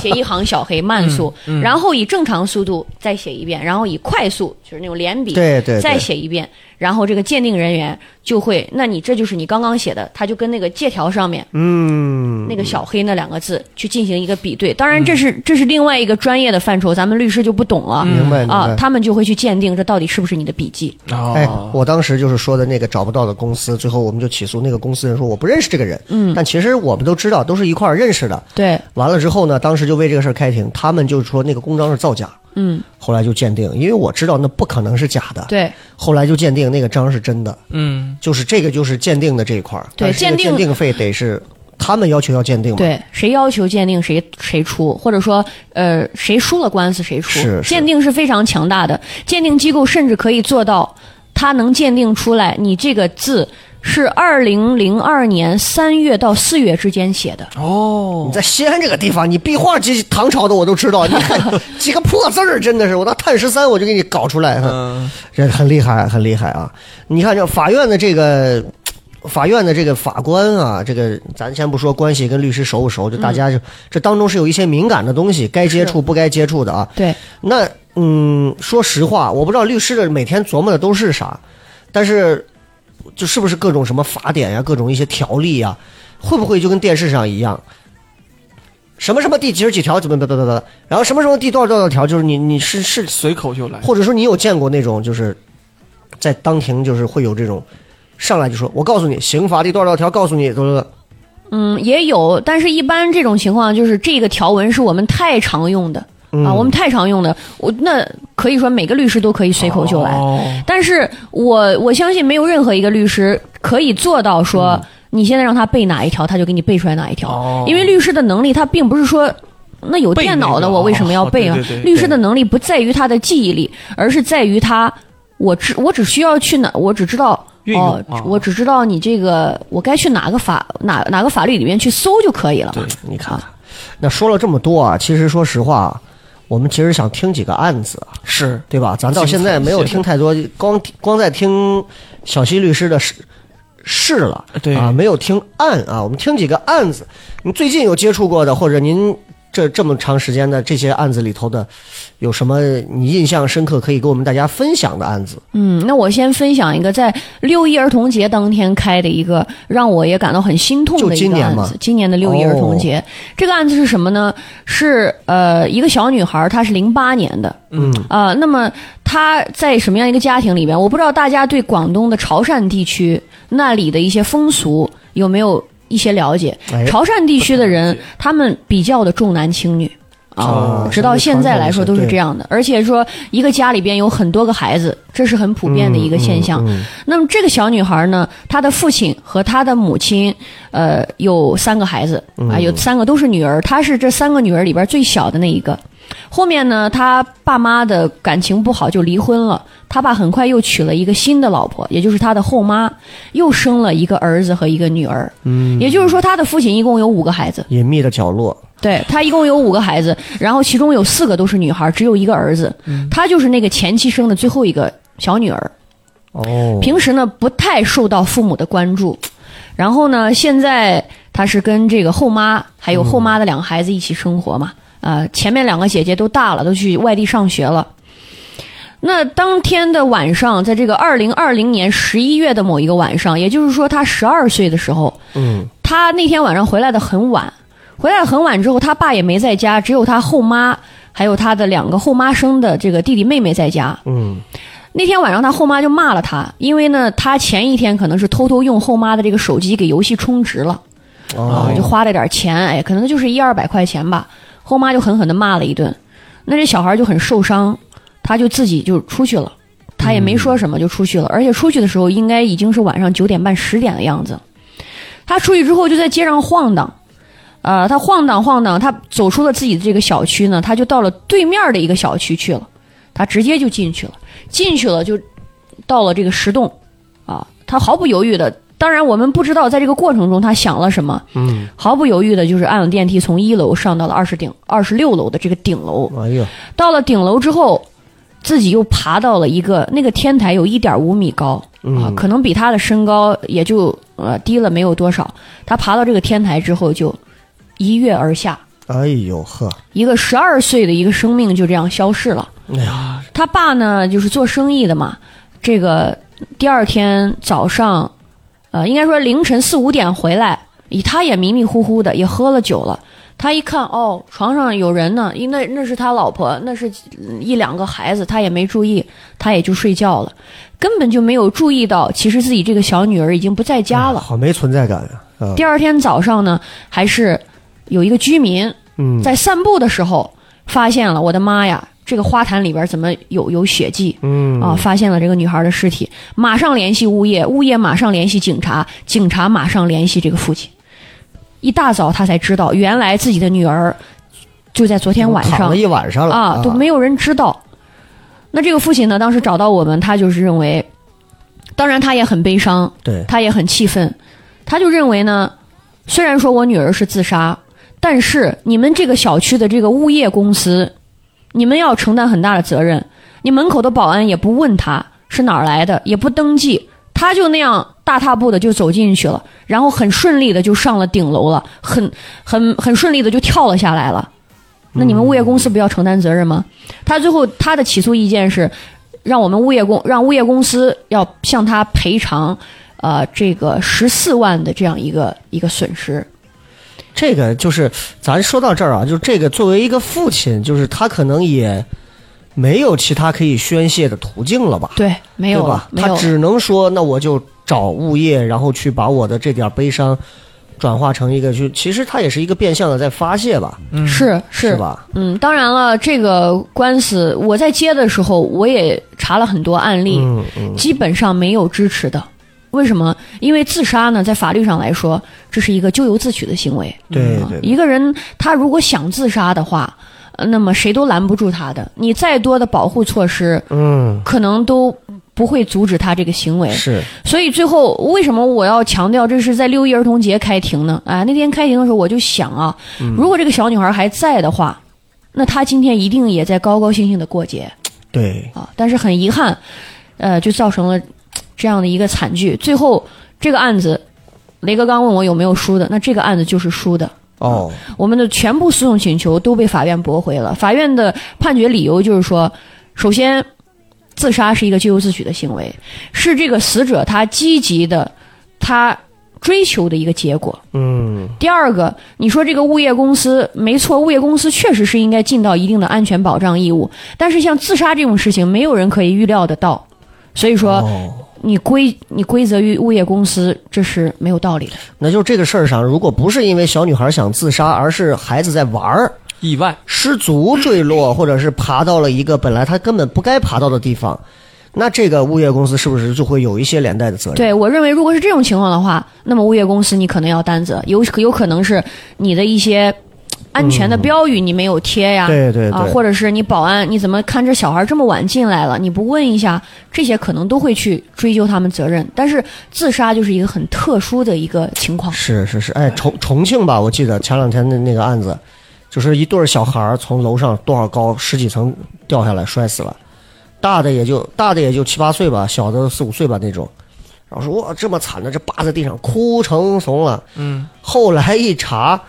Speaker 5: 写一行小黑慢速，
Speaker 4: 嗯嗯
Speaker 5: 然后以正常速度再写一遍，然后以快速就是那种连笔
Speaker 3: 对对对
Speaker 5: 再写一遍，然后这个鉴定人员就会，那你这就是你刚刚写的，他就跟那个借条上面
Speaker 3: 嗯，
Speaker 5: 那个小黑那两个字去进行一个比对。当然，这是、这是另外一个专业的范畴，咱们律师就不懂了、
Speaker 3: 明白嗯明
Speaker 5: 啊
Speaker 3: 白，。
Speaker 5: 他们就会去鉴定这到底是不是你的笔记。
Speaker 3: 哎
Speaker 4: 哦，，
Speaker 3: 我当时就是说的那个找不到的公司，最后我们就起诉那个公司人说我不认识这个人，嗯，但其实我们都知道，都是一块儿认识的。
Speaker 5: 对，
Speaker 3: 完了之后呢，当时就为这个事儿开庭，他们就说那个公章是造假，
Speaker 5: 嗯，
Speaker 3: 后来就鉴定，因为我知道那不可能是假的，，
Speaker 5: 对
Speaker 3: 后来就鉴定那个章是真的，
Speaker 4: 嗯，
Speaker 3: 就是这个就是鉴定的这一块儿，
Speaker 5: 对
Speaker 3: 但是这个
Speaker 5: 鉴定
Speaker 3: 鉴定费得是他们要求要鉴定嘛，，
Speaker 5: 对，谁要求鉴定谁谁出，或者说呃谁输了官司谁出。
Speaker 3: 是是
Speaker 5: 鉴定是非常强大的，鉴定机构甚至可以做到，它能鉴定出来你这个字是二零零二年三月到四月之间写的。
Speaker 4: 哦
Speaker 3: 你，在西安这个地方，你壁画几唐朝的我都知道，你看几个破字儿，真的是我拿碳十三我就给你搞出来，哈
Speaker 4: 嗯，
Speaker 3: 这很厉害，很厉害啊！你看这法院的这个。法院的这个法官啊，这个咱先不说关系跟律师熟不熟，就大家就、这当中是有一些敏感的东西，该接触不该接触的啊。
Speaker 5: 对，
Speaker 3: 那嗯，说实话，我不知道律师的每天琢磨的都是啥，但是就是不是各种什么法典呀、各种一些条例呀、会不会就跟电视上一样？什么什么第几十几条怎么怎么怎么，然后什么什么第多少多少条，就是你你是是，
Speaker 4: 随口就来。
Speaker 3: 或者说你有见过那种就是在当庭就是会有这种上来就说，我告诉你刑法第多少多少条，告诉你多多多
Speaker 5: 嗯，也有，但是一般这种情况就是这个条文是我们太常用的、
Speaker 3: 嗯
Speaker 5: 啊，我们太常用的，我那可以说每个律师都可以随口就来。
Speaker 4: 哦
Speaker 5: 但是我我相信没有任何一个律师可以做到说，你现在让他背哪一条，他就给你背出来哪一条，
Speaker 4: 嗯哦
Speaker 5: 因为律师的能力，他并不是说。那有
Speaker 4: 背
Speaker 5: 电
Speaker 4: 那
Speaker 5: 脑
Speaker 4: 个
Speaker 5: 的，我为什么要
Speaker 4: 哦
Speaker 5: 背啊
Speaker 4: 对对？对
Speaker 5: 律师的能力不在于他的记忆力，而是在于他，我只我只需要去哪，我只知道
Speaker 4: 运用
Speaker 5: 哦
Speaker 4: 啊，
Speaker 5: 我只知道你这个，我该去哪个法哪哪个法律里面去搜就可以了。
Speaker 4: 对
Speaker 3: 嗯你看啊看，那说了这么多啊，其实说实话啊，我们其实想听几个案子啊。
Speaker 4: 是
Speaker 3: 对吧？咱到现在没有听太多，光光在听小西律师的事事了，
Speaker 4: 对
Speaker 3: 啊，没有听案啊，我们听几个案子。您最近有接触过的，或者您这这么长时间的这些案子里头的，有什么你印象深刻可以给我们大家分享的案子？
Speaker 5: 嗯，那我先分享一个在六一儿童节当天开的一个让我也感到很心痛的
Speaker 3: 就今
Speaker 5: 一个
Speaker 3: 年哦
Speaker 5: 案
Speaker 3: 吗
Speaker 5: 子。今年的六一儿童节，这个案子是什么呢？是呃，一个小女孩儿，她是零八年的，嗯啊、那么她在什么样一个家庭里边？我不知道大家对广东的潮汕地区那里的一些风俗有没有一些了解？
Speaker 3: 哎
Speaker 5: 潮汕地区的人，他们比较的重男轻女。啊
Speaker 3: 哦
Speaker 5: 直到现在来说都是这样的，而且说一个家里边有很多个孩子，这是很普遍
Speaker 3: 嗯
Speaker 5: 的一个现象。那么这个小女孩呢，她的父亲和她的母亲，呃，有三个孩子啊，有三个都是女儿，她是这三个女儿里边最小的那一个。后面呢，她爸妈的感情不好就离婚了，她爸很快又娶了一个新的老婆，也就是她的后妈，又生了一个儿子和一个女儿。嗯，也就是说，她的父亲一共有五个孩子。
Speaker 3: 隐秘的角落，
Speaker 5: 对他一共有五个孩子，然后其中有四个都是女孩，只有一个儿子，他就是那个前妻生的最后一个小女儿。
Speaker 3: 哦，
Speaker 5: 平时呢不太受到父母的关注，然后呢现在他是跟这个后妈还有后妈的两个孩子一起生活嘛，啊，前面两个姐姐都大了，都去外地上学了。那当天的晚上，在这个二零二零年十一月的某一个晚上，也就是说他十二岁的时候，
Speaker 3: 嗯，
Speaker 5: 他那天晚上回来的很晚，回来的很晚之后，他爸也没在家，只有他后妈还有他的两个后妈生的这个弟弟妹妹在家。
Speaker 3: 嗯，
Speaker 5: 那天晚上，他后妈就骂了他，因为呢，他前一天可能是偷偷用后妈的这个手机给游戏充值了，
Speaker 3: 哦
Speaker 5: 啊，就花了点钱，哎，可能就是一二百块钱吧。后妈就狠狠的骂了一顿，那这小孩就很受伤，他就自己就出去了，他也没说什么就出去了，而且出去的时候应该已经是晚上九点半十点的样子。他出去之后就在街上晃荡，呃，他晃荡晃荡，他走出了自己的这个小区呢，他就到了对面的一个小区去了，他直接就进去了，进去了就到了这个石洞，啊，他毫不犹豫的，当然我们不知道在这个过程中他想了什么，嗯，毫不犹豫的就是按了电梯从一楼上到了二十顶二十六楼的这个顶楼，
Speaker 3: 哎呦，
Speaker 5: 到了顶楼之后，自己又爬到了一个那个天台有一点五米高、啊，可能比他的身高也就呃低了没有多少。他爬到这个天台之后，就一跃而下，
Speaker 3: 哎呦呵，
Speaker 5: 一个十二岁的一个生命就这样消逝了。
Speaker 3: 哎呀，
Speaker 5: 他爸呢，就是做生意的嘛，这个第二天早上，呃，应该说凌晨四五点回来，以他也迷迷糊糊的，也喝了酒了。他一看，哦，床上有人呢，因那那是他老婆，那是嗯一两个孩子，他也没注意，他也就睡觉了，根本就没有注意到，其实自己这个小女儿已经不在家了。
Speaker 3: 好没存在感啊！啊
Speaker 5: 第二天早上呢，还是有一个居民
Speaker 3: 嗯，
Speaker 5: 在散步的时候发现了，我的妈呀，这个花坛里边怎么有有血迹？
Speaker 3: 嗯
Speaker 5: 啊，发现了这个女孩的尸体，马上联系物业，物业马上联系警察，警察马上联系这个父亲。一大早他才知道，原来自己的女儿就在昨天晚
Speaker 3: 嗯躺
Speaker 5: 上
Speaker 3: 了一晚上了
Speaker 5: 啊，都没有人知道。那这个父亲呢，当时找到我们，他就是认为，当然他也很悲伤，
Speaker 3: 对，
Speaker 5: 他也很气愤，他就认为呢，虽然说我女儿是自杀，但是你们这个小区的这个物业公司，你们要承担很大的责任。你门口的保安也不问他是哪儿来的，也不登记，他就那样大踏步的就走进去了，然后很顺利的就上了顶楼了，很很很顺利的就跳了下来了。那你们物业公司不要承担责任吗？他最后他的起诉意见是，让我们物业公让物业公司要向他赔偿，呃，这个十四万的这样一个一个损失。
Speaker 3: 这个就是咱说到这儿啊，就这个作为一个父亲，就是他可能也没有其他可以宣泄的途径了吧？
Speaker 5: 对，没
Speaker 3: 对
Speaker 5: 有
Speaker 3: 吧
Speaker 5: 了，？没
Speaker 3: 他
Speaker 5: 有了。
Speaker 3: 只能说，那我就找物业，然后去把我的这点悲伤转化成一个，就其实他也是一个变相的在发泄吧，
Speaker 5: 是是
Speaker 3: 是吧？
Speaker 5: 嗯，当然了，这个官司我在接的时候，我也查了很多案例，
Speaker 3: 嗯嗯，
Speaker 5: 基本上没有支持的。为什么？因为自杀呢，在法律上来说，这是一个咎由自取的行为。
Speaker 3: 对
Speaker 5: 啊
Speaker 3: 对对，
Speaker 5: 一个人他如果想自杀的话，呃那么谁都拦不住他的。你再多的保护措施，
Speaker 3: 嗯，
Speaker 5: 可能都不会阻止他这个行为。
Speaker 3: 是
Speaker 5: 所以最后为什么我要强调这是在六一儿童节开庭呢？啊，那天开庭的时候我就想啊，
Speaker 3: 嗯
Speaker 5: 如果这个小女孩还在的话，那她今天一定也在高高兴兴的过节
Speaker 3: 对，
Speaker 5: 啊。但是很遗憾，呃，就造成了嘖这样的一个惨剧。最后这个案子，雷哥刚问我有没有输的，那这个案子就是输的。
Speaker 3: 哦，
Speaker 5: 我们的全部诉讼请求都被法院驳回了。法院的判决理由就是说，首先，自杀是一个咎由自取的行为，是这个死者他积极的他追求的一个结果。
Speaker 3: 嗯，
Speaker 5: 第二个，你说这个物业公司没错，物业公司确实是应该尽到一定的安全保障义务，但是像自杀这种事情，没有人可以预料得到，所以说
Speaker 3: 哦，
Speaker 5: 你归你归责于物业公司，这是没有道理的。
Speaker 3: 那就这个事儿上，如果不是因为小女孩想自杀，而是孩子在玩儿。
Speaker 4: 意外，
Speaker 3: 失足坠落，或者是爬到了一个本来他根本不该爬到的地方，那这个物业公司是不是就会有一些连带的责任？
Speaker 5: 对，我认为如果是这种情况的话，那么物业公司你可能要担责，有有可能是你的一些安全的标语你没有贴呀，
Speaker 3: 嗯对对
Speaker 5: 啊，
Speaker 3: 对
Speaker 5: 或者是你保安你怎么看这小孩这么晚进来了，你不问一下，这些可能都会去追究他们责任。但是自杀就是一个很特殊的一个情况，
Speaker 3: 是是是，哎，重重庆吧，我记得前两天的那个案子，就是一对儿小孩儿从楼上多少高十几层掉下来摔死了，大的也就大的也就七八岁吧，小的四五岁吧那种。然后说哇这么惨的，这爸在地上哭成怂了。嗯，后来一查，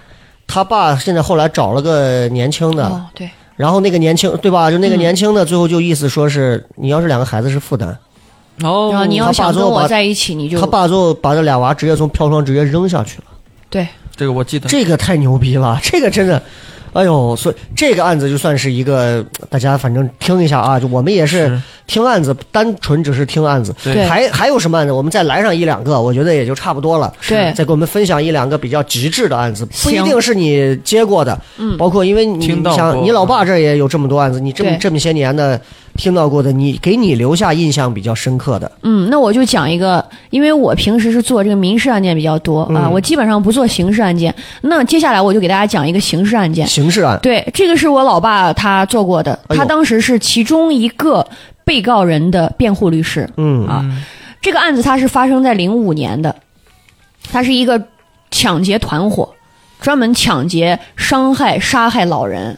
Speaker 3: 他爸现在后来找了个年轻的，
Speaker 5: 哦，对，
Speaker 3: 然后那个年轻对吧？就那个年轻的，最后就意思说是，你要是两个孩子是负担，
Speaker 4: 哦，
Speaker 5: 然后你要
Speaker 3: 他爸
Speaker 5: 想跟
Speaker 3: 最后把
Speaker 5: 我在一起，你就
Speaker 3: 他爸最后把这俩娃直接从飘窗直接扔下去了，
Speaker 5: 对。
Speaker 4: 这个我记
Speaker 3: *laughs*
Speaker 4: 得，
Speaker 3: 这个太牛逼了，这个真的，哎呦，所以这个案子就算是一个，大家反正听一下啊，就我们也是
Speaker 4: 是
Speaker 3: 听案子，单纯只是听案子。
Speaker 4: 对
Speaker 5: 对
Speaker 3: 还还有什么案子？我们再来上一两个，我觉得也就差不多了。
Speaker 5: 对
Speaker 3: 再给我们分享一两个比较极致的案子，不一
Speaker 5: 行
Speaker 3: 定是你接过的，嗯，包括因为你
Speaker 4: 听到
Speaker 3: 想
Speaker 4: 过
Speaker 3: 你老爸这儿也有这么多案子，你这么
Speaker 5: 对
Speaker 3: 这么些年的听到过的，你给你留下印象比较深刻的，
Speaker 5: 嗯，那我就讲一个，因为我平时是做这个民事案件比较多、
Speaker 3: 嗯
Speaker 5: 啊，我基本上不做刑事案件。那接下来我就给大家讲一个刑事案件。
Speaker 3: 刑事案，
Speaker 5: 对，这个是我老爸他做过的，
Speaker 3: 哎呦
Speaker 5: 他当时是其中一个被告人的辩护律师。
Speaker 3: 嗯
Speaker 5: 啊，这个案子它是发生在零五年的，它是一个抢劫团伙，专门抢劫、伤害、杀害老人。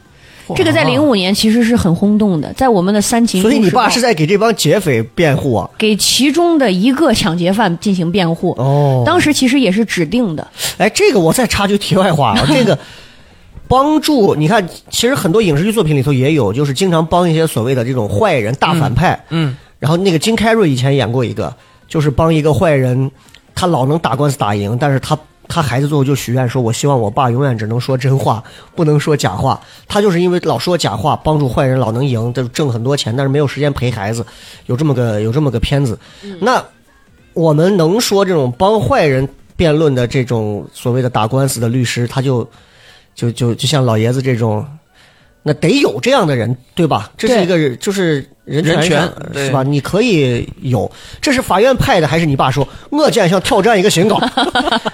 Speaker 5: 这个在零五年其实是很轰动的，在我们的三秦都
Speaker 3: 所
Speaker 5: 市
Speaker 3: 以
Speaker 5: 报。
Speaker 3: 你爸是在给这帮劫匪辩护啊？
Speaker 5: 给其中的一个抢劫犯进行辩护。
Speaker 3: 哦
Speaker 5: 当时其实也是指定的，
Speaker 3: 哎，这个我再插句题外话啊，这个帮助你看，其实很多影视剧作品里头也有，就是经常帮一些所谓的这种坏人、大反派。
Speaker 4: 嗯嗯
Speaker 3: 然后那个金凯瑞以前演过一个，就是帮一个坏人，他老能打官司打赢，但是他。他孩子最后就许愿说：“我希望我爸永远只能说真话，不能说假话。”他就是因为老说假话，帮助坏人老能赢，就挣很多钱，但是没有时间陪孩子，有这么个有这么个片子。那我们能说这种帮坏人辩论的这种所谓的打官司的律师，他就就就就像老爷子这种，那得有这样的人，对吧？这是
Speaker 5: 对
Speaker 3: 一个就是人
Speaker 4: 人权
Speaker 3: 上
Speaker 4: 对
Speaker 3: 是吧？你可以有，这是法院派的，还是你爸说我这样像挑战一个新
Speaker 5: *laughs*
Speaker 3: 高，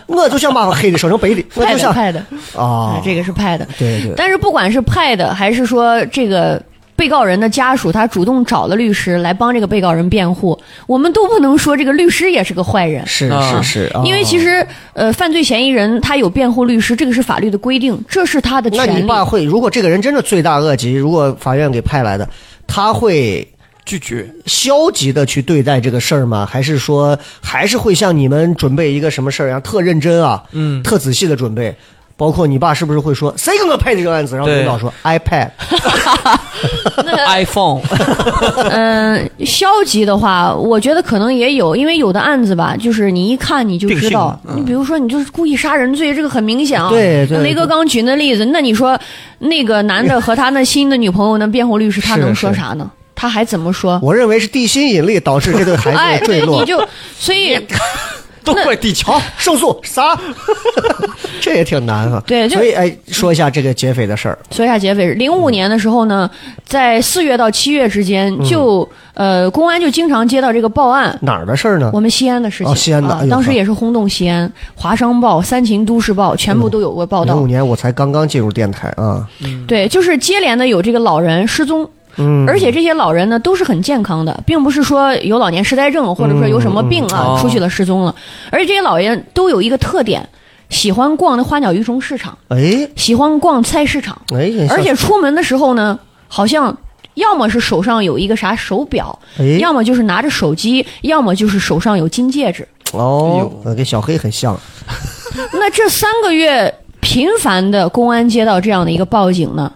Speaker 3: 我就想把我黑的说成白的，我
Speaker 5: 派
Speaker 3: 就
Speaker 5: 的
Speaker 3: 想
Speaker 5: 派的，
Speaker 3: 啊
Speaker 5: 啊，，这个是派的。
Speaker 3: 对对，
Speaker 5: 但是不管是派的，还是说这个被告人的家属他主动找了律师来帮这个被告人辩护，我们都不能说这个律师也是个坏人。
Speaker 3: 是
Speaker 4: 啊
Speaker 3: 是是，啊
Speaker 5: 因为其实，呃，犯罪嫌疑人他有辩护律师，这个是法律的规定，这是他的
Speaker 3: 那
Speaker 5: 权
Speaker 3: 你
Speaker 5: 利。
Speaker 3: 爸会，如果这个人真的罪大恶极，如果法院给派来的，他会
Speaker 4: 拒绝。
Speaker 3: 消极的去对待这个事儿吗？还是说还是会像你们准备一个什么事儿一样特认真啊，
Speaker 4: 嗯
Speaker 5: *laughs*
Speaker 3: 特仔细的准备？包括你爸是不是会说谁给我配这个案子？然后
Speaker 4: 对
Speaker 3: 领导说 iPad，
Speaker 5: *laughs*
Speaker 4: iPhone，
Speaker 5: 嗯，消极的话，我觉得可能也有，因为有的案子吧，就是你一看你就知道，你比如说你就是故意杀人罪，这个很明显啊。
Speaker 3: 嗯对对
Speaker 5: 那雷哥
Speaker 3: 对
Speaker 5: 刚举那例子，那你说那个男的和他那新的女朋友那辩护律师，
Speaker 3: *laughs*
Speaker 5: 他
Speaker 3: 是
Speaker 5: 能说
Speaker 3: 是
Speaker 5: 啥呢？他还怎么 *laughs* 说？
Speaker 3: 我认为是地心引力导致这对孩
Speaker 5: 哎，
Speaker 3: 子的坠
Speaker 5: 对，
Speaker 3: 落
Speaker 5: 你。就所以
Speaker 4: 都怪地球
Speaker 3: 好，胜诉啥？ *laughs* 这也挺难啊。
Speaker 5: 对就
Speaker 3: 所以哎，说一下这个劫匪的事儿。
Speaker 5: 说一下劫匪，零五年的时候呢，在四月到七月之间，就、
Speaker 3: 嗯
Speaker 5: 呃公安就经常接到这个报案，
Speaker 3: 哪儿的事儿呢
Speaker 5: 我？们西安的事情，
Speaker 3: 哦西安的
Speaker 5: 啊
Speaker 3: 哎呦
Speaker 5: 当时
Speaker 3: 呵
Speaker 5: 也是轰动西安，《华商报》《三秦都市报》全
Speaker 3: 嗯
Speaker 5: 部都有过报道。
Speaker 3: 零五年我才刚刚进入电台啊。
Speaker 5: 对，就是接连的有这个老人失踪。
Speaker 3: 嗯，
Speaker 5: 而且这些老人呢都是很健康的，并不是说有老年痴呆症或者说有什么病啊、
Speaker 4: 嗯哦
Speaker 5: 出去了失踪了。而且这些老人都有一个特点，喜欢逛那花鸟鱼虫市场，
Speaker 3: 哎
Speaker 5: 喜欢逛菜市场，
Speaker 3: 哎，你像
Speaker 5: 而且出门的时候呢，好像要么是手上有一个啥手表，
Speaker 3: 哎
Speaker 5: 要么就是拿着手机，要么就是手上有金戒指。
Speaker 3: 哦，呃跟小黑很像。
Speaker 5: *laughs* 那这三个月频繁的公安接到这样的一个报警呢，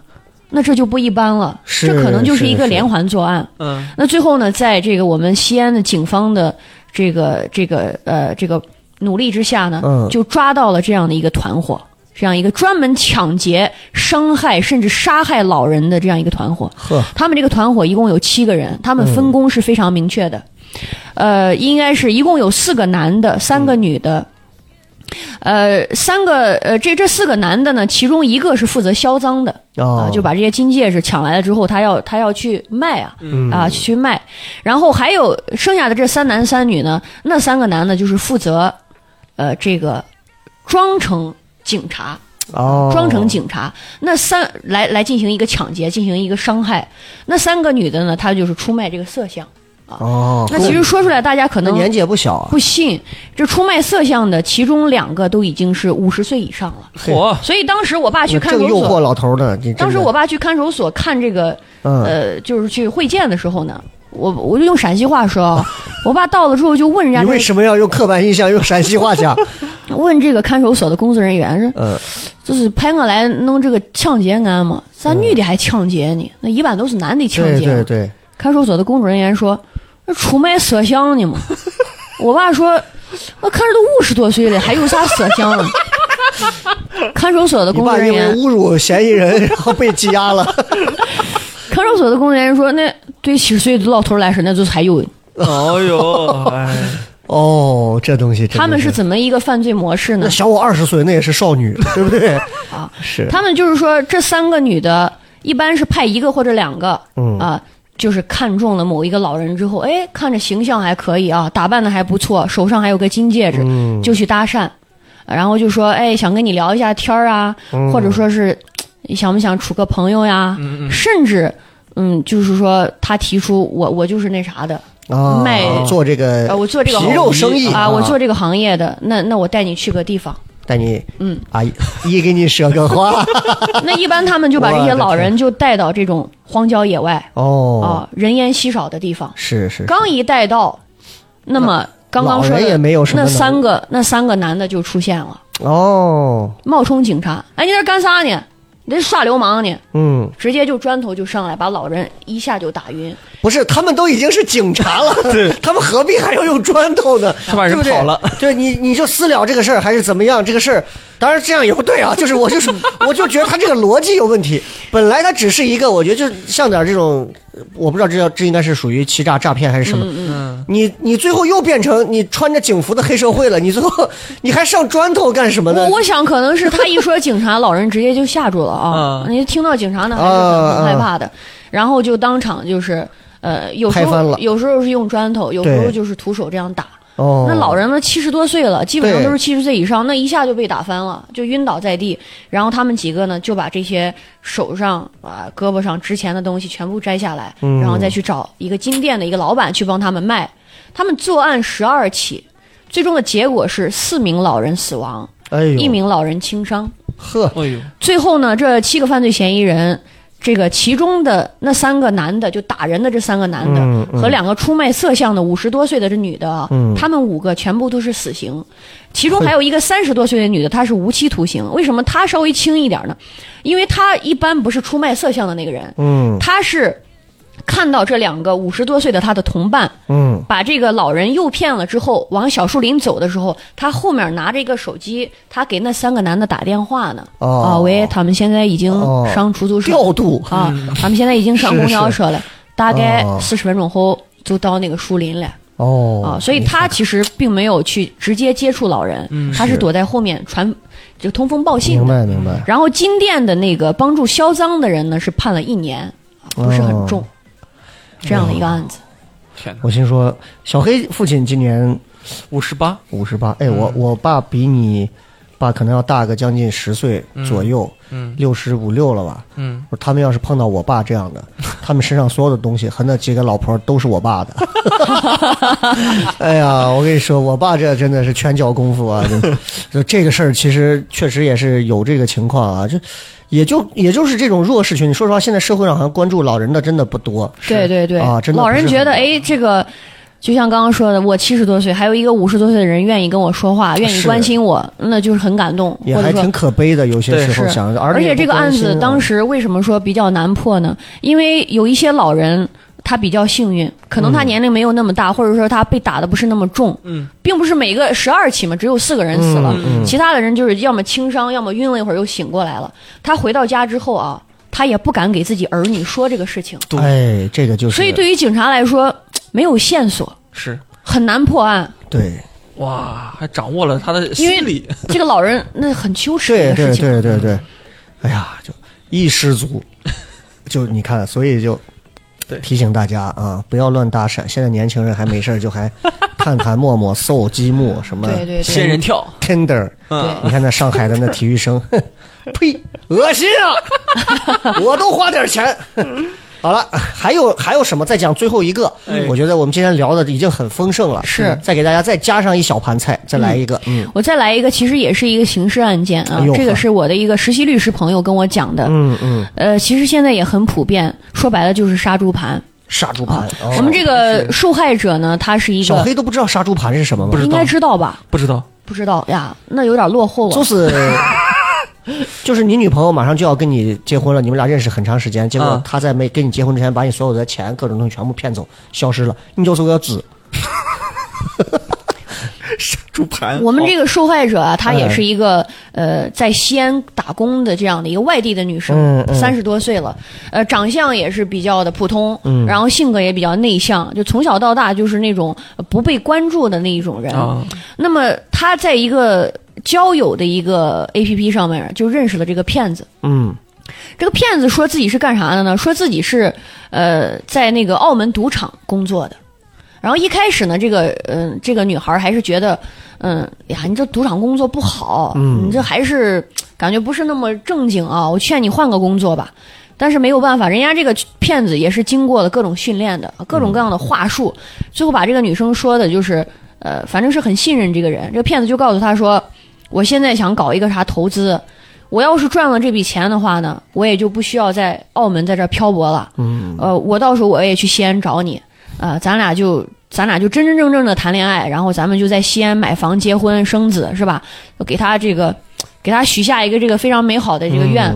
Speaker 5: 那这就不一般了，
Speaker 3: 是
Speaker 5: 这可能就是一
Speaker 3: 是
Speaker 5: 个
Speaker 3: 是
Speaker 5: 连环作案。
Speaker 4: 嗯，
Speaker 5: 那最后呢，在这个我们西安的警方的这个这个呃这个努力之下呢，
Speaker 3: 嗯
Speaker 5: 就抓到了这样的一个团伙。这样一个专门抢劫、伤害甚至杀害老人的这样一个团伙，
Speaker 3: 呵，嗯
Speaker 5: 他们这个团伙一共有七个人，他们分工是非常明确的，呃，应该是一共有四个男的，三
Speaker 3: 嗯
Speaker 5: 个女的。呃，三个呃，这这四个男的呢，其中一个是负责销赃的啊、
Speaker 3: 哦，
Speaker 5: 就把这些金戒指抢来了之后，他要他要去卖啊、
Speaker 3: 嗯
Speaker 5: 啊去卖，然后还有剩下的这三男三女呢，那三个男的就是负责呃这个装成警察，
Speaker 3: 哦，
Speaker 5: 装成警察，那三来来进行一个抢劫，进行一个伤害。那三个女的呢，她就是出卖这个色相。
Speaker 3: 哦，
Speaker 5: 那其实说出来，大家可
Speaker 3: 那
Speaker 5: 能
Speaker 3: 年纪也不小啊，
Speaker 5: 不信，这出卖色相的，其中两个都已经是五十岁以上了。
Speaker 4: 嚯，
Speaker 5: 所以当时我爸去看
Speaker 3: 正
Speaker 5: 守
Speaker 3: 诱惑
Speaker 5: 所，
Speaker 3: 老头呢。你真的
Speaker 5: 当时我爸去看守所看这个
Speaker 3: 嗯，
Speaker 5: 呃，就是去会见的时候呢，我我就用陕西话说
Speaker 3: *laughs*
Speaker 5: 啊，我爸到了之后就问人家
Speaker 3: 你
Speaker 5: 这
Speaker 3: 为什么要用刻板印象用陕西话讲？
Speaker 5: 个问这个看守所的工作人员说， *laughs*
Speaker 3: 嗯，
Speaker 5: 就是派我来弄这个抢劫案啊嘛，咱女的还抢劫呢，那一般都是男的抢
Speaker 3: 嗯对
Speaker 5: 劫嘛。
Speaker 3: 对对，
Speaker 5: 看守所的工作人员说：“那出卖色相呢
Speaker 3: *laughs*
Speaker 5: 嘛。”
Speaker 3: *laughs*
Speaker 5: 我爸说：“我看着都五十多岁了，还有啥色相啊？”看守所的
Speaker 3: 你
Speaker 5: 工作
Speaker 3: 爸
Speaker 5: 人
Speaker 3: 因为
Speaker 5: 员，
Speaker 3: 侮辱嫌疑人，然后被羁押了。
Speaker 5: 看守所的工作人员说，那对七十岁的老头儿来说，那就是还有
Speaker 4: *laughs* 哎呦，哎，
Speaker 3: 哦，这东西真的
Speaker 5: 他们
Speaker 3: 是
Speaker 5: 是怎么一个犯罪模式呢
Speaker 3: 那？小我二十岁，那也是少女，对不对？
Speaker 5: *laughs* 啊，
Speaker 3: 是
Speaker 5: 他们就是说，这三个女的，一般是派一个或者两个，
Speaker 3: 嗯
Speaker 5: 啊，就是看中了某一个老人之后，哎，看着形象还可以啊，打扮的还不错，手上还有个金戒指，
Speaker 3: 嗯
Speaker 5: 就去搭讪，啊然后就说，哎，想跟你聊一下天儿啊，
Speaker 3: 嗯
Speaker 5: 或者说是嘖想不想处个朋友呀，甚至。嗯，就是说他提出我我就是那啥的
Speaker 3: 啊，
Speaker 5: 卖
Speaker 3: 做这个
Speaker 5: 啊，我做这个
Speaker 3: 哎皮
Speaker 5: 行
Speaker 3: 肉生意
Speaker 5: 啊，我做这个行业的，那那我带你去个
Speaker 3: *laughs*
Speaker 5: 地方。
Speaker 3: 带你
Speaker 5: 嗯
Speaker 3: 阿姨一给你舍个
Speaker 5: *laughs*
Speaker 3: 花
Speaker 5: 那一般他们就把这些老人就带到这种荒郊野外
Speaker 3: 哦，
Speaker 5: 啊，人烟稀少的地方。
Speaker 3: 是是，
Speaker 5: 刚一带到，那么刚刚说
Speaker 3: 老
Speaker 5: 的
Speaker 3: 人也没有什么
Speaker 5: 那
Speaker 3: 能
Speaker 5: 三个那三个男的就出现了，
Speaker 3: 哦，
Speaker 5: 冒充警察。哎，你在这干啥呢？你这耍流氓呢？
Speaker 3: 嗯，
Speaker 5: 直接就砖头就上来，把老人一下就打晕。
Speaker 3: 不是，他们都已经是警察了，
Speaker 4: *laughs* 对
Speaker 3: 他们何必还要用砖头呢？
Speaker 4: 他把人
Speaker 3: 对不对
Speaker 4: 跑了，
Speaker 3: 对你你就私了这个事儿还是怎么样？这个事儿，当然这样也不对啊，就是我
Speaker 4: *laughs*
Speaker 3: 就是我就觉得他这个逻辑有问题。本来他只是一个，我觉得就是像点儿这种，我不知道这叫这应该是属于欺诈诈骗还是什
Speaker 4: 嗯
Speaker 3: 么。你你最后又变成你穿着警服的黑社会了，你最后你还上砖头干什么呢
Speaker 5: 我？我想可能是他一说警察，老人直接就吓住了
Speaker 3: *laughs*
Speaker 5: 啊！
Speaker 4: 嗯
Speaker 5: 你听到警察呢，还是
Speaker 3: 啊
Speaker 5: 很很害怕的，然后就当场就是呃，有时
Speaker 3: 拍翻
Speaker 5: 候
Speaker 3: 了
Speaker 5: 有时候是用砖头，有时候
Speaker 3: 对
Speaker 5: 就是徒手这样打。
Speaker 3: 哦，
Speaker 5: 那老人呢，七十多岁了，基本上
Speaker 3: 对
Speaker 5: 都是七十岁以上，那一下就被打翻了，就晕倒在地。然后他们几个呢，就把这些手上啊、胳膊上值钱的东西全部摘下来，
Speaker 3: 嗯
Speaker 5: 然后再去找一个金店的一个老板去帮他们卖。他们作案十二起，最终的结果是四名老人死亡，
Speaker 3: 哎呦，
Speaker 5: 一名老人轻伤。
Speaker 3: 呵，
Speaker 4: 哎呦，
Speaker 5: 最后呢，这七个犯罪嫌疑人，这个其中的那三个男的，就打人的这三个男的、
Speaker 3: 嗯嗯
Speaker 5: 和两个出卖色相的五十多岁的这女的啊，
Speaker 3: 嗯
Speaker 5: 他们五个全部都是死刑，
Speaker 3: *laughs*
Speaker 5: 其中还有一个三十多岁的女的，她是无期徒刑。为什么她稍微轻一点呢？因为她一般不是出卖色相的那个人，
Speaker 3: 嗯
Speaker 5: 她是看到这两个五十多岁的她的同伴，
Speaker 3: 嗯，
Speaker 5: 把这个老人诱骗了之后，往小树林走的时候，他后面拿着一个手机，他给那三个男的打电话呢。
Speaker 3: 哦
Speaker 5: 啊，喂，他们现在已经
Speaker 3: 哦
Speaker 5: 上出租车
Speaker 3: 调度
Speaker 5: 啊，他们现在已经上公交车了，大概
Speaker 3: 嗯哦
Speaker 5: 四十分钟后就到那个树林了
Speaker 3: 哦
Speaker 5: 啊。所以他其实并没有去直接接触老人，他是躲在后面传就通风报
Speaker 3: 嗯
Speaker 5: 信
Speaker 3: 明
Speaker 5: 的。
Speaker 3: 白明白，
Speaker 5: 然后金店的那个帮助销赃的人呢，是判了一年，啊
Speaker 3: 哦
Speaker 5: 不是很重，这样的一个案子。
Speaker 4: 天哪，
Speaker 3: 我心说小黑父亲今年
Speaker 4: 五十八，
Speaker 3: 五十八，哎，
Speaker 4: 嗯
Speaker 3: 我我爸比你爸可能要大个将近十岁左右，
Speaker 4: 嗯
Speaker 3: 六十五六了吧？
Speaker 4: 嗯，
Speaker 3: 我说他们要是碰到我爸这
Speaker 4: *laughs*
Speaker 3: 样的，他们身上所有的东西和那几个老婆都是我爸的。 *laughs* 哎呀，我跟你说，我爸这真的是拳脚功夫啊！就就 *laughs* 这个事儿，其实确实也是有这个情况啊。就也就也就是这种弱势群体，说实话，现在社会上好像关注老人的真的不多。
Speaker 5: 对对对，
Speaker 3: 啊真的
Speaker 5: 老
Speaker 3: 不
Speaker 5: 人
Speaker 3: 是
Speaker 5: 觉得
Speaker 3: 很
Speaker 5: 哎，这个就像刚刚说的，我七十多岁，还有一个五十多岁的人愿意跟我说话，愿意
Speaker 3: 是
Speaker 5: 关心我，那就是很感动，
Speaker 3: 也
Speaker 5: 或者
Speaker 3: 还
Speaker 5: 说
Speaker 3: 挺可悲的，有些
Speaker 4: 对
Speaker 3: 时候
Speaker 5: 是
Speaker 3: 想，
Speaker 5: 而
Speaker 3: 且
Speaker 5: 且这个案子当
Speaker 3: 时
Speaker 5: 时为什么说比较难破呢？因为有一些老人他比较幸运，可能他
Speaker 3: 嗯
Speaker 5: 年龄没有那么大，或者说他被打的不是那么重，
Speaker 4: 嗯，
Speaker 5: 并不是每个十二起嘛，只有四个人死了，
Speaker 4: 嗯嗯
Speaker 5: 其他的人就是要么轻伤，要么晕了一会儿又醒过来了。他回到家之后啊，他也不敢给自己儿女说这个事情，
Speaker 3: 哎，这个就是
Speaker 5: 所以对于警察来说没有线索，
Speaker 4: 是
Speaker 5: 很难破案。
Speaker 3: 对
Speaker 4: 哇，还掌握了他的
Speaker 5: 因为
Speaker 4: 心理，
Speaker 5: 这个老人那很羞耻
Speaker 3: 对
Speaker 5: 的事
Speaker 3: 对
Speaker 5: 情，
Speaker 3: 对
Speaker 5: 嗯
Speaker 3: 对对，哎呀，就一失足，就你看，所以就
Speaker 4: 对
Speaker 3: 提醒大家啊，不要乱搭讪。现在年轻人还没事儿就还 *laughs* 探探、陌陌、搜积木什么
Speaker 5: 对对对
Speaker 4: 仙人跳，
Speaker 3: Tinder，
Speaker 4: 嗯，
Speaker 3: 你看那上海的那体育生， *laughs* 哼呸，恶心啊！我都花点钱。好了，还有还有什么？再讲最后一个，
Speaker 4: 哎
Speaker 3: 我觉得我们今天聊的已经很丰盛了，
Speaker 5: 是
Speaker 3: 再给大家再加上一小盘菜，再来一个，嗯
Speaker 5: 我再来一个，其实也是一个刑事案件啊
Speaker 3: 哎呦，
Speaker 5: 这个
Speaker 3: 呵
Speaker 5: 是我的一个实习律师朋友跟我讲的。
Speaker 3: 嗯嗯，
Speaker 5: 呃，其实现在也很普遍，说白了就是杀猪盘。
Speaker 3: 杀猪盘，哦
Speaker 5: 我们这个受害者呢，他是一
Speaker 3: 小
Speaker 5: 个
Speaker 3: 黑都不知道杀猪盘是什么吗？
Speaker 4: 不知
Speaker 5: 应
Speaker 4: 道
Speaker 5: 该，知道吧？
Speaker 4: 不知道，
Speaker 5: 不知道呀，那有点落后
Speaker 3: 就哦
Speaker 5: 了。
Speaker 3: 是就是你女朋友马上就要跟你结婚了，你们俩认识很长时间，结果
Speaker 4: 啊
Speaker 3: 她在没跟你结婚之前，把你所有的钱、各种东西全部骗走，消失了，你就是个纸。
Speaker 4: 猪盘。
Speaker 5: 我们这
Speaker 4: 个
Speaker 5: 个受害者啊，她也
Speaker 3: 哎
Speaker 5: 是一个呃在西安打工的这样的一个外地的女
Speaker 3: 嗯
Speaker 5: 生，
Speaker 3: 嗯
Speaker 5: 三十多岁了，呃，长相也是比较的普通，
Speaker 3: 嗯
Speaker 5: 然后性格也比较内向，就从小到大就是那种呃不被关注的那一种人。
Speaker 3: 嗯哦
Speaker 4: 啊，
Speaker 5: 那么她在一个交友的一个 A P P 上面就认识了这个骗子。
Speaker 3: 嗯
Speaker 5: 这个骗子说自己是干啥的呢？说自己是呃在那个澳门赌场工作的。然后一开始呢，这个嗯、这个女孩还是觉得，嗯、呀，你这赌场工作不好，你这还是感觉不是那么正经啊。我劝你换个工作吧。但是没有办法，人家这个骗子也是经过了各种训练的，各种各样的话术，最后把这个女生说的就是，呃，反正是很信任这个人。这个骗子就告诉她说，我现在想搞一个啥投资，我要是赚了这笔钱的话呢，我也就不需要在澳门在这儿漂泊了。嗯，呃，我到时候我也去西安找你，呃，咱俩就咱俩就真真正正的谈恋爱，然后咱们就在西安买房、结婚、生子，是吧？就给他这个，给他许下一个这个非常美好的这个愿。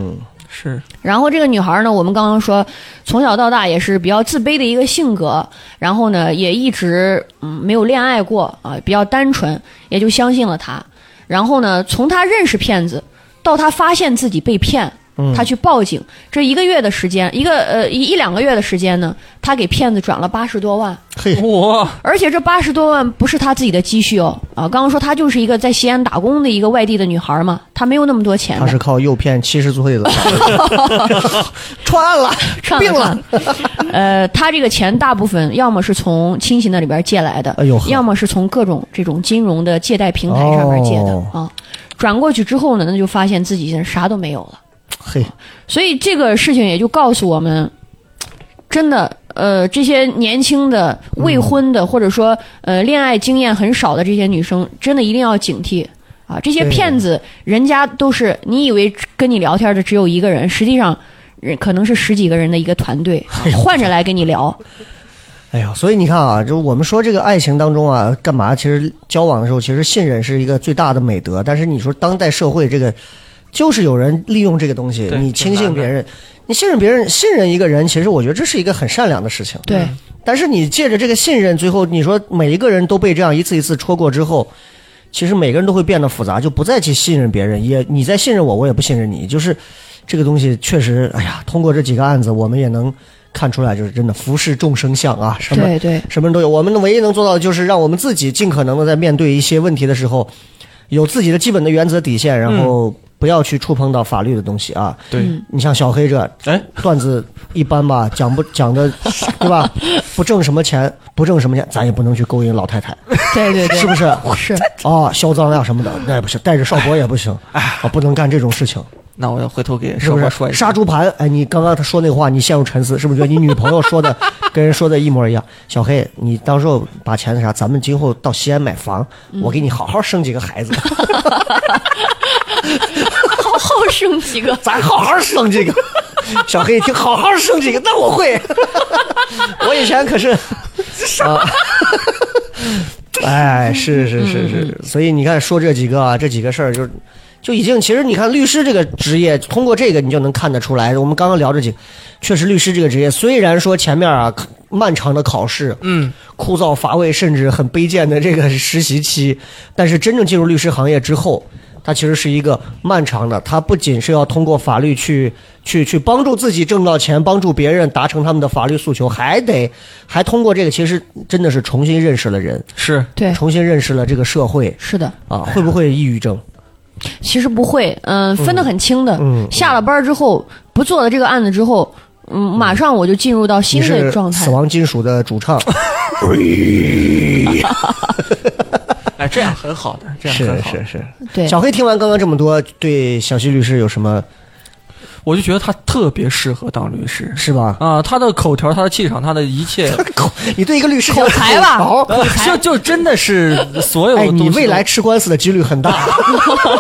Speaker 4: 是
Speaker 5: 然后这个女孩呢，我们刚刚说，从小到大也是比较自卑的一个性格，然后呢，也一直嗯没有恋爱过啊、比较单纯，也就相信了他。然后呢，从她认识骗子到她发现自己被骗，
Speaker 3: 嗯
Speaker 5: 她去报警，这一个月的时间，一个呃一一两个月的时间呢，她给骗子转了八十多万，
Speaker 3: 嗯嘿，
Speaker 4: 哇，
Speaker 5: 而且这八十多万不是她自己的积蓄哦啊，刚刚说她就是一个在西安打工的一个外地的女孩嘛，她没有那么多钱
Speaker 3: 他
Speaker 5: 的
Speaker 3: 是。靠诱骗七十岁的 *laughs* 穿了，
Speaker 5: 串
Speaker 3: 病了，
Speaker 5: 呃，他这个钱大部分要么是从亲戚那里边借来的，
Speaker 3: 哎呦呵
Speaker 5: 要么是从各种这种金融的借贷平台上面借的、
Speaker 3: 哦
Speaker 5: 啊。转过去之后呢，那就发现自己现在啥都没有了。
Speaker 3: 嘿，
Speaker 5: 所以这个事情也就告诉我们，真的，呃，这些年轻的未婚的，或者说呃恋爱经验很少的这些女生，真的一定要警惕啊！这些
Speaker 3: 对
Speaker 5: 骗子，人家都是你以为跟你聊天的只有一个人，实际上。人可能是十几个人的一个团队，啊换着来跟你聊，
Speaker 3: 哎呀，所以你看啊，就我们说这个爱情当中啊，干嘛？其实交往的时候，其实信任是一个最大的美德。但是你说当代社会这个，就是有人利用这个东西，
Speaker 4: 对
Speaker 3: 你轻信
Speaker 4: 挺难的
Speaker 3: 别人，你信任别人，信任一个人，其实我觉得这是一个很善良的事情。
Speaker 5: 对，
Speaker 3: 但是你借着这个信任，最后你说每一个人都被这样一次一次戳过之后，其实每个人都会变得复杂，就不再去信任别人，也你再信任我，我也不信任你。就是这个东西确实，哎呀，通过这几个案子，我们也能看出来，就是真的浮世众生相啊，什么
Speaker 5: 对对
Speaker 3: 什么人都有。我们唯一能做到的就是让我们自己尽可能的在面对一些问题的时候，有自己的基本的原则底线，然后不要去触碰到法律的东西啊。
Speaker 4: 对，
Speaker 3: 你像小黑这
Speaker 4: 哎，
Speaker 3: 段子一般吧，讲不讲的，对吧？不挣什么钱，不挣什么钱，咱也不能去勾引老太太，
Speaker 5: 对对对，
Speaker 3: 是不是？
Speaker 5: 是
Speaker 3: 啊，销赃呀什么的，那也不行，带着少博也不行，啊，不能干这种事情，
Speaker 4: 那我要回头给
Speaker 3: 是
Speaker 4: 哎少
Speaker 3: 不
Speaker 4: 博
Speaker 3: 是
Speaker 4: 说？一下。
Speaker 3: 杀猪盘，哎，你刚刚他说那话，你陷入沉思，是不是觉得你女朋友说的跟人说的一模一样？小黑，你到时候把钱啥，咱们今后到西安买房，
Speaker 5: 嗯
Speaker 3: 我给你好好生几个孩子，
Speaker 5: *laughs* 好好生几个，
Speaker 3: 咱好好生几个。小黑一听，好好生几个，那我会。 *laughs* 我以前可是，啊，哎，是是是是，所以你看，说这几个啊，这几个事儿就就已经，其实你看律师这个职业，通过这个你就能看得出来。我们刚刚聊这几个，确实律师这个职业，虽然说前面啊漫长的考试，
Speaker 4: 嗯，
Speaker 3: 枯燥乏味，甚至很卑贱的这个实习期，但是真正进入律师行业之后。它其实是一个漫长的，它不仅是要通过法律去去去帮助自己挣到钱，帮助别人达成他们的法律诉求，还得还通过这个，其实真的是重新认识了人，
Speaker 4: 是
Speaker 5: 对，
Speaker 3: 重新认识了这个社会
Speaker 5: 是的，
Speaker 3: 啊，哎会不会抑郁症？
Speaker 5: 其实不会，嗯、分得很清的。
Speaker 3: 嗯
Speaker 5: 下了班儿之后，不做了这个案子之后，嗯，马上我就进入到
Speaker 3: 你
Speaker 5: 新的
Speaker 3: 是
Speaker 5: 状态
Speaker 3: 死。亡金属的主唱，
Speaker 4: 哎，这样很好的，这样很好。
Speaker 3: 是。啊
Speaker 5: 对，
Speaker 3: 小黑听完刚刚这么多，对小西律师有什么
Speaker 4: 我就觉得他特别适合当律师
Speaker 3: 是吧？
Speaker 4: 啊，他的口条、他的气场、他的一切，
Speaker 3: 口， *laughs* 你对一个律师
Speaker 5: 口才吧
Speaker 3: *laughs* 好
Speaker 4: 呃 *laughs* 就就真的是所有
Speaker 3: *laughs* 哎，
Speaker 4: 的东西
Speaker 3: 你
Speaker 4: 都。
Speaker 3: 未来吃官司的几率很大。
Speaker 4: *laughs*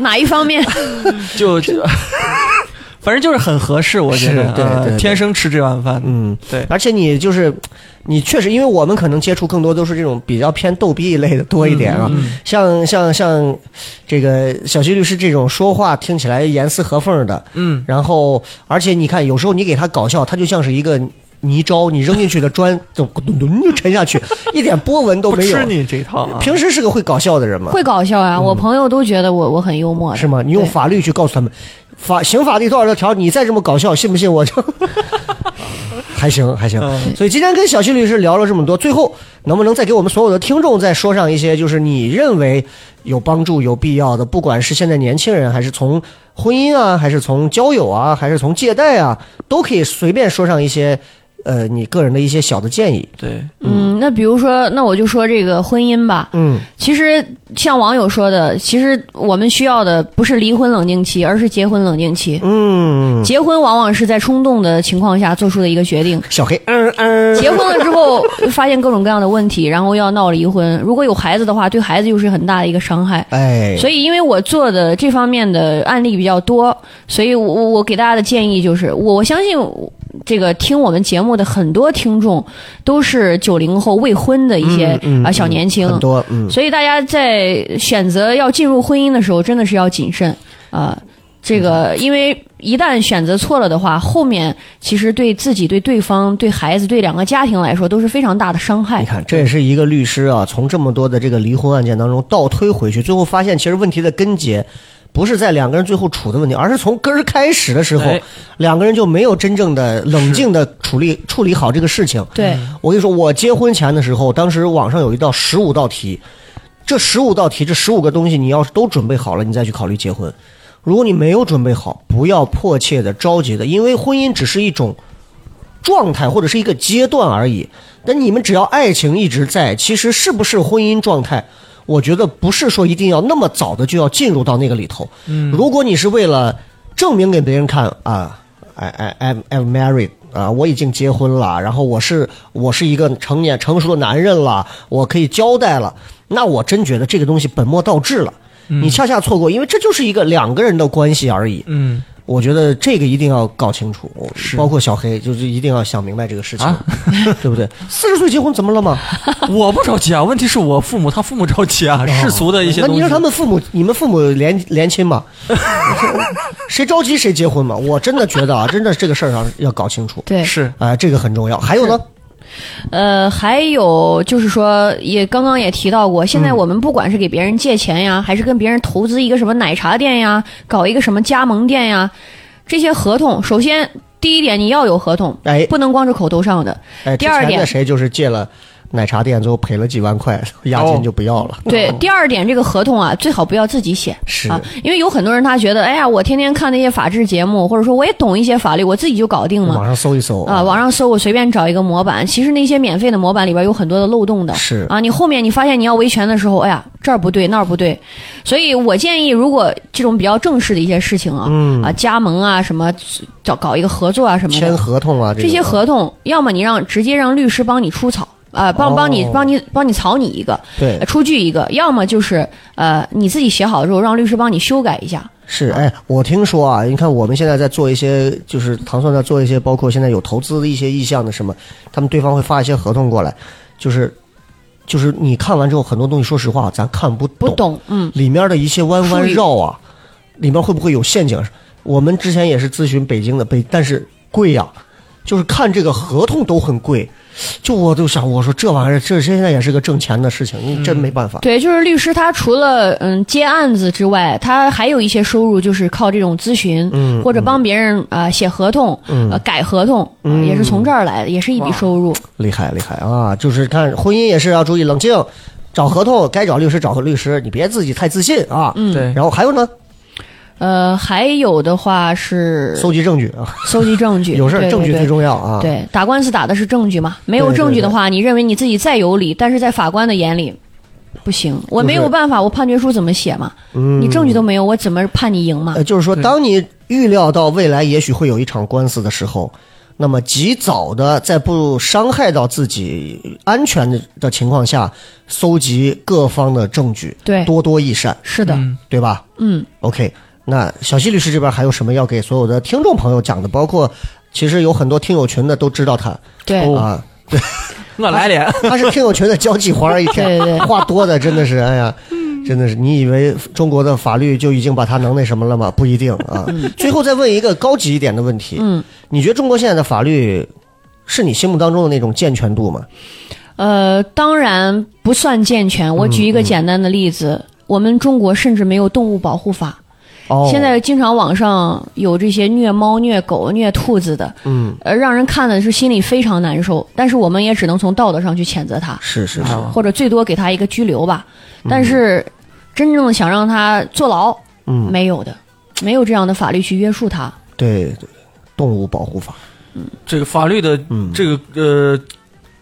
Speaker 5: 哪一方面？
Speaker 4: 就就，反正就是很合适，我觉得
Speaker 3: 是对
Speaker 4: 啊
Speaker 3: 对对
Speaker 4: 天生吃这碗饭。
Speaker 3: 嗯，
Speaker 4: 对，
Speaker 3: 而且你就是，你确实，因为我们可能接触更多都是这种比较偏逗逼一类的多一点
Speaker 4: 嗯
Speaker 3: 啊，像像像这个小徐律师这种说话听起来严丝合缝的，
Speaker 4: 嗯，
Speaker 3: 然后而且你看，有时候你给他搞笑，他就像是一个泥沼，你扔进去的砖就咕咚咚就沉下去，一点波纹都
Speaker 4: 不
Speaker 3: 没有
Speaker 4: 吃。你这套啊！
Speaker 3: 平时是个会搞笑的人吗？
Speaker 5: 会搞笑啊！我朋友都觉得我我很幽默的，
Speaker 3: 嗯是吗？你用
Speaker 5: 对
Speaker 3: 法律去告诉他们，法刑法第多少多少条，你再这么搞笑，信 *laughs* 不信我就？还行还行，
Speaker 4: 嗯
Speaker 3: 所以今天跟小新律师聊了这么多，最后能不能再给我们所有的听众再说上一些，就是你认为有帮助、有必要的，不管是现在年轻人，还是从婚姻啊，还是从交友啊，还是从借贷啊，都可以随便说上一些，呃，你个人的一些小的建议。
Speaker 4: 对，
Speaker 5: 嗯，那比如说，那我就说这个婚姻吧。
Speaker 3: 嗯，
Speaker 5: 其实像网友说的，其实我们需要的不是离婚冷静期，而是结婚冷静期。
Speaker 3: 嗯，
Speaker 5: 结婚往往是在冲动的情况下做出的一个决定，
Speaker 3: 小黑，嗯 *laughs* 嗯，
Speaker 5: 结婚了之后发现各种各样的问题，然后要闹离婚。如果有孩子的话，对孩子又是很大的一个伤害。
Speaker 3: 哎，
Speaker 5: 所以，因为我做的这方面的案例比较多，所以我我我给大家的建议就是，我我相信这个听我们节目的很多听众都是九零后未婚的一些啊、
Speaker 3: 嗯嗯
Speaker 5: 小年轻，
Speaker 3: 很多，嗯，
Speaker 5: 所以大家在选择要进入婚姻的时候，真的是要谨慎啊、这个，因为一旦选择错了的话，后面其实对自己、对对方、对孩子、对两个家庭来说都是非常大的伤害
Speaker 3: 你。看，这也是一个律师啊，从这么多的这个离婚案件当中倒推回去，最后发现其实问题的根结。不是在两个人最后处的问题，而是从根儿开始的时候，
Speaker 4: 哎
Speaker 3: 两个人就没有真正的冷静的处理处理好这个事情。
Speaker 5: 对，
Speaker 3: 我跟你说，我结婚前的时候，当时网上有一道十五道题，这十五道题，这十五个东西，你要是都准备好了，你再去考虑结婚。如果你没有准备好，不要迫切的、着急的，因为婚姻只是一种状态或者是一个阶段而已。那你们只要爱情一直在，其实是不是婚姻状态？我觉得不是说一定要那么早的就要进入到那个里头。嗯，如果你是为了证明给别人看啊，I I I'm I'm married 啊，我已经结婚了，然后我是我是一个成年成熟的男人了，我可以交代了，那我真觉得这个东西本末倒置了。你恰恰错过，因为这就是一个两个人的关系而已。
Speaker 4: 嗯，
Speaker 3: 我觉得这个一定要搞清楚，
Speaker 4: 是
Speaker 3: 包括小黑，就是一定要想明白这个事情，
Speaker 4: 啊
Speaker 3: *laughs* 对不对？四十岁结婚怎么了嘛？
Speaker 4: 我不着急啊，问题是我父母，他父母着急啊，世俗的一些
Speaker 3: 那
Speaker 4: 东西。
Speaker 3: 你让他们父母，你们父母联联亲
Speaker 4: *laughs*
Speaker 3: 嘛？谁着急谁结婚嘛？我真的觉
Speaker 4: *laughs*
Speaker 3: 得啊，真的这个事儿上要搞清楚，
Speaker 5: 对，
Speaker 4: 是
Speaker 3: 啊、这个很重要。还有呢，
Speaker 5: 呃，还有就是说，也刚刚也提到过，现在我们不管是给别人借钱呀，还是跟别人投资一个什么奶茶店呀，搞一个什么加盟店呀，这些合同，首先第一点你要有合同，
Speaker 3: 哎
Speaker 5: 不能光是口头上的。
Speaker 3: 哎，之
Speaker 5: 第二
Speaker 3: 前的
Speaker 5: 点
Speaker 3: 谁就是借了奶茶店，最后赔了几万
Speaker 4: 哦
Speaker 3: 块，押金就不要了。
Speaker 5: 对，第二点，这个合同啊，最好不要自己写
Speaker 3: 哦是
Speaker 5: 啊，因为有很多人他觉得，哎呀，我天天看那些法制节目，或者说我也懂一些法律，我自己就搞定了
Speaker 3: 网。上哦搜一搜
Speaker 5: 嗯啊，网上搜我随便找一个模板，其实那些免费的模板里边有很多的漏洞的。
Speaker 3: 是
Speaker 5: 啊，你后面你发现你要维权的时候，哎呀，这儿不对那儿不对，所以我建议，如果这种比较正式的一些事情啊，
Speaker 3: 嗯
Speaker 5: 啊加盟啊什么，找搞一个合作啊什么
Speaker 3: 签
Speaker 5: 的，
Speaker 3: 合同啊，
Speaker 5: 这些
Speaker 3: 个
Speaker 5: 合同，要么你让直接让律师帮你出草。啊、帮帮你
Speaker 3: 哦
Speaker 5: 帮你帮你草拟一个，
Speaker 3: 对
Speaker 5: 呃出具一个，要么就是呃你自己写好之后让律师帮你修改一下，
Speaker 3: 是，哎，我听说啊，你看我们现在在做一些，就是糖蒜在做一些，包括现在有投资的一些意向的什么，他们对方会发一些合同过来，就是，就是你看完之后，很多东西，说实话，咱看不懂，
Speaker 5: 不懂，嗯，
Speaker 3: 里面的一些弯弯绕啊，里面会不会有陷阱？我们之前也是咨询北京的北，但是贵呀、就是看这个合同都很贵，就我就想，我说这玩意儿，这现在也是个挣钱的事情，你真没办法。
Speaker 5: 对，就是律师他除了嗯接案子之外，他还有一些收入，就是靠这种咨询，
Speaker 3: 嗯嗯
Speaker 5: 或者帮别人啊、呃写合同，呃改合同、啊也是从这儿来的，也是一笔收入。
Speaker 3: 厉害厉害啊！就是看婚姻也是要注意冷静，找合同该找律师找个律师，你别自己太自信啊。嗯。
Speaker 4: 对，
Speaker 3: 然后还有呢，
Speaker 5: 呃，还有的话是
Speaker 3: 搜集证据啊，
Speaker 5: 搜集证据，
Speaker 3: 有事儿
Speaker 5: 对
Speaker 3: 证据
Speaker 5: 对嗯
Speaker 3: 最
Speaker 5: 对
Speaker 3: 重要啊。
Speaker 5: 对，打官司打的是证据嘛，没有
Speaker 3: 对对
Speaker 5: 证据的
Speaker 3: 对
Speaker 5: 话，你认为你自己再有理，但是在法官的眼里不行，我
Speaker 3: 就是嗯
Speaker 5: 没有办法，我判决书怎么写嘛？你证据都没有，我怎么判你赢嘛？
Speaker 3: 呃，就是说，当你预料到未来也许会有一场官司的时候，那么及早的在不伤害到自己安全的的情况下，搜集各方的证据，
Speaker 5: 对
Speaker 3: 多多益善，
Speaker 5: 是的，
Speaker 3: 对吧？
Speaker 5: 嗯
Speaker 3: ，OK。那小西律师这边还有什么要给所有的听众朋友讲的？包括其实有很多听友群的都知道他
Speaker 5: 对。
Speaker 4: 哦
Speaker 3: 啊，
Speaker 4: 我来脸，
Speaker 3: 他是听友群的交际花儿，一天
Speaker 5: 对对
Speaker 3: *laughs*
Speaker 5: 对嗯
Speaker 3: 话多的真的是，哎呀，真的是，你以为中国的法律就已经把他能那什么了吗？不 *laughs* 一定啊。最后再问一个高级一点的问题，
Speaker 5: 嗯，
Speaker 3: 你觉得中国现在的法律是你心目当中的那种健全度吗？
Speaker 5: 呃，当然不算健全。我举
Speaker 3: 嗯
Speaker 5: 一个简单的例子，我们中国甚至没有动物保护法。
Speaker 3: 哦，
Speaker 5: 现在经常网上有这些虐猫、虐狗、虐兔子的，
Speaker 3: 嗯，
Speaker 5: 呃，让人看的是心里非常难受。但是我们也只能从道德上去谴责他，
Speaker 3: 是是是，
Speaker 5: 或者最多给他一个拘留吧。但是真正的想让他坐牢，
Speaker 3: 嗯，
Speaker 5: 没有的，没有这样的法律去约束他。
Speaker 3: 对对对，动物保护法，
Speaker 4: *laughs* 这个法律的
Speaker 3: 嗯，
Speaker 4: 这个呃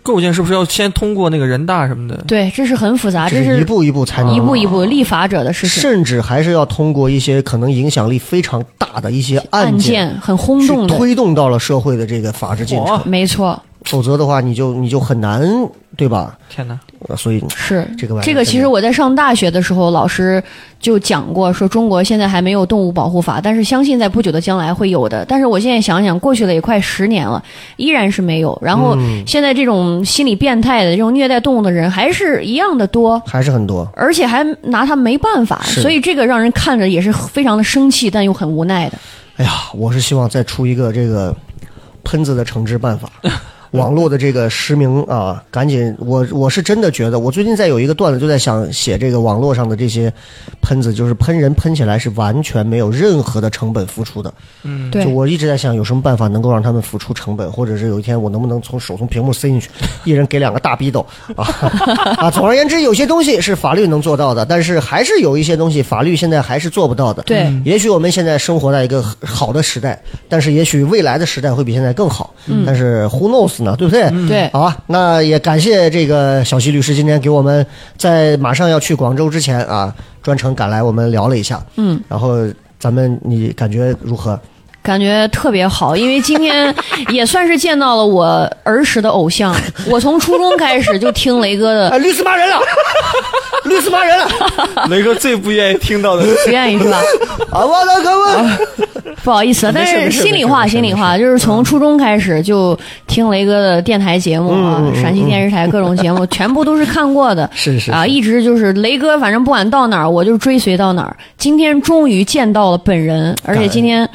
Speaker 4: 构建是不是要先通过那个人大什么的？
Speaker 5: 对，这是很复杂，啊这
Speaker 3: 这是一步一步才能
Speaker 5: 一步一步立法者的事情。
Speaker 3: 甚至还是要通过一些可能影响力非常大的一些
Speaker 5: 案
Speaker 3: 件，
Speaker 5: 件很轰
Speaker 3: 去
Speaker 5: 动的，
Speaker 3: 推动到了社会的这个法治进程，
Speaker 4: 哇，
Speaker 5: 没错，
Speaker 3: 否则的话，你就你就很难，对吧？
Speaker 4: 天哪！
Speaker 3: 呃所以
Speaker 5: 是
Speaker 3: 这个玩意儿
Speaker 5: 这个其
Speaker 3: 真
Speaker 5: 实
Speaker 3: 的
Speaker 5: 我在上大学的时候，老师就讲过，说中国现在还没有动物保护法，但是相信在不久的将来会有的。但是我现在想想，过去了也快十年了，依然是没有。然后
Speaker 3: 嗯
Speaker 5: 现在这种心理变态的、这种虐待动物的人还是一样的多，
Speaker 3: 还是很多。
Speaker 5: 而且还拿他没办法，
Speaker 3: 是
Speaker 5: 所以这个让人看着也是非常的生气，但又很无奈的。
Speaker 3: 哎呀，我是希望再出一个这个喷子的惩治办
Speaker 5: *laughs*
Speaker 3: 法。网络的这个实名啊，赶紧！我我是真的觉得，我最近在有一个段子，就在想写这个网络上的这些喷子，就是喷人喷起来是完全没有任何的成本付出的。
Speaker 5: 对
Speaker 3: 嗯就，我一直在想，有什么办法能够让他们付出成本，或者是有一天我能不能从手从屏幕塞进去，一人给两个大逼斗啊 *laughs* 啊！总而言之，有些东西是法律能做到的，但是还是有一些东西法律现在还是做不到的。
Speaker 5: 对嗯
Speaker 3: 也许我们现在生活在一个好的时代，但是也许未来的时代会比现在更好。但是 who knows 呢？对不对？
Speaker 5: 嗯对
Speaker 3: 好吧，那也感谢这个小西律师今天给我们在马上要去广州之前啊，专程赶来我们聊了一下。嗯，然后咱们你感觉如何？
Speaker 5: 感觉特别好，因为今天也算是见到了我儿时的
Speaker 3: *laughs*
Speaker 5: 偶像。我从初中开始就听雷哥的
Speaker 3: 啊，律师骂人了， *laughs* 律师骂人了，
Speaker 4: 雷哥最不愿意听到的，
Speaker 5: 不愿意
Speaker 3: *laughs*
Speaker 5: 是吧？
Speaker 3: 啊，我的哥们，
Speaker 5: 不好意思啊，
Speaker 3: 没
Speaker 5: 但
Speaker 3: 事
Speaker 5: 是
Speaker 3: 没事
Speaker 5: 心里
Speaker 3: 没
Speaker 5: 话，
Speaker 3: 事
Speaker 5: 心里
Speaker 3: 没
Speaker 5: 话，就是从初中开始就听雷哥的电台节目啊，
Speaker 3: 嗯
Speaker 5: 陕西电视台各种节目，全部都是看过的。
Speaker 3: 是是
Speaker 5: 啊，
Speaker 3: 是
Speaker 5: 一直就是雷哥，反正不管到哪儿，我就追随到哪儿。今天终于见到了本人，而且今天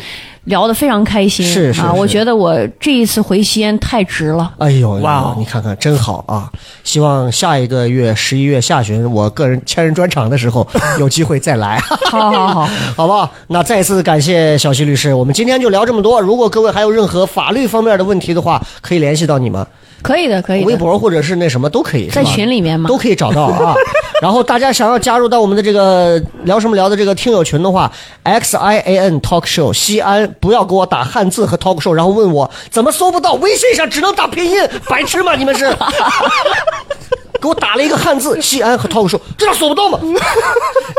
Speaker 5: 聊得非常开心。
Speaker 3: 是是
Speaker 5: 啊，我
Speaker 3: 是
Speaker 5: 觉得我这一次回西安太值了。
Speaker 3: 哎呦，
Speaker 4: 哇哦
Speaker 3: 你看看真好啊！希望下一个月十一月下旬，我个人千人专场的时候有机会再来， *laughs*
Speaker 5: 好好好，
Speaker 3: *laughs* 好不好？那再次感谢小西律师，我们今天就聊这么多。如果各位还有任何法律方面的问题的话，可以联系到你们，
Speaker 5: *laughs* 可以的，可以的。
Speaker 3: 微博或者是那什么都可以，是
Speaker 5: 哎在
Speaker 3: 吧
Speaker 5: 群里面嘛
Speaker 3: 都，可以找到啊。
Speaker 5: *laughs*
Speaker 3: 然后大家想要加入到我们的这个聊什么聊的这个听友群的话，X I A N Talk Show 西安，不要给我打汉字和 Talk Show，然后问我怎么搜不到，微信上只能打拼音，白痴吗？你们
Speaker 5: *laughs*
Speaker 3: 是？给我打了一个汉字西安和 Talk Show，这咋搜不到
Speaker 5: *laughs*
Speaker 3: 吗？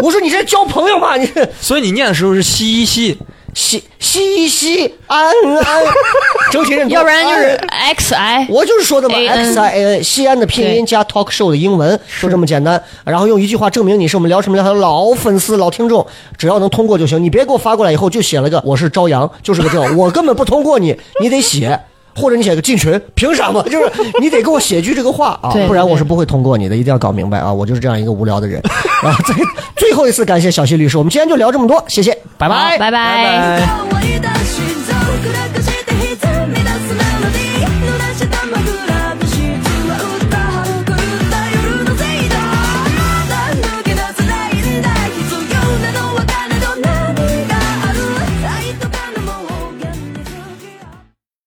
Speaker 3: 我说你这交朋友吗？你这
Speaker 4: *laughs* 所以你念的时候是西西，
Speaker 3: 西西西安
Speaker 5: *laughs*
Speaker 3: 安，整体认同，
Speaker 5: 要不然就是
Speaker 3: 安
Speaker 5: X I。
Speaker 3: 我就是说的嘛
Speaker 5: AN
Speaker 3: ，X I A N，西安的拼音
Speaker 5: 哎嗯对
Speaker 3: 加 talk show 的英文，就这么简单。然后用一句话证明你是我们聊什么聊的老粉丝、老听众，只要能通过就行。你别给我发过来以后就写了个我是朝阳，就是个这，
Speaker 5: *laughs*
Speaker 3: 我根本不通过你，你得写。或者你写个进群，凭什么？ *laughs* 就是你得给我写句这个话啊
Speaker 5: 对，对
Speaker 3: 不然我是不会通过你的。一定要搞明白啊！我就是这样一个无聊的人。 *laughs* 啊然后最最后一次感谢小西律师，我们今天就聊这么多，谢谢，拜
Speaker 5: 好拜
Speaker 4: 拜
Speaker 5: 拜
Speaker 4: 拜。